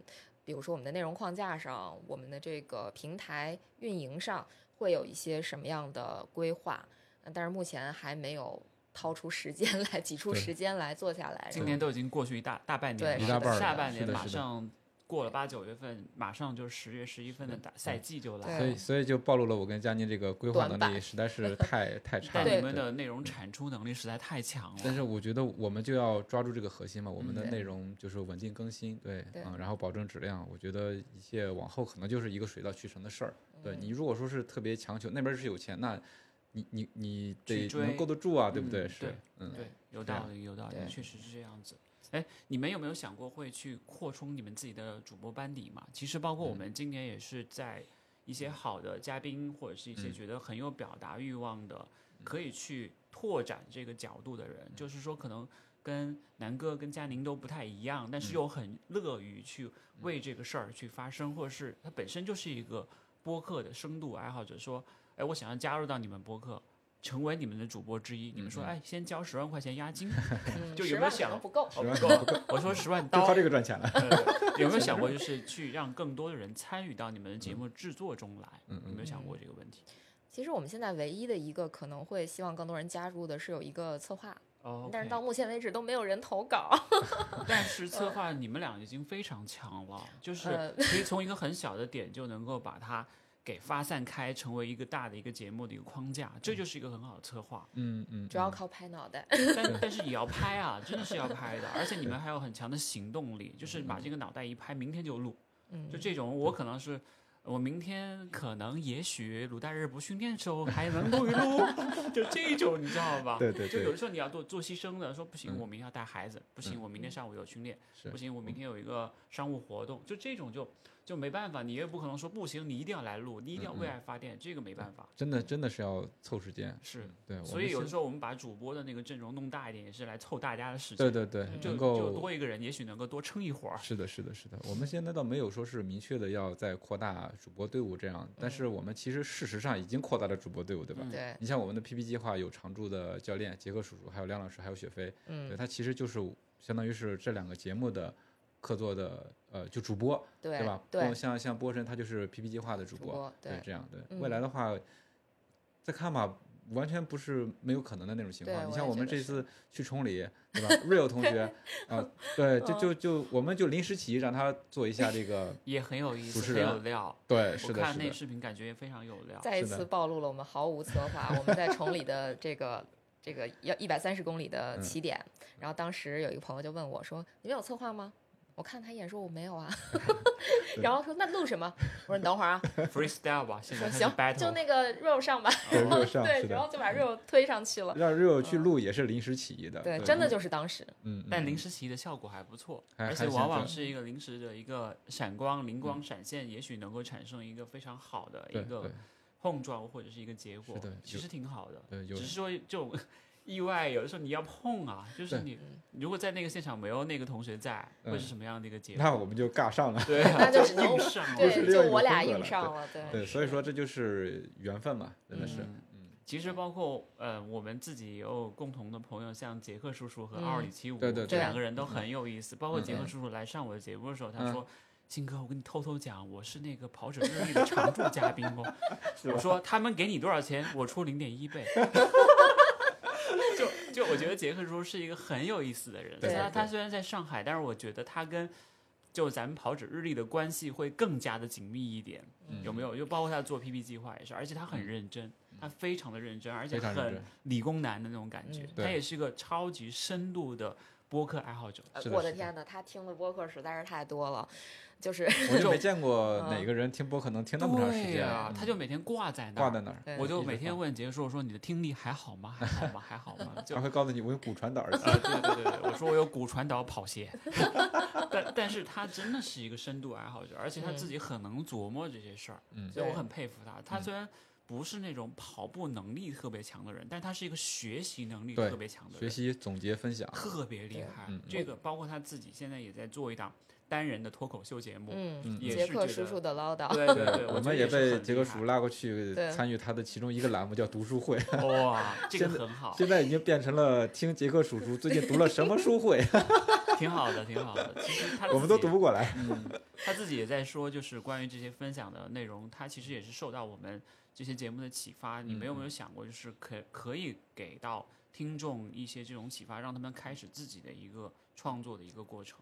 [SPEAKER 2] 比如说我们的内容框架上，我们的这个平台运营上会有一些什么样的规划，呃但是目前还没有掏出时间 来挤出
[SPEAKER 3] 对
[SPEAKER 2] 时间来做下来。
[SPEAKER 1] 今年都已经过去一大大半年
[SPEAKER 2] 对
[SPEAKER 1] 了，
[SPEAKER 2] 一大半儿了
[SPEAKER 1] 下半
[SPEAKER 3] 是
[SPEAKER 1] 年
[SPEAKER 3] 的
[SPEAKER 1] 马
[SPEAKER 3] 是的
[SPEAKER 1] 上过了八九月份，马上就是十月十一份的打赛季就来
[SPEAKER 3] 所
[SPEAKER 1] 了
[SPEAKER 3] 以。所以就暴露了我跟佳宁这个规划
[SPEAKER 2] 短
[SPEAKER 3] 能力
[SPEAKER 2] 板
[SPEAKER 3] 实 在是太太差
[SPEAKER 1] 但
[SPEAKER 3] 了。
[SPEAKER 1] 你
[SPEAKER 2] 对
[SPEAKER 1] 们的内容产出能力实在太强
[SPEAKER 3] 但
[SPEAKER 1] 了，
[SPEAKER 3] 是我觉得我们就要抓住这个核心嘛，我们的
[SPEAKER 2] 嗯
[SPEAKER 3] 内容就是稳定更新，对，
[SPEAKER 2] 对
[SPEAKER 3] 嗯，然后保证质量。我觉得一切往后可能就是一个水到渠成的事儿。对
[SPEAKER 2] 嗯
[SPEAKER 3] 你如果说是特别强求，那边是有钱，那你你你
[SPEAKER 1] 去
[SPEAKER 3] 得
[SPEAKER 1] 追
[SPEAKER 3] 能够得住啊，对
[SPEAKER 1] 嗯
[SPEAKER 3] 不对？
[SPEAKER 1] 对
[SPEAKER 3] 是，嗯，
[SPEAKER 1] 对，有
[SPEAKER 3] 对啊
[SPEAKER 1] 道理，有道理，
[SPEAKER 2] 对
[SPEAKER 1] 确实是这样子。哎，你们有没有想过会去扩充你们自己的主播班底嘛？其实包
[SPEAKER 3] 嗯
[SPEAKER 1] 括我们今年也是在一些好的嘉宾，或者是一些
[SPEAKER 3] 嗯
[SPEAKER 1] 觉得很有表达欲望的，可以去拓展这个角度的人，
[SPEAKER 3] 嗯
[SPEAKER 1] 就是说可能跟南哥、跟佳宁都不太一样，但
[SPEAKER 3] 嗯
[SPEAKER 1] 是又很乐于去为这个事儿去发声，或者是他本身就是一个播客的深度爱好者，说，哎，我想要加入到你们播客。成为你们的主播之一，你们说，
[SPEAKER 3] 嗯
[SPEAKER 1] 哎，先交十万块钱押金，
[SPEAKER 2] 嗯
[SPEAKER 1] 就有
[SPEAKER 2] 十
[SPEAKER 1] 没有
[SPEAKER 2] 万可
[SPEAKER 1] 想
[SPEAKER 2] 能不够，
[SPEAKER 1] 哦不够， 我说十万
[SPEAKER 3] 就
[SPEAKER 1] 刀
[SPEAKER 3] 靠，这个赚钱了。
[SPEAKER 1] 呃有没有想过就是去让更多的人参与到你们的节目制作中来？
[SPEAKER 3] 嗯嗯
[SPEAKER 1] 有没有想过这个问题？
[SPEAKER 2] 其实我们现在唯一的一个可能会希望更多人加入的是有一个策划，
[SPEAKER 1] 哦
[SPEAKER 2] 但是到目前为止都没有人投稿。
[SPEAKER 1] 但是策划你们俩已经非常强 了，就是
[SPEAKER 2] 呃
[SPEAKER 1] 可以从一个很小的点就能够把它给发散开，成为一个大的一个节目的一个框架，这就是一个很好的策划。
[SPEAKER 3] 嗯嗯，
[SPEAKER 2] 主要
[SPEAKER 3] 嗯
[SPEAKER 2] 靠拍脑袋。
[SPEAKER 1] 但但是也要拍啊，真的是要拍的，而且你们还有很强的行动力，就是
[SPEAKER 3] 嗯
[SPEAKER 1] 把这个脑袋一拍，明天就录。
[SPEAKER 2] 嗯，
[SPEAKER 1] 就这种，我可能是我明天可能也许鲁大日不训练的时候还能录一录， 就这种你知道吧？
[SPEAKER 3] 对对
[SPEAKER 1] 就有
[SPEAKER 3] 对
[SPEAKER 1] 的时候你要做做牺牲的，说不行，
[SPEAKER 3] 嗯
[SPEAKER 1] 我明天要带孩子，不行，我明天上午有训练，
[SPEAKER 3] 是嗯
[SPEAKER 1] 不行，我明天有一个商务活动，就这种就就没办法，你也不可能说不行，你一定要来录，你一定要
[SPEAKER 3] 嗯
[SPEAKER 1] 为爱发电，这个没办法。
[SPEAKER 3] 真的真的是要凑时间。
[SPEAKER 1] 是，
[SPEAKER 3] 对，我
[SPEAKER 1] 所
[SPEAKER 3] 们
[SPEAKER 1] 以有的
[SPEAKER 3] 是
[SPEAKER 1] 时候我们把主播的那个阵容弄大一点，也是来凑大家的时
[SPEAKER 3] 对
[SPEAKER 1] 间，
[SPEAKER 3] 对对，
[SPEAKER 1] 嗯就就
[SPEAKER 3] 能够
[SPEAKER 1] 多一个人，也许能够多撑一会儿。
[SPEAKER 3] 是的，是的，是的。我们现在倒没有说是明确的要再扩大主播队伍这样，但是我们其实事实上已经扩大了主播队伍，对吧？
[SPEAKER 1] 嗯
[SPEAKER 2] 对，
[SPEAKER 3] 你像我们的 PP 计划有常驻的教练杰克叔叔，还有梁老师，还有雪飞，对
[SPEAKER 2] 嗯，
[SPEAKER 3] 他其实就是相当于是这两个节目的客座的呃就主播，
[SPEAKER 2] 对
[SPEAKER 3] 对吧？
[SPEAKER 2] 对
[SPEAKER 3] 波，像像波神他就是 PP 计划的主
[SPEAKER 2] 主
[SPEAKER 3] 播，
[SPEAKER 2] 对
[SPEAKER 3] 这样对。
[SPEAKER 2] 嗯
[SPEAKER 3] 未来的话，再看吧。完全不是没有可能的那种情
[SPEAKER 2] 对
[SPEAKER 3] 况。
[SPEAKER 2] 我
[SPEAKER 3] 你
[SPEAKER 2] 也
[SPEAKER 3] 像我们
[SPEAKER 2] 觉得
[SPEAKER 3] 这
[SPEAKER 2] 是
[SPEAKER 3] 次去崇礼，对吧？Real 同学，啊， 对，
[SPEAKER 2] 嗯
[SPEAKER 3] 就就就我们就临时起意让他做一下这个
[SPEAKER 1] 也很有意
[SPEAKER 3] 主
[SPEAKER 1] 思，
[SPEAKER 3] 持
[SPEAKER 1] 很
[SPEAKER 3] 人
[SPEAKER 1] 有料。
[SPEAKER 3] 对，是
[SPEAKER 1] 我
[SPEAKER 3] 的，
[SPEAKER 1] 看
[SPEAKER 3] 是
[SPEAKER 1] 那
[SPEAKER 3] 的，
[SPEAKER 1] 视频，感觉也非常有料。
[SPEAKER 2] 再一
[SPEAKER 3] 是的
[SPEAKER 2] 次暴露了我们毫无策划。我们在崇礼的这个这个要一百三十公里的
[SPEAKER 3] 嗯
[SPEAKER 2] 起点，然后当时有一个朋友就问我说：“你们有策划吗？”我看他一眼说：“我没 有啊。”然后说：“那录什么？”我说：“你等会儿啊。
[SPEAKER 1] freestyle 吧，”现
[SPEAKER 2] 说
[SPEAKER 1] 在：“
[SPEAKER 2] 行，就那个 real 上吧。
[SPEAKER 3] 对 ，Real 上
[SPEAKER 2] 对
[SPEAKER 3] 是，
[SPEAKER 2] 然
[SPEAKER 3] 的，
[SPEAKER 2] 后就把 real 推上去了。
[SPEAKER 3] 让 Real 去录也是临时起意的，
[SPEAKER 2] 对，
[SPEAKER 3] 对
[SPEAKER 2] 真的就是当时，
[SPEAKER 3] 嗯，嗯
[SPEAKER 1] 但
[SPEAKER 3] 嗯
[SPEAKER 1] 临时起意的效果还不错，
[SPEAKER 3] 还
[SPEAKER 1] 而
[SPEAKER 3] 还
[SPEAKER 1] 且
[SPEAKER 3] 行
[SPEAKER 1] 往
[SPEAKER 3] 对
[SPEAKER 1] 往是一个临时的一个闪光、灵光闪现，也许能够产生一个非常好的
[SPEAKER 3] 对
[SPEAKER 1] 一
[SPEAKER 3] 对
[SPEAKER 1] 个碰撞或者是一个结果
[SPEAKER 3] 是的，
[SPEAKER 1] 其
[SPEAKER 3] 有
[SPEAKER 1] 实挺好的。
[SPEAKER 3] 对，有
[SPEAKER 1] 只是说这种 意外，有的时候你要碰啊，就是
[SPEAKER 3] 对
[SPEAKER 1] 你如果在那个现场没有那个同学在，会是
[SPEAKER 3] 嗯
[SPEAKER 1] 什么样的一个结果？
[SPEAKER 3] 那我们就尬上了。
[SPEAKER 1] 对啊，
[SPEAKER 2] 那就是
[SPEAKER 1] 硬
[SPEAKER 2] 能
[SPEAKER 1] 上了，
[SPEAKER 3] 嗯是
[SPEAKER 2] 对，
[SPEAKER 3] 另
[SPEAKER 2] 就
[SPEAKER 3] 一个
[SPEAKER 2] 我俩
[SPEAKER 3] 风格
[SPEAKER 2] 硬
[SPEAKER 3] 了
[SPEAKER 2] 上了，对
[SPEAKER 3] 对，所以说这就是缘分嘛，真的是。
[SPEAKER 2] 嗯
[SPEAKER 3] 嗯，
[SPEAKER 1] 其实包括呃，我们自己也有共同的朋友，像杰克叔叔和
[SPEAKER 2] 嗯
[SPEAKER 1] 奥里七五，
[SPEAKER 3] 对对嗯
[SPEAKER 1] 这
[SPEAKER 2] 对
[SPEAKER 1] 两个人都很有意思。包括杰克
[SPEAKER 2] 嗯
[SPEAKER 1] 叔叔来上我的节目的时候，他说。金哥，我跟你偷偷讲，我是那个跑者日历的常驻嘉 宾哦。我说他们给你多少钱，我出零点一 倍。就就我觉得杰克叔是一个很有意思的人，
[SPEAKER 3] 对
[SPEAKER 1] 他
[SPEAKER 3] 对
[SPEAKER 1] 他虽然在上海，但是我觉得他跟就咱们跑者日历的关系会更加的紧密一点，
[SPEAKER 3] 嗯
[SPEAKER 1] 有没有？就包括他做 PP 计划也是，而且他很
[SPEAKER 3] 嗯
[SPEAKER 1] 认真，他非常的认真，而且
[SPEAKER 3] 非常认
[SPEAKER 1] 很
[SPEAKER 3] 真，
[SPEAKER 1] 理工男的那种感觉
[SPEAKER 2] 嗯。
[SPEAKER 1] 他
[SPEAKER 3] 对
[SPEAKER 1] 也是个超级深度的播客爱好者。
[SPEAKER 2] 呃
[SPEAKER 3] 是的
[SPEAKER 2] 我
[SPEAKER 3] 是
[SPEAKER 2] 的
[SPEAKER 3] 的
[SPEAKER 2] 天呐，他听的播客实在是太多了，就是
[SPEAKER 3] 我就没见过
[SPEAKER 2] 嗯
[SPEAKER 3] 哪个人听播客能听那么长时
[SPEAKER 1] 对
[SPEAKER 3] 间，嗯
[SPEAKER 1] 呀、他就每天挂在那
[SPEAKER 3] 挂
[SPEAKER 1] 儿。
[SPEAKER 3] 在那儿。
[SPEAKER 2] 对
[SPEAKER 1] 我就
[SPEAKER 3] 一直
[SPEAKER 1] 每天
[SPEAKER 3] 放，
[SPEAKER 1] 问杰叔我说：“你的听力还好吗？还好吗？还好吗？”就
[SPEAKER 3] 他会告诉你我用 骨传导耳机。
[SPEAKER 1] 啊，对对对对，我说我有骨传导跑鞋，但但是他真的是一个深度爱好者，而且他自己很能琢磨这些事儿，
[SPEAKER 3] 嗯
[SPEAKER 1] 所以我
[SPEAKER 2] 嗯对
[SPEAKER 1] 很佩服他。他虽然不是那种跑步能力特别强的人，但他是一个学习能力
[SPEAKER 3] 对
[SPEAKER 1] 特别强的
[SPEAKER 3] 学
[SPEAKER 1] 人，
[SPEAKER 3] 习、总结、分享，
[SPEAKER 1] 特别厉
[SPEAKER 2] 对
[SPEAKER 1] 害
[SPEAKER 3] 嗯。
[SPEAKER 1] 这个包括他自己现在也在做一档单人的脱口秀节目，
[SPEAKER 2] 嗯，
[SPEAKER 1] 也
[SPEAKER 2] 杰
[SPEAKER 1] 是
[SPEAKER 2] 克
[SPEAKER 1] 觉
[SPEAKER 2] 叔
[SPEAKER 1] 得
[SPEAKER 2] 叔的唠叨，
[SPEAKER 1] 对对对，觉
[SPEAKER 3] 我
[SPEAKER 1] 得
[SPEAKER 3] 们
[SPEAKER 1] 也是
[SPEAKER 3] 被
[SPEAKER 1] 很
[SPEAKER 3] 杰
[SPEAKER 1] 厉
[SPEAKER 3] 克
[SPEAKER 1] 害
[SPEAKER 3] 叔拉过去
[SPEAKER 2] 对
[SPEAKER 3] 参与他的其中一个栏目，叫读书 会。
[SPEAKER 1] 哇，这个
[SPEAKER 3] 现在
[SPEAKER 1] 很好，
[SPEAKER 3] 现在已经变成了听杰克叔叔最近读了什么书会，
[SPEAKER 1] 挺好的，挺好的。其实他
[SPEAKER 3] 我们
[SPEAKER 1] 自
[SPEAKER 3] 都
[SPEAKER 1] 己
[SPEAKER 3] 读不过来。
[SPEAKER 1] 嗯，他自己也在说，就是关于这些分享的内容，他其实也是受到我们这些节目的启发。
[SPEAKER 3] 嗯
[SPEAKER 1] 你们有没有想过，就是可可以给到听众一些这种启发，让他们开始自己的一个创作的一个过程？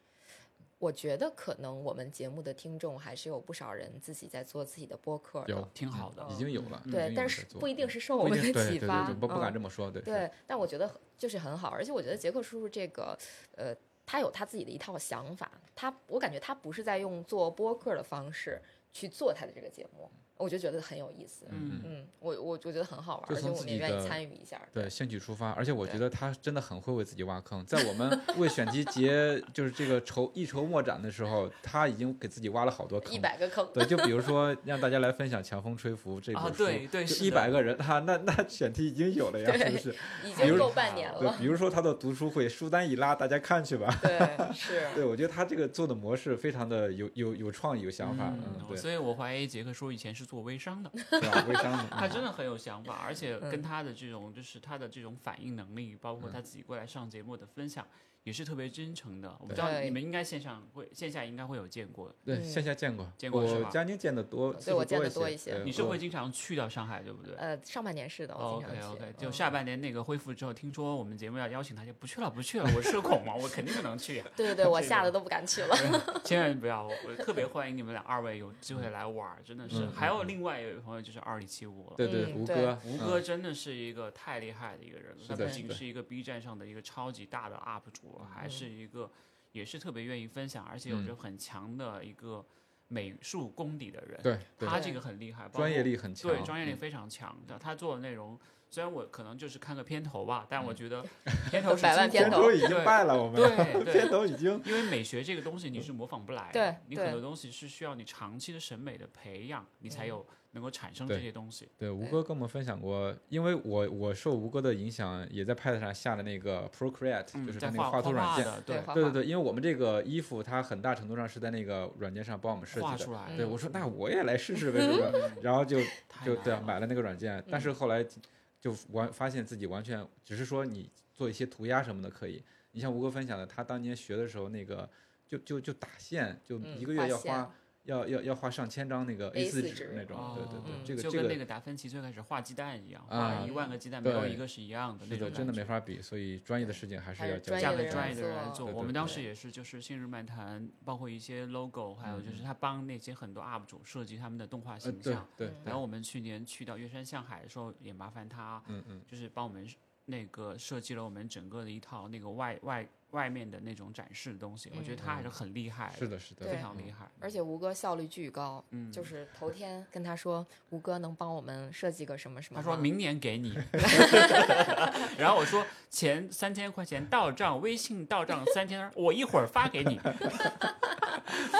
[SPEAKER 2] 我觉得可能我们节目的听众还是有不少人自己在做自己的播客的，
[SPEAKER 1] 挺好的
[SPEAKER 3] 嗯
[SPEAKER 1] 啊
[SPEAKER 3] 已经有了，已经有
[SPEAKER 2] 对
[SPEAKER 3] 人，
[SPEAKER 2] 但
[SPEAKER 3] 在
[SPEAKER 2] 是
[SPEAKER 3] 做
[SPEAKER 2] 不一定
[SPEAKER 3] 嗯
[SPEAKER 2] 是受我
[SPEAKER 3] 不一
[SPEAKER 2] 们
[SPEAKER 3] 定
[SPEAKER 2] 的
[SPEAKER 3] 对
[SPEAKER 2] 启
[SPEAKER 3] 对
[SPEAKER 2] 发，
[SPEAKER 3] 对，不不
[SPEAKER 2] 嗯
[SPEAKER 3] 敢这么说，对是
[SPEAKER 2] 对，但我觉得就是很好，而且我觉得杰克叔叔这个，呃，他有他自己的一套想法，他我感觉他不是在用做播客的方式去做他的这个节目，我就觉得很有意思。
[SPEAKER 1] 嗯
[SPEAKER 2] 嗯，我我我觉得很好玩，
[SPEAKER 3] 就
[SPEAKER 2] 而且
[SPEAKER 3] 从
[SPEAKER 2] 我
[SPEAKER 3] 自
[SPEAKER 2] 们也
[SPEAKER 3] 己
[SPEAKER 2] 愿意
[SPEAKER 3] 的
[SPEAKER 2] 参与一下。
[SPEAKER 3] 对，兴趣出发，而且我
[SPEAKER 2] 对
[SPEAKER 3] 觉得他真的很会为自己挖坑。在 我们为选题节就是这个筹一筹莫展的时候，他已经给自己挖了好多
[SPEAKER 2] 一
[SPEAKER 3] 坑。
[SPEAKER 2] 百个坑，
[SPEAKER 3] 对，就比如说让大家来分享《强风吹拂》这本
[SPEAKER 1] 啊
[SPEAKER 3] 书，
[SPEAKER 1] 对对是
[SPEAKER 3] 就
[SPEAKER 1] 的
[SPEAKER 3] 一百个人啊，那那选题已经有了呀，是不是？
[SPEAKER 2] 已
[SPEAKER 3] 比
[SPEAKER 2] 经
[SPEAKER 3] 如
[SPEAKER 2] 够半年
[SPEAKER 3] 对
[SPEAKER 1] 哦
[SPEAKER 2] 了，。
[SPEAKER 3] 比如说他的读书会，书单一拉，大家看去吧。
[SPEAKER 2] 对，是。
[SPEAKER 3] 对，我觉得他这个做的模式非常的有有有创意、有想法，
[SPEAKER 1] 嗯
[SPEAKER 3] 嗯，对，
[SPEAKER 1] 所以我怀疑杰克叔以前是做微商 的，
[SPEAKER 3] 是吧？微商的，
[SPEAKER 1] 他
[SPEAKER 3] 嗯
[SPEAKER 1] 真的很有想法，而且跟
[SPEAKER 2] 嗯
[SPEAKER 1] 他的这种就是他的这种反应能力，包括
[SPEAKER 3] 嗯
[SPEAKER 1] 他自己过来上节目的分享，也是特别真诚的。我不知道
[SPEAKER 2] 对
[SPEAKER 1] 你们应该线上会线下应该会有见过，
[SPEAKER 3] 对
[SPEAKER 2] 嗯
[SPEAKER 3] 线下见过，
[SPEAKER 1] 见过是
[SPEAKER 3] 我
[SPEAKER 1] 吧
[SPEAKER 3] 佳宁见的多，次数
[SPEAKER 2] 我见得多
[SPEAKER 3] 一
[SPEAKER 2] 一些
[SPEAKER 3] 对嗯
[SPEAKER 1] 你是
[SPEAKER 3] 我
[SPEAKER 1] 会经常去到上海对不对？
[SPEAKER 2] 呃，上半年是的，我经
[SPEAKER 1] OK
[SPEAKER 2] 常去。
[SPEAKER 1] OK，就
[SPEAKER 2] 嗯
[SPEAKER 1] 下半年那个恢复之后，听说我们节目要邀请他，就不去了，不去了。我社恐嘛，我肯定不能去呀、啊
[SPEAKER 2] 对对对，我
[SPEAKER 1] 这
[SPEAKER 2] 吓
[SPEAKER 1] 个
[SPEAKER 2] 得都不敢去 了。
[SPEAKER 1] 千万不要，我我特别欢迎你们俩二位有机会来玩儿，真的是。
[SPEAKER 3] 嗯
[SPEAKER 1] 还有另外一位朋友就是二零七五了，
[SPEAKER 3] 对对，
[SPEAKER 2] 嗯
[SPEAKER 3] 吴
[SPEAKER 2] 对
[SPEAKER 3] 哥，
[SPEAKER 1] 吴
[SPEAKER 3] 嗯
[SPEAKER 1] 哥真的是一个太厉害的一个人了，
[SPEAKER 3] 是
[SPEAKER 1] 他不
[SPEAKER 3] 的
[SPEAKER 1] 仅
[SPEAKER 3] 是的
[SPEAKER 1] 是一个 B 站上的一个超级大的 UP 主，还是
[SPEAKER 2] 嗯
[SPEAKER 1] 一个也是特别愿意分享，而且有
[SPEAKER 3] 嗯
[SPEAKER 1] 着很强的一个美术功底的人。
[SPEAKER 3] 对对，
[SPEAKER 1] 他这个很厉害，包
[SPEAKER 3] 专业
[SPEAKER 1] 括
[SPEAKER 3] 力很强，
[SPEAKER 1] 对，专业力
[SPEAKER 3] 嗯
[SPEAKER 1] 非常强的。他做的内容，虽然我可能就是看个片头吧，但
[SPEAKER 3] 嗯
[SPEAKER 1] 我觉 得片头是
[SPEAKER 2] 百万
[SPEAKER 1] 精
[SPEAKER 2] 片
[SPEAKER 1] 华
[SPEAKER 2] 头
[SPEAKER 3] 已经败了，我们
[SPEAKER 1] 对
[SPEAKER 3] 片
[SPEAKER 1] 对，
[SPEAKER 3] 头已经
[SPEAKER 1] 因为美学这个东西你是模仿不来的，
[SPEAKER 2] 对
[SPEAKER 1] 你很
[SPEAKER 2] 对
[SPEAKER 1] 多东西是需要你长期的审美的培养，你才
[SPEAKER 2] 嗯
[SPEAKER 1] 有能够产生这
[SPEAKER 3] 对
[SPEAKER 1] 些东西。
[SPEAKER 3] 对吴
[SPEAKER 2] 对
[SPEAKER 3] 哥跟我们分享过，因为我我受吴哥的影响，也在 Pad 上下了那个 Procreate，
[SPEAKER 1] 嗯，
[SPEAKER 3] 就是
[SPEAKER 1] 在
[SPEAKER 3] 他那
[SPEAKER 1] 画
[SPEAKER 3] 个
[SPEAKER 1] 画
[SPEAKER 3] 图软件。
[SPEAKER 1] 的，对，
[SPEAKER 2] 画
[SPEAKER 3] 对
[SPEAKER 2] 画
[SPEAKER 3] 对对，因为我们这个衣服它很大程度上是在那个软件上帮我们设
[SPEAKER 1] 画
[SPEAKER 3] 计
[SPEAKER 1] 出
[SPEAKER 2] 嗯
[SPEAKER 3] 的。
[SPEAKER 1] 来的。
[SPEAKER 3] 对，我说那我也来试试呗，这 个，然后就
[SPEAKER 1] 太
[SPEAKER 3] 就
[SPEAKER 1] 难
[SPEAKER 3] 对啊
[SPEAKER 1] 了
[SPEAKER 3] 买了那个软
[SPEAKER 2] 嗯
[SPEAKER 3] 件，但是后来就完发现自己完全只是说你做一些涂鸦什么的可以。你像吴哥分享的，他当年学的时候那个就就就打线，就
[SPEAKER 2] 嗯
[SPEAKER 3] 一个月要
[SPEAKER 2] 画线
[SPEAKER 3] 花要要要画上千张那个 A 四
[SPEAKER 2] A4
[SPEAKER 3] 纸
[SPEAKER 2] 纸
[SPEAKER 3] 那种
[SPEAKER 1] 哦，，
[SPEAKER 3] 对对对
[SPEAKER 2] 嗯，
[SPEAKER 3] 这个
[SPEAKER 1] 就
[SPEAKER 3] 这
[SPEAKER 1] 跟那
[SPEAKER 3] 个
[SPEAKER 1] 个达芬奇最开始画鸡蛋一样，
[SPEAKER 3] 啊
[SPEAKER 1] 画一万个鸡蛋没有
[SPEAKER 3] 对
[SPEAKER 1] 一个是一样的那种
[SPEAKER 3] 是的，
[SPEAKER 1] 感觉，
[SPEAKER 3] 真的没法比，所以专业的事情还是
[SPEAKER 2] 还
[SPEAKER 3] 要
[SPEAKER 2] 是
[SPEAKER 3] 交
[SPEAKER 2] 专
[SPEAKER 1] 加
[SPEAKER 2] 业
[SPEAKER 3] 给
[SPEAKER 2] 的
[SPEAKER 1] 给
[SPEAKER 2] 人
[SPEAKER 1] 呃专业的人
[SPEAKER 2] 做
[SPEAKER 1] 来做。
[SPEAKER 3] 对对
[SPEAKER 1] 我们当时
[SPEAKER 2] 对
[SPEAKER 1] 也是，就是《信日漫谈》，包括一些 logo，还有就是他帮那些很多 UP 主设计他们的动画
[SPEAKER 3] 嗯呃
[SPEAKER 1] 形
[SPEAKER 3] 对
[SPEAKER 1] 象。
[SPEAKER 2] 嗯
[SPEAKER 3] 对
[SPEAKER 1] 然
[SPEAKER 3] 对
[SPEAKER 1] 后，我们去年去到月山向海的时候，也麻烦他，
[SPEAKER 3] 嗯嗯
[SPEAKER 1] 就是帮我们那个设计了我们整个的一套那个外外外面的那种展示的东西。我觉得他还是很厉害，
[SPEAKER 3] 嗯是，的是的，
[SPEAKER 1] 非
[SPEAKER 2] 对
[SPEAKER 1] 常厉害。
[SPEAKER 2] 而且吴哥效率巨高，
[SPEAKER 1] 嗯
[SPEAKER 2] 就是头天跟他说，吴哥能帮我们设计个什么什么
[SPEAKER 1] 他
[SPEAKER 2] 吗，
[SPEAKER 1] 说明年给 你，然后我说前三千块钱到账，微信到账三千，我一会儿发给你。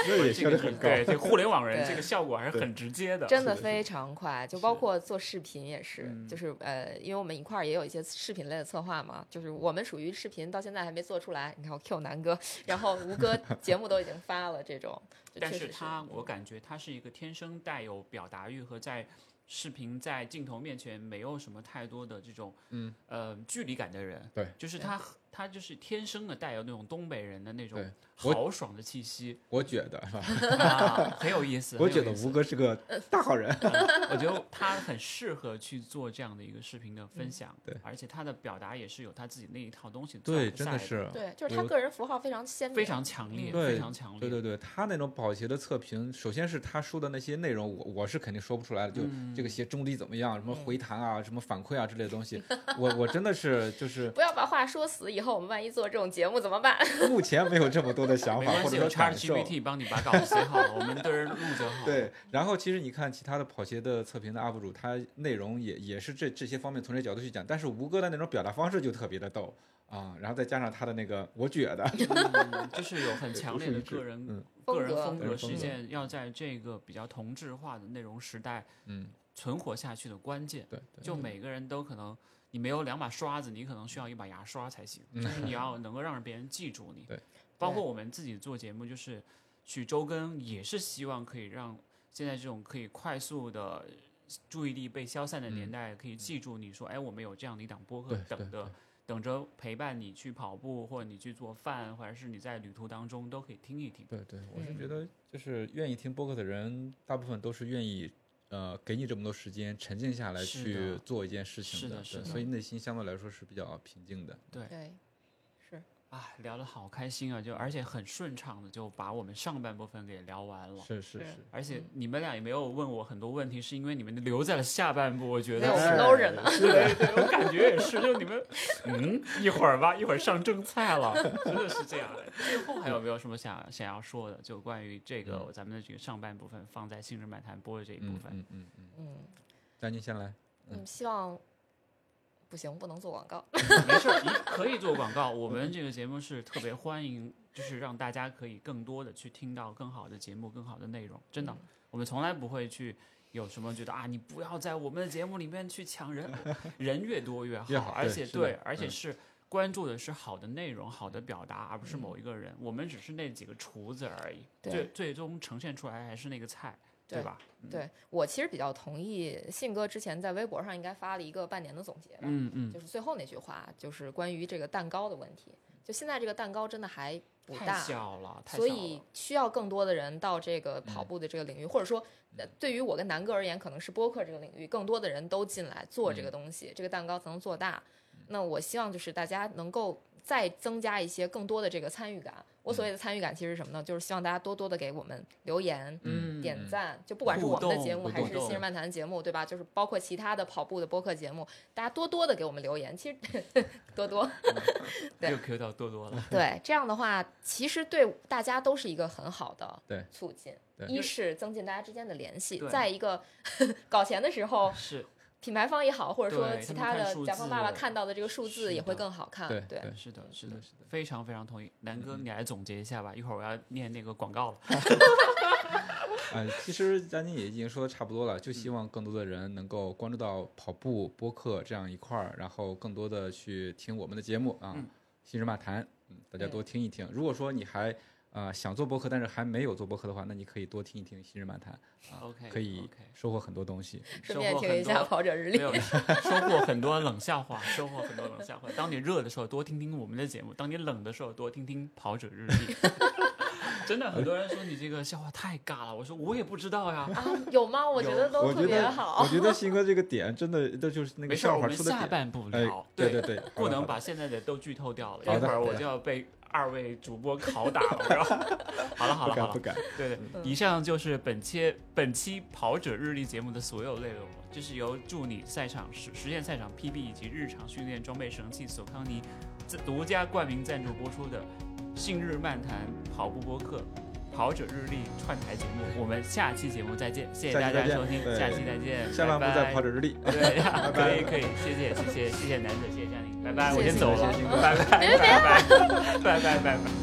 [SPEAKER 3] 这也
[SPEAKER 1] 这
[SPEAKER 3] 效
[SPEAKER 1] 个
[SPEAKER 3] 率
[SPEAKER 1] 是
[SPEAKER 3] 很高，
[SPEAKER 1] 对，这互联网人
[SPEAKER 2] 对
[SPEAKER 1] 这个效果还是很直接的。
[SPEAKER 2] 真
[SPEAKER 3] 的
[SPEAKER 2] 的
[SPEAKER 3] 是
[SPEAKER 2] 非 常快，就包括做视频也是
[SPEAKER 1] 嗯，
[SPEAKER 2] 就是呃，因为我们一块儿也有一些视频类的策划嘛，就是我们属于视频到现在还没做出来，你看我 Q 南哥，然后吴 哥节目都已经发了，这种，就
[SPEAKER 1] 但
[SPEAKER 2] 确
[SPEAKER 1] 是
[SPEAKER 2] 实
[SPEAKER 1] 他，我感觉他是一个天生带有表达欲和在视频在镜头面前没有什么太多的这种
[SPEAKER 3] 嗯
[SPEAKER 1] 呃距离感的人。
[SPEAKER 3] 对，
[SPEAKER 1] 就是他他就是天生的带有那种东北人的那种
[SPEAKER 3] 对我
[SPEAKER 1] 豪爽的气 息，
[SPEAKER 3] 我觉得是吧？
[SPEAKER 1] 啊，很有意思。
[SPEAKER 3] 我
[SPEAKER 1] 很有
[SPEAKER 3] 觉得
[SPEAKER 1] 意思
[SPEAKER 3] 吴哥是个大好人。
[SPEAKER 1] 我觉得他很适合去做这样的一个视频的
[SPEAKER 2] 嗯
[SPEAKER 1] 分享，
[SPEAKER 3] 对
[SPEAKER 1] 而且他的表达也是有他自己那一套东西在，
[SPEAKER 3] 对，真
[SPEAKER 1] 在
[SPEAKER 3] 的是。
[SPEAKER 2] 对，就是他
[SPEAKER 3] 我
[SPEAKER 2] 个人符号非常鲜明，
[SPEAKER 1] 非常强烈，
[SPEAKER 3] 对
[SPEAKER 1] 非常强烈，
[SPEAKER 3] 对对对，他那种跑鞋的测评，首先是他说的那些内容，我我是肯定说不出来的，就
[SPEAKER 1] 嗯
[SPEAKER 3] 这个鞋中底怎么样，什么
[SPEAKER 2] 嗯
[SPEAKER 3] 回弹啊，什么反馈啊之类的东 西，我我真的是就是
[SPEAKER 2] 不要把话说死，以后我们万一做这种节目 怎么办？
[SPEAKER 3] 目前没有这么多的想
[SPEAKER 1] 没
[SPEAKER 3] 法
[SPEAKER 1] 关
[SPEAKER 3] 或
[SPEAKER 1] 系，
[SPEAKER 3] 者
[SPEAKER 1] 有
[SPEAKER 3] 说感受。
[SPEAKER 1] ChatGPT 帮你把稿子写 好了，我们对着录就好。
[SPEAKER 3] 对，，然后其实你看其他的跑鞋的测评的 UP 主，他内容也也是这这些方面从这角度去讲，但是吴哥的那种表达方式就特别的逗啊、然后再加上他的那个我觉 得，
[SPEAKER 1] 嗯、就是有很强烈的
[SPEAKER 3] 独树一帜
[SPEAKER 1] 个人、
[SPEAKER 3] 嗯
[SPEAKER 1] 个人
[SPEAKER 2] 风格
[SPEAKER 1] 风
[SPEAKER 3] 个
[SPEAKER 1] 格
[SPEAKER 3] 人
[SPEAKER 1] 是
[SPEAKER 3] 风
[SPEAKER 1] 一
[SPEAKER 3] 格
[SPEAKER 1] 件要在这个比较同质化的内容时代
[SPEAKER 3] 嗯，
[SPEAKER 1] 存活下去的关键。
[SPEAKER 3] 对对，
[SPEAKER 1] 就每个人都可能，你没有两把刷子，你可能需要一把牙刷才行。就是你要能够让别人记住你。
[SPEAKER 3] 嗯对，
[SPEAKER 1] 包括我们自己做节目，就是去周更，也是希望可以让现在这种可以快速的注意力被消散的年
[SPEAKER 3] 嗯
[SPEAKER 1] 代，可以记住你说，哎，我们有这样的一档播客
[SPEAKER 3] 对对
[SPEAKER 1] 等
[SPEAKER 3] 对
[SPEAKER 1] 着。等着陪伴你去跑步，或者你去做饭，或者是你在旅途当中都可以听一听。
[SPEAKER 3] 对对，我是
[SPEAKER 2] 嗯
[SPEAKER 3] 觉得就是愿意听播客的人，大部分都是愿意呃给你这么多时间沉静下来
[SPEAKER 1] 是
[SPEAKER 3] 去
[SPEAKER 1] 的
[SPEAKER 3] 做一件事
[SPEAKER 1] 是
[SPEAKER 3] 情
[SPEAKER 1] 的
[SPEAKER 3] 对
[SPEAKER 1] 是的
[SPEAKER 3] 所以内心相对来说是比较平静的。
[SPEAKER 2] 对，是
[SPEAKER 1] 啊，聊得好开心啊！就而且很顺畅的就把我们上半部分给聊完了。
[SPEAKER 3] 是
[SPEAKER 2] 是
[SPEAKER 3] 是是，
[SPEAKER 1] 而且你们俩也没有问我很多问题，是因为你们留在了下半部。我觉
[SPEAKER 2] 没有
[SPEAKER 1] 得，
[SPEAKER 2] 我们都忍
[SPEAKER 3] 啊
[SPEAKER 2] 了，
[SPEAKER 1] 对对， 我感觉也是，就你们，嗯，一会儿吧，一会儿上正菜了， 真的是这样的。最后还有没有什么想想要说的？就关于这个
[SPEAKER 3] 嗯
[SPEAKER 1] 咱们的这个上半部分放在《新人漫谈》播的这一部
[SPEAKER 3] 嗯
[SPEAKER 1] 分，
[SPEAKER 3] 嗯嗯嗯，
[SPEAKER 2] 嗯
[SPEAKER 3] 丹妮先来，
[SPEAKER 2] 嗯，希望不行，不能做广告，
[SPEAKER 1] 没事儿，你可以做广告。我们这个节目是特别欢迎，就是让大家可以更多的去听到更好的节目、更好的内容。真
[SPEAKER 2] 嗯
[SPEAKER 1] 的，我们从来不会去有什么觉得啊，你不要在我们的节目里面去抢 人，人越多越好，
[SPEAKER 3] 越好
[SPEAKER 1] 而
[SPEAKER 3] 对
[SPEAKER 1] 且
[SPEAKER 3] 是的
[SPEAKER 1] 对，而且
[SPEAKER 3] 嗯
[SPEAKER 1] 是。关注的是好的内容、好
[SPEAKER 2] 嗯
[SPEAKER 1] 的表达，而不是某一个人。我们只是那几个厨子而已，
[SPEAKER 2] 对
[SPEAKER 1] 最最终呈现出来还是那个菜，对
[SPEAKER 2] 对
[SPEAKER 1] 吧？
[SPEAKER 2] 对我其实比较同意信哥之前在微博上应该发了一个半年的总结吧，
[SPEAKER 1] 嗯嗯，
[SPEAKER 2] 就是最后那句话，就是关于这个蛋糕的问题。就现在这个蛋糕真的还不
[SPEAKER 1] 太
[SPEAKER 2] 大，
[SPEAKER 1] 小了，太小
[SPEAKER 2] 所以
[SPEAKER 1] 了。
[SPEAKER 2] 需要更多的人到这个跑
[SPEAKER 3] 嗯
[SPEAKER 2] 步的这个领域，或者说，呃对于我跟南哥而言，可能是播客这个领域，更多的人都进来做
[SPEAKER 1] 嗯
[SPEAKER 2] 这个东西，这个蛋糕才能做大。那我希望就是大家能够再增加一些更多的这个参与感。我
[SPEAKER 1] 嗯
[SPEAKER 2] 所谓的参与感其实是什么呢？就是希望大家多多的给我们留言。
[SPEAKER 1] 嗯，
[SPEAKER 2] 点赞，就不管是我们的节目
[SPEAKER 1] 互动
[SPEAKER 2] 还是
[SPEAKER 1] 互动
[SPEAKER 2] 《新人漫谈》节目，对吧？就是包括其他的跑步的播客节目，大家多多的给我们留言。其实 多多，对
[SPEAKER 1] 又 Q 到多多 了。
[SPEAKER 2] 对，这样的话，其实对大家都是一个很好的
[SPEAKER 3] 对
[SPEAKER 2] 促进。
[SPEAKER 3] 对
[SPEAKER 2] 一是增进大家之间的联系
[SPEAKER 1] 对，
[SPEAKER 2] 再一个搞钱的时候，
[SPEAKER 1] 是
[SPEAKER 2] 品牌方也好，或者说
[SPEAKER 1] 对
[SPEAKER 2] 其
[SPEAKER 1] 他们看
[SPEAKER 2] 他的
[SPEAKER 1] 数
[SPEAKER 2] 甲方爸爸
[SPEAKER 1] 字
[SPEAKER 2] 看到的这个数
[SPEAKER 1] 是
[SPEAKER 2] 字也
[SPEAKER 1] 的
[SPEAKER 2] 会更好看。
[SPEAKER 3] 对
[SPEAKER 2] 对，
[SPEAKER 1] 是的，是
[SPEAKER 3] 是
[SPEAKER 1] 的
[SPEAKER 3] 的，是的
[SPEAKER 1] 非常非常同意。南哥，
[SPEAKER 3] 嗯
[SPEAKER 1] 你来总结一下吧，一会儿我要念那个广告了。
[SPEAKER 3] 嗯，其实丹妮也已经说的差不多了，就希
[SPEAKER 1] 嗯
[SPEAKER 3] 望更多的人能够关注到跑步播客这样一块儿，然后更多的去听我们的节目啊，
[SPEAKER 1] 嗯
[SPEAKER 3] 新人漫谈》，嗯，大家多听一听。如果说你还呃想做播客，但是还没有做播客的话，那你可以多听一听《新人漫谈》啊
[SPEAKER 1] OK，
[SPEAKER 3] 可以
[SPEAKER 1] 哎 OK
[SPEAKER 3] 收获很多 东西。
[SPEAKER 2] 顺
[SPEAKER 1] 收
[SPEAKER 2] 便
[SPEAKER 1] 获
[SPEAKER 2] 听一
[SPEAKER 1] 很
[SPEAKER 2] 下
[SPEAKER 1] 多
[SPEAKER 2] 《跑者日
[SPEAKER 1] 没
[SPEAKER 2] 历》
[SPEAKER 1] 有 收获很多冷笑话，收获很多冷笑话。当你热的时候，多听听我们的节目；当你冷的时候，多听听《跑者日历》。 真的，很多人说你这个笑话太尬了。我说我也不知道 呀。
[SPEAKER 2] 啊，有吗？我觉
[SPEAKER 1] 有
[SPEAKER 2] 得都
[SPEAKER 3] 我
[SPEAKER 2] 特
[SPEAKER 3] 觉
[SPEAKER 2] 别
[SPEAKER 3] 得，
[SPEAKER 2] 好
[SPEAKER 3] 我。觉得鑫哥这个点真的，这就是那
[SPEAKER 1] 没
[SPEAKER 3] 个
[SPEAKER 1] 事儿，
[SPEAKER 3] 笑
[SPEAKER 1] 我
[SPEAKER 3] 话
[SPEAKER 1] 们
[SPEAKER 3] 出的
[SPEAKER 1] 下
[SPEAKER 3] 点。
[SPEAKER 1] 半部
[SPEAKER 3] 哎
[SPEAKER 1] 聊。，
[SPEAKER 3] 对对对，好的
[SPEAKER 1] 不能
[SPEAKER 3] 好的
[SPEAKER 1] 把现在的都剧透掉了，
[SPEAKER 3] 好
[SPEAKER 1] 一
[SPEAKER 3] 的
[SPEAKER 1] 会儿
[SPEAKER 3] 好
[SPEAKER 1] 我
[SPEAKER 3] 的
[SPEAKER 1] 就要被二位主播拷打了。我要 好了好
[SPEAKER 3] 不
[SPEAKER 1] 了好
[SPEAKER 3] 敢
[SPEAKER 1] 了
[SPEAKER 3] 不，敢。
[SPEAKER 1] 对对，
[SPEAKER 3] 嗯
[SPEAKER 1] 以上就是本期本期跑者日历节目的所有内容了。这是由助你赛场实实现赛场 PB 以及日常训练装备神器索康尼自独家冠名赞助播出的《信日漫谈跑步播客》跑者日历串台节目。我们下期节目再见，谢谢
[SPEAKER 3] 下
[SPEAKER 1] 大
[SPEAKER 3] 期
[SPEAKER 1] 家
[SPEAKER 3] 再见
[SPEAKER 1] 收听，
[SPEAKER 3] 对
[SPEAKER 1] 下期再见，
[SPEAKER 3] 下半部
[SPEAKER 1] 拜拜
[SPEAKER 3] 再跑。者日历。
[SPEAKER 1] 对， 可以
[SPEAKER 3] 拜
[SPEAKER 1] 可以，谢谢谢谢谢谢楠子，谢谢佳宁，拜拜，我
[SPEAKER 2] 谢谢
[SPEAKER 1] 先走了
[SPEAKER 2] 谢谢，
[SPEAKER 1] 拜拜拜拜拜拜拜拜。